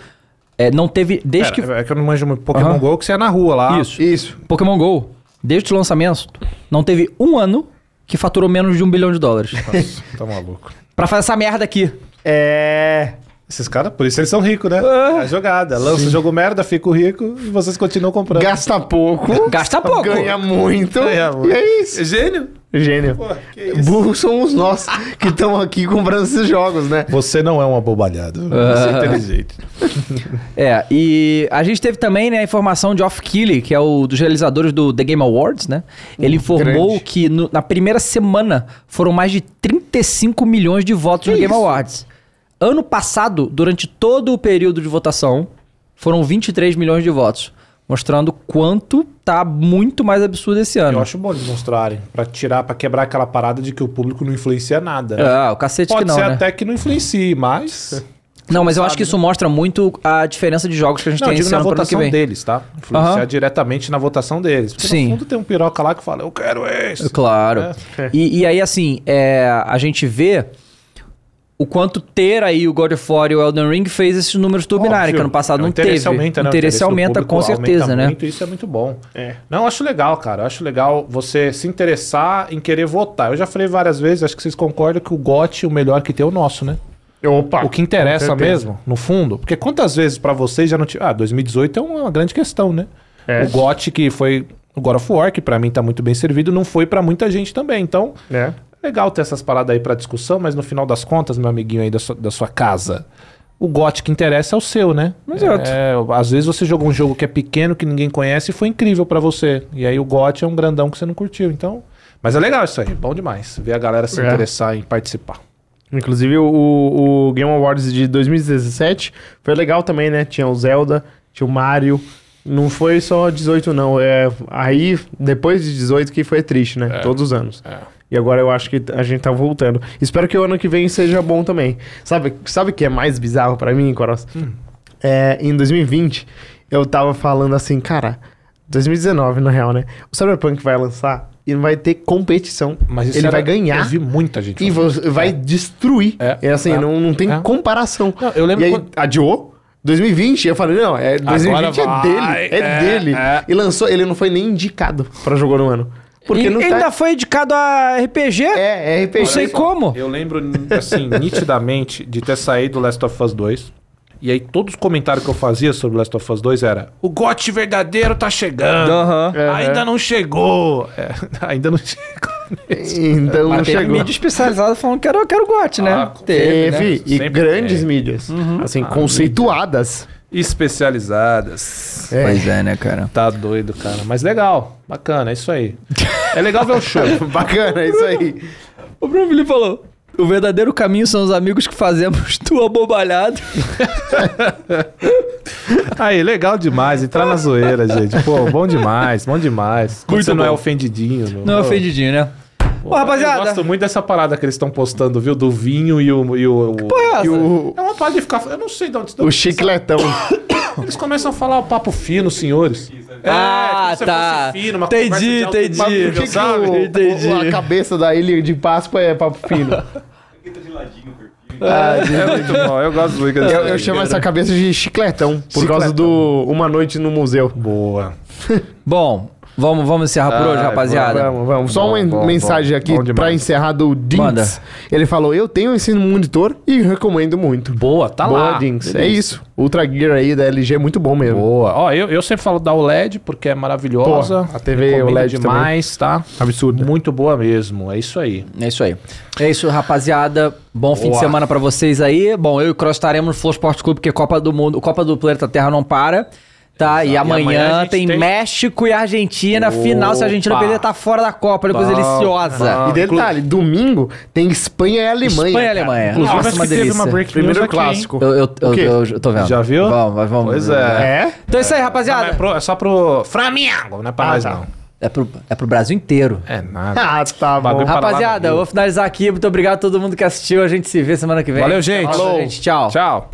Speaker 4: é, não teve... Desde
Speaker 5: Pera,
Speaker 4: que...
Speaker 5: É que eu não manjo muito Pokémon
Speaker 4: Aham.
Speaker 3: Ah,
Speaker 5: Go, que você é na rua lá.
Speaker 4: Isso.
Speaker 2: Isso.
Speaker 4: Pokémon GO desde o lançamento, não teve um ano que faturou menos de um bilhão de dólares.
Speaker 3: Tá maluco.
Speaker 4: Pra fazer essa merda aqui.
Speaker 2: É.
Speaker 3: Esses caras, por isso eles são ricos, né? É a jogada. Lança o jogo merda, fico rico e vocês continuam comprando.
Speaker 1: Gasta pouco,
Speaker 4: Gasta pouco.
Speaker 1: ganha muito.
Speaker 3: Ganha muito.
Speaker 1: E é isso.
Speaker 3: Gênio.
Speaker 1: Gênio.
Speaker 3: Pô, que isso.
Speaker 1: Burros somos nós que estamos aqui comprando esses jogos, né?
Speaker 3: Você não é um abobalhado. Você é inteligente.
Speaker 4: É, e a gente teve também né, a informação de Off Keighley, que é o dos realizadores do The Game Awards, né?
Speaker 3: Hum,
Speaker 4: Ele informou
Speaker 1: grande.
Speaker 4: que no- na primeira semana foram mais de 35 milhões de votos no Game Awards. Ano passado, durante todo o período de votação, foram 23 milhões de votos. Mostrando quanto tá muito mais absurdo esse ano.
Speaker 3: Eu acho bom eles mostrarem. Pra tirar, pra quebrar aquela parada de que o público não influencia nada. né?
Speaker 4: Ah, o cacete
Speaker 3: Pode
Speaker 4: que não,
Speaker 3: ser
Speaker 4: né?
Speaker 3: até que não influencie, mas.
Speaker 4: Não, mas eu acho que isso mostra muito a diferença de jogos que a gente
Speaker 3: Não, eu
Speaker 4: tem
Speaker 3: digo
Speaker 4: esse
Speaker 3: na
Speaker 4: ano pro ano que
Speaker 3: votação
Speaker 4: vem.
Speaker 3: deles, tá? Influenciar
Speaker 4: Aham.
Speaker 3: diretamente na votação deles. Porque
Speaker 4: Sim.
Speaker 3: no fundo tem um piroca lá que fala, eu quero esse.
Speaker 4: Claro.
Speaker 3: É,
Speaker 4: E, e aí, assim, é, a gente vê o quanto ter aí o God of War e o Elden Ring fez esses números turbinarem,
Speaker 3: Óbvio.
Speaker 4: que ano passado
Speaker 3: É, o
Speaker 4: não
Speaker 3: interesse
Speaker 4: teve.
Speaker 3: Aumenta,
Speaker 4: o
Speaker 3: né?
Speaker 4: interesse aumenta,
Speaker 3: do
Speaker 4: com
Speaker 3: público
Speaker 4: certeza,
Speaker 3: aumenta
Speaker 4: né?
Speaker 3: Muito, isso é muito bom. Não, eu acho legal, cara. Eu acho legal você se interessar em querer votar. Eu já falei várias vezes, acho que vocês concordam que o GOT, o melhor que tem é o nosso, né?
Speaker 2: Ah,
Speaker 1: Opa.
Speaker 3: O que interessa
Speaker 1: com certeza.
Speaker 3: mesmo, no fundo. Porque quantas vezes pra vocês já não tinha. Ah, 2018 é uma grande questão, né?
Speaker 2: É.
Speaker 3: O GOT, que foi o God of War, que pra mim tá muito bem servido, não foi pra muita gente também. Então,
Speaker 1: né?
Speaker 2: É.
Speaker 3: Legal ter essas paradas aí pra discussão, mas no final das contas, meu amiguinho aí da sua, da sua casa, o gote que interessa é o seu, né?
Speaker 4: Exato.
Speaker 3: É, às vezes você jogou um jogo que é pequeno, que ninguém conhece e foi incrível pra você. E aí o gote é um grandão que você não curtiu, então... Mas é legal isso aí, bom demais. Ver a galera se
Speaker 2: É.
Speaker 3: interessar em participar.
Speaker 2: Inclusive, o, o Game Awards de 2017 foi legal também, né? Tinha o Zelda, tinha o Mario. Não foi só 18, não. É, aí, depois de 18, que foi triste, né?
Speaker 3: É.
Speaker 2: Todos os anos. E agora eu acho que a gente tá voltando. Espero que o ano que vem seja bom também. Sabe sabe o que é mais bizarro pra mim, Coros?
Speaker 3: Hum.
Speaker 2: É, em 2020, eu tava falando assim, cara, 2019 na real, né? O Cyberpunk vai lançar e não vai ter competição.
Speaker 3: Mas isso
Speaker 2: Ele
Speaker 3: era-
Speaker 2: vai ganhar.
Speaker 3: Eu vi muita gente.
Speaker 2: E
Speaker 3: falando.
Speaker 2: você vai destruir.
Speaker 3: É.
Speaker 2: É, assim,
Speaker 3: É.
Speaker 2: Não, não tem
Speaker 3: É.
Speaker 2: comparação.
Speaker 3: Não, eu lembro
Speaker 2: e aí,
Speaker 3: quando-
Speaker 2: adiou. 2020, eu falei, não, é, 2020 é
Speaker 3: vai,
Speaker 2: dele. É,
Speaker 3: é,
Speaker 2: dele.
Speaker 3: é.
Speaker 2: E lançou, ele não foi nem indicado pra jogo no ano. Porque
Speaker 4: E
Speaker 2: não tá...
Speaker 4: ainda foi indicado a RPG?
Speaker 2: É, é RPG.
Speaker 4: não sei como.
Speaker 3: Eu lembro, assim, nitidamente de ter saído Last of Us 2. E aí todos os comentários que eu fazia sobre Last of Us 2 era o gote verdadeiro tá chegando.
Speaker 4: Aham.
Speaker 2: É,
Speaker 3: Ainda não chegou. É, ainda não chegou.
Speaker 2: Então não
Speaker 4: Mas teve
Speaker 2: chegou.
Speaker 4: mídia especializada falando que era, que era o GOT, né?
Speaker 3: Ah,
Speaker 4: teve. né?
Speaker 2: Teve, e
Speaker 3: Sempre Uhum. Ah,
Speaker 2: grandes mídias. Assim, conceituadas.
Speaker 3: Especializadas.
Speaker 4: Pois é, né, cara?
Speaker 3: Tá doido, cara. Mas legal. Bacana, é isso aí. É legal ver o show.
Speaker 1: Bacana, é isso aí.
Speaker 4: O Bruno Felipe falou: o verdadeiro caminho são os amigos que fazemos do abobalhado.
Speaker 3: Aí, legal demais. Entrar na zoeira, gente. Pô, bom demais, bom demais. Quando
Speaker 4: Muito
Speaker 3: você não é
Speaker 4: bom.
Speaker 3: ofendidinho.
Speaker 4: Não é ofendidinho, né? Pô,
Speaker 3: Eu
Speaker 4: rapaziada.
Speaker 3: gosto muito dessa parada que eles estão postando, viu? Do vinho e o. E o,
Speaker 4: é
Speaker 3: e
Speaker 4: essa?
Speaker 3: o- é uma parada de ficar. Eu não sei de onde.
Speaker 1: O chicletão.
Speaker 3: Eles começam a falar o papo fino, senhores. É,
Speaker 4: Ah,
Speaker 3: tipo, se
Speaker 4: tá.
Speaker 3: fosse fino, uma
Speaker 4: Entendi,
Speaker 3: conversa de alto
Speaker 4: entendi.
Speaker 3: nível,
Speaker 1: Por que que
Speaker 3: sabe?
Speaker 1: o-
Speaker 4: Entendi.
Speaker 1: o- a cabeça da ilha de Páscoa é papo fino?
Speaker 6: Porque tá de ladinho o perfil.
Speaker 3: É muito bom, eu gosto do
Speaker 1: Eu, eu chamo essa cabeça de chicletão por causa do Uma Noite no Museu.
Speaker 3: Boa.
Speaker 4: Bom, vamos, vamos encerrar por
Speaker 3: Ah,
Speaker 4: hoje, rapaziada.
Speaker 1: Vamos, vamos. Só
Speaker 3: Bom,
Speaker 1: uma en-
Speaker 3: bom,
Speaker 1: mensagem
Speaker 3: bom.
Speaker 1: aqui
Speaker 3: Bom
Speaker 1: pra
Speaker 3: demais.
Speaker 1: encerrar do
Speaker 4: Manda.
Speaker 1: Dinks. Ele falou: Eu tenho esse monitor e recomendo muito.
Speaker 3: Boa, tá
Speaker 1: Boa,
Speaker 3: lá.
Speaker 1: Dinks. É isso. Ultra Gear aí da LG é muito bom mesmo.
Speaker 3: Boa. Ó, eu, eu sempre falo da OLED porque é maravilhosa.
Speaker 1: Pô, a TV
Speaker 3: Recomendo
Speaker 1: OLED
Speaker 3: demais, tá?
Speaker 1: Absurdo.
Speaker 3: Muito boa mesmo. É isso aí.
Speaker 4: É isso aí. É isso, rapaziada. Bom fim de
Speaker 3: Boa.
Speaker 4: semana pra vocês aí. Bom, eu e o Cross estaremos no Flow Esporte Clube, porque Copa do Mundo, Copa do Planeta Terra não para. Tá, e amanhã,
Speaker 3: amanhã a gente
Speaker 4: tem,
Speaker 3: tem-
Speaker 4: México e Argentina. Final, se a Argentina
Speaker 3: Opa.
Speaker 4: perder, tá fora da Copa. Olha que coisa
Speaker 3: Bom,
Speaker 4: deliciosa.
Speaker 1: E detalhe: domingo tem Espanha e Alemanha.
Speaker 4: Espanha e
Speaker 1: cara.
Speaker 4: Alemanha.
Speaker 3: Inclusive,
Speaker 4: Nossa,
Speaker 3: acho
Speaker 4: uma
Speaker 3: que teve
Speaker 4: delícia.
Speaker 3: uma break news
Speaker 1: Primeiro
Speaker 3: aqui,
Speaker 1: clássico.
Speaker 4: Eu, eu, eu,
Speaker 1: O quê?
Speaker 4: eu- eu tô vendo.
Speaker 3: Já viu?
Speaker 4: Vamos, mas vamos.
Speaker 3: Pois é.
Speaker 1: É?
Speaker 4: Então é isso aí,
Speaker 3: Não, é,
Speaker 4: rapaziada.
Speaker 3: pro- é só pro Flamengo, não é pra
Speaker 1: Ah,
Speaker 3: nós
Speaker 1: tá.
Speaker 3: não.
Speaker 4: É pro, é pro Brasil inteiro.
Speaker 3: É nada.
Speaker 1: Ah, tá bom.
Speaker 3: Bagulho pra-
Speaker 4: Rapaziada,
Speaker 3: lá no
Speaker 4: eu vou finalizar aqui. Muito obrigado a todo mundo que assistiu. A gente se vê semana que vem.
Speaker 3: Valeu, gente.
Speaker 4: Falou, gente. Tchau.
Speaker 3: Tchau.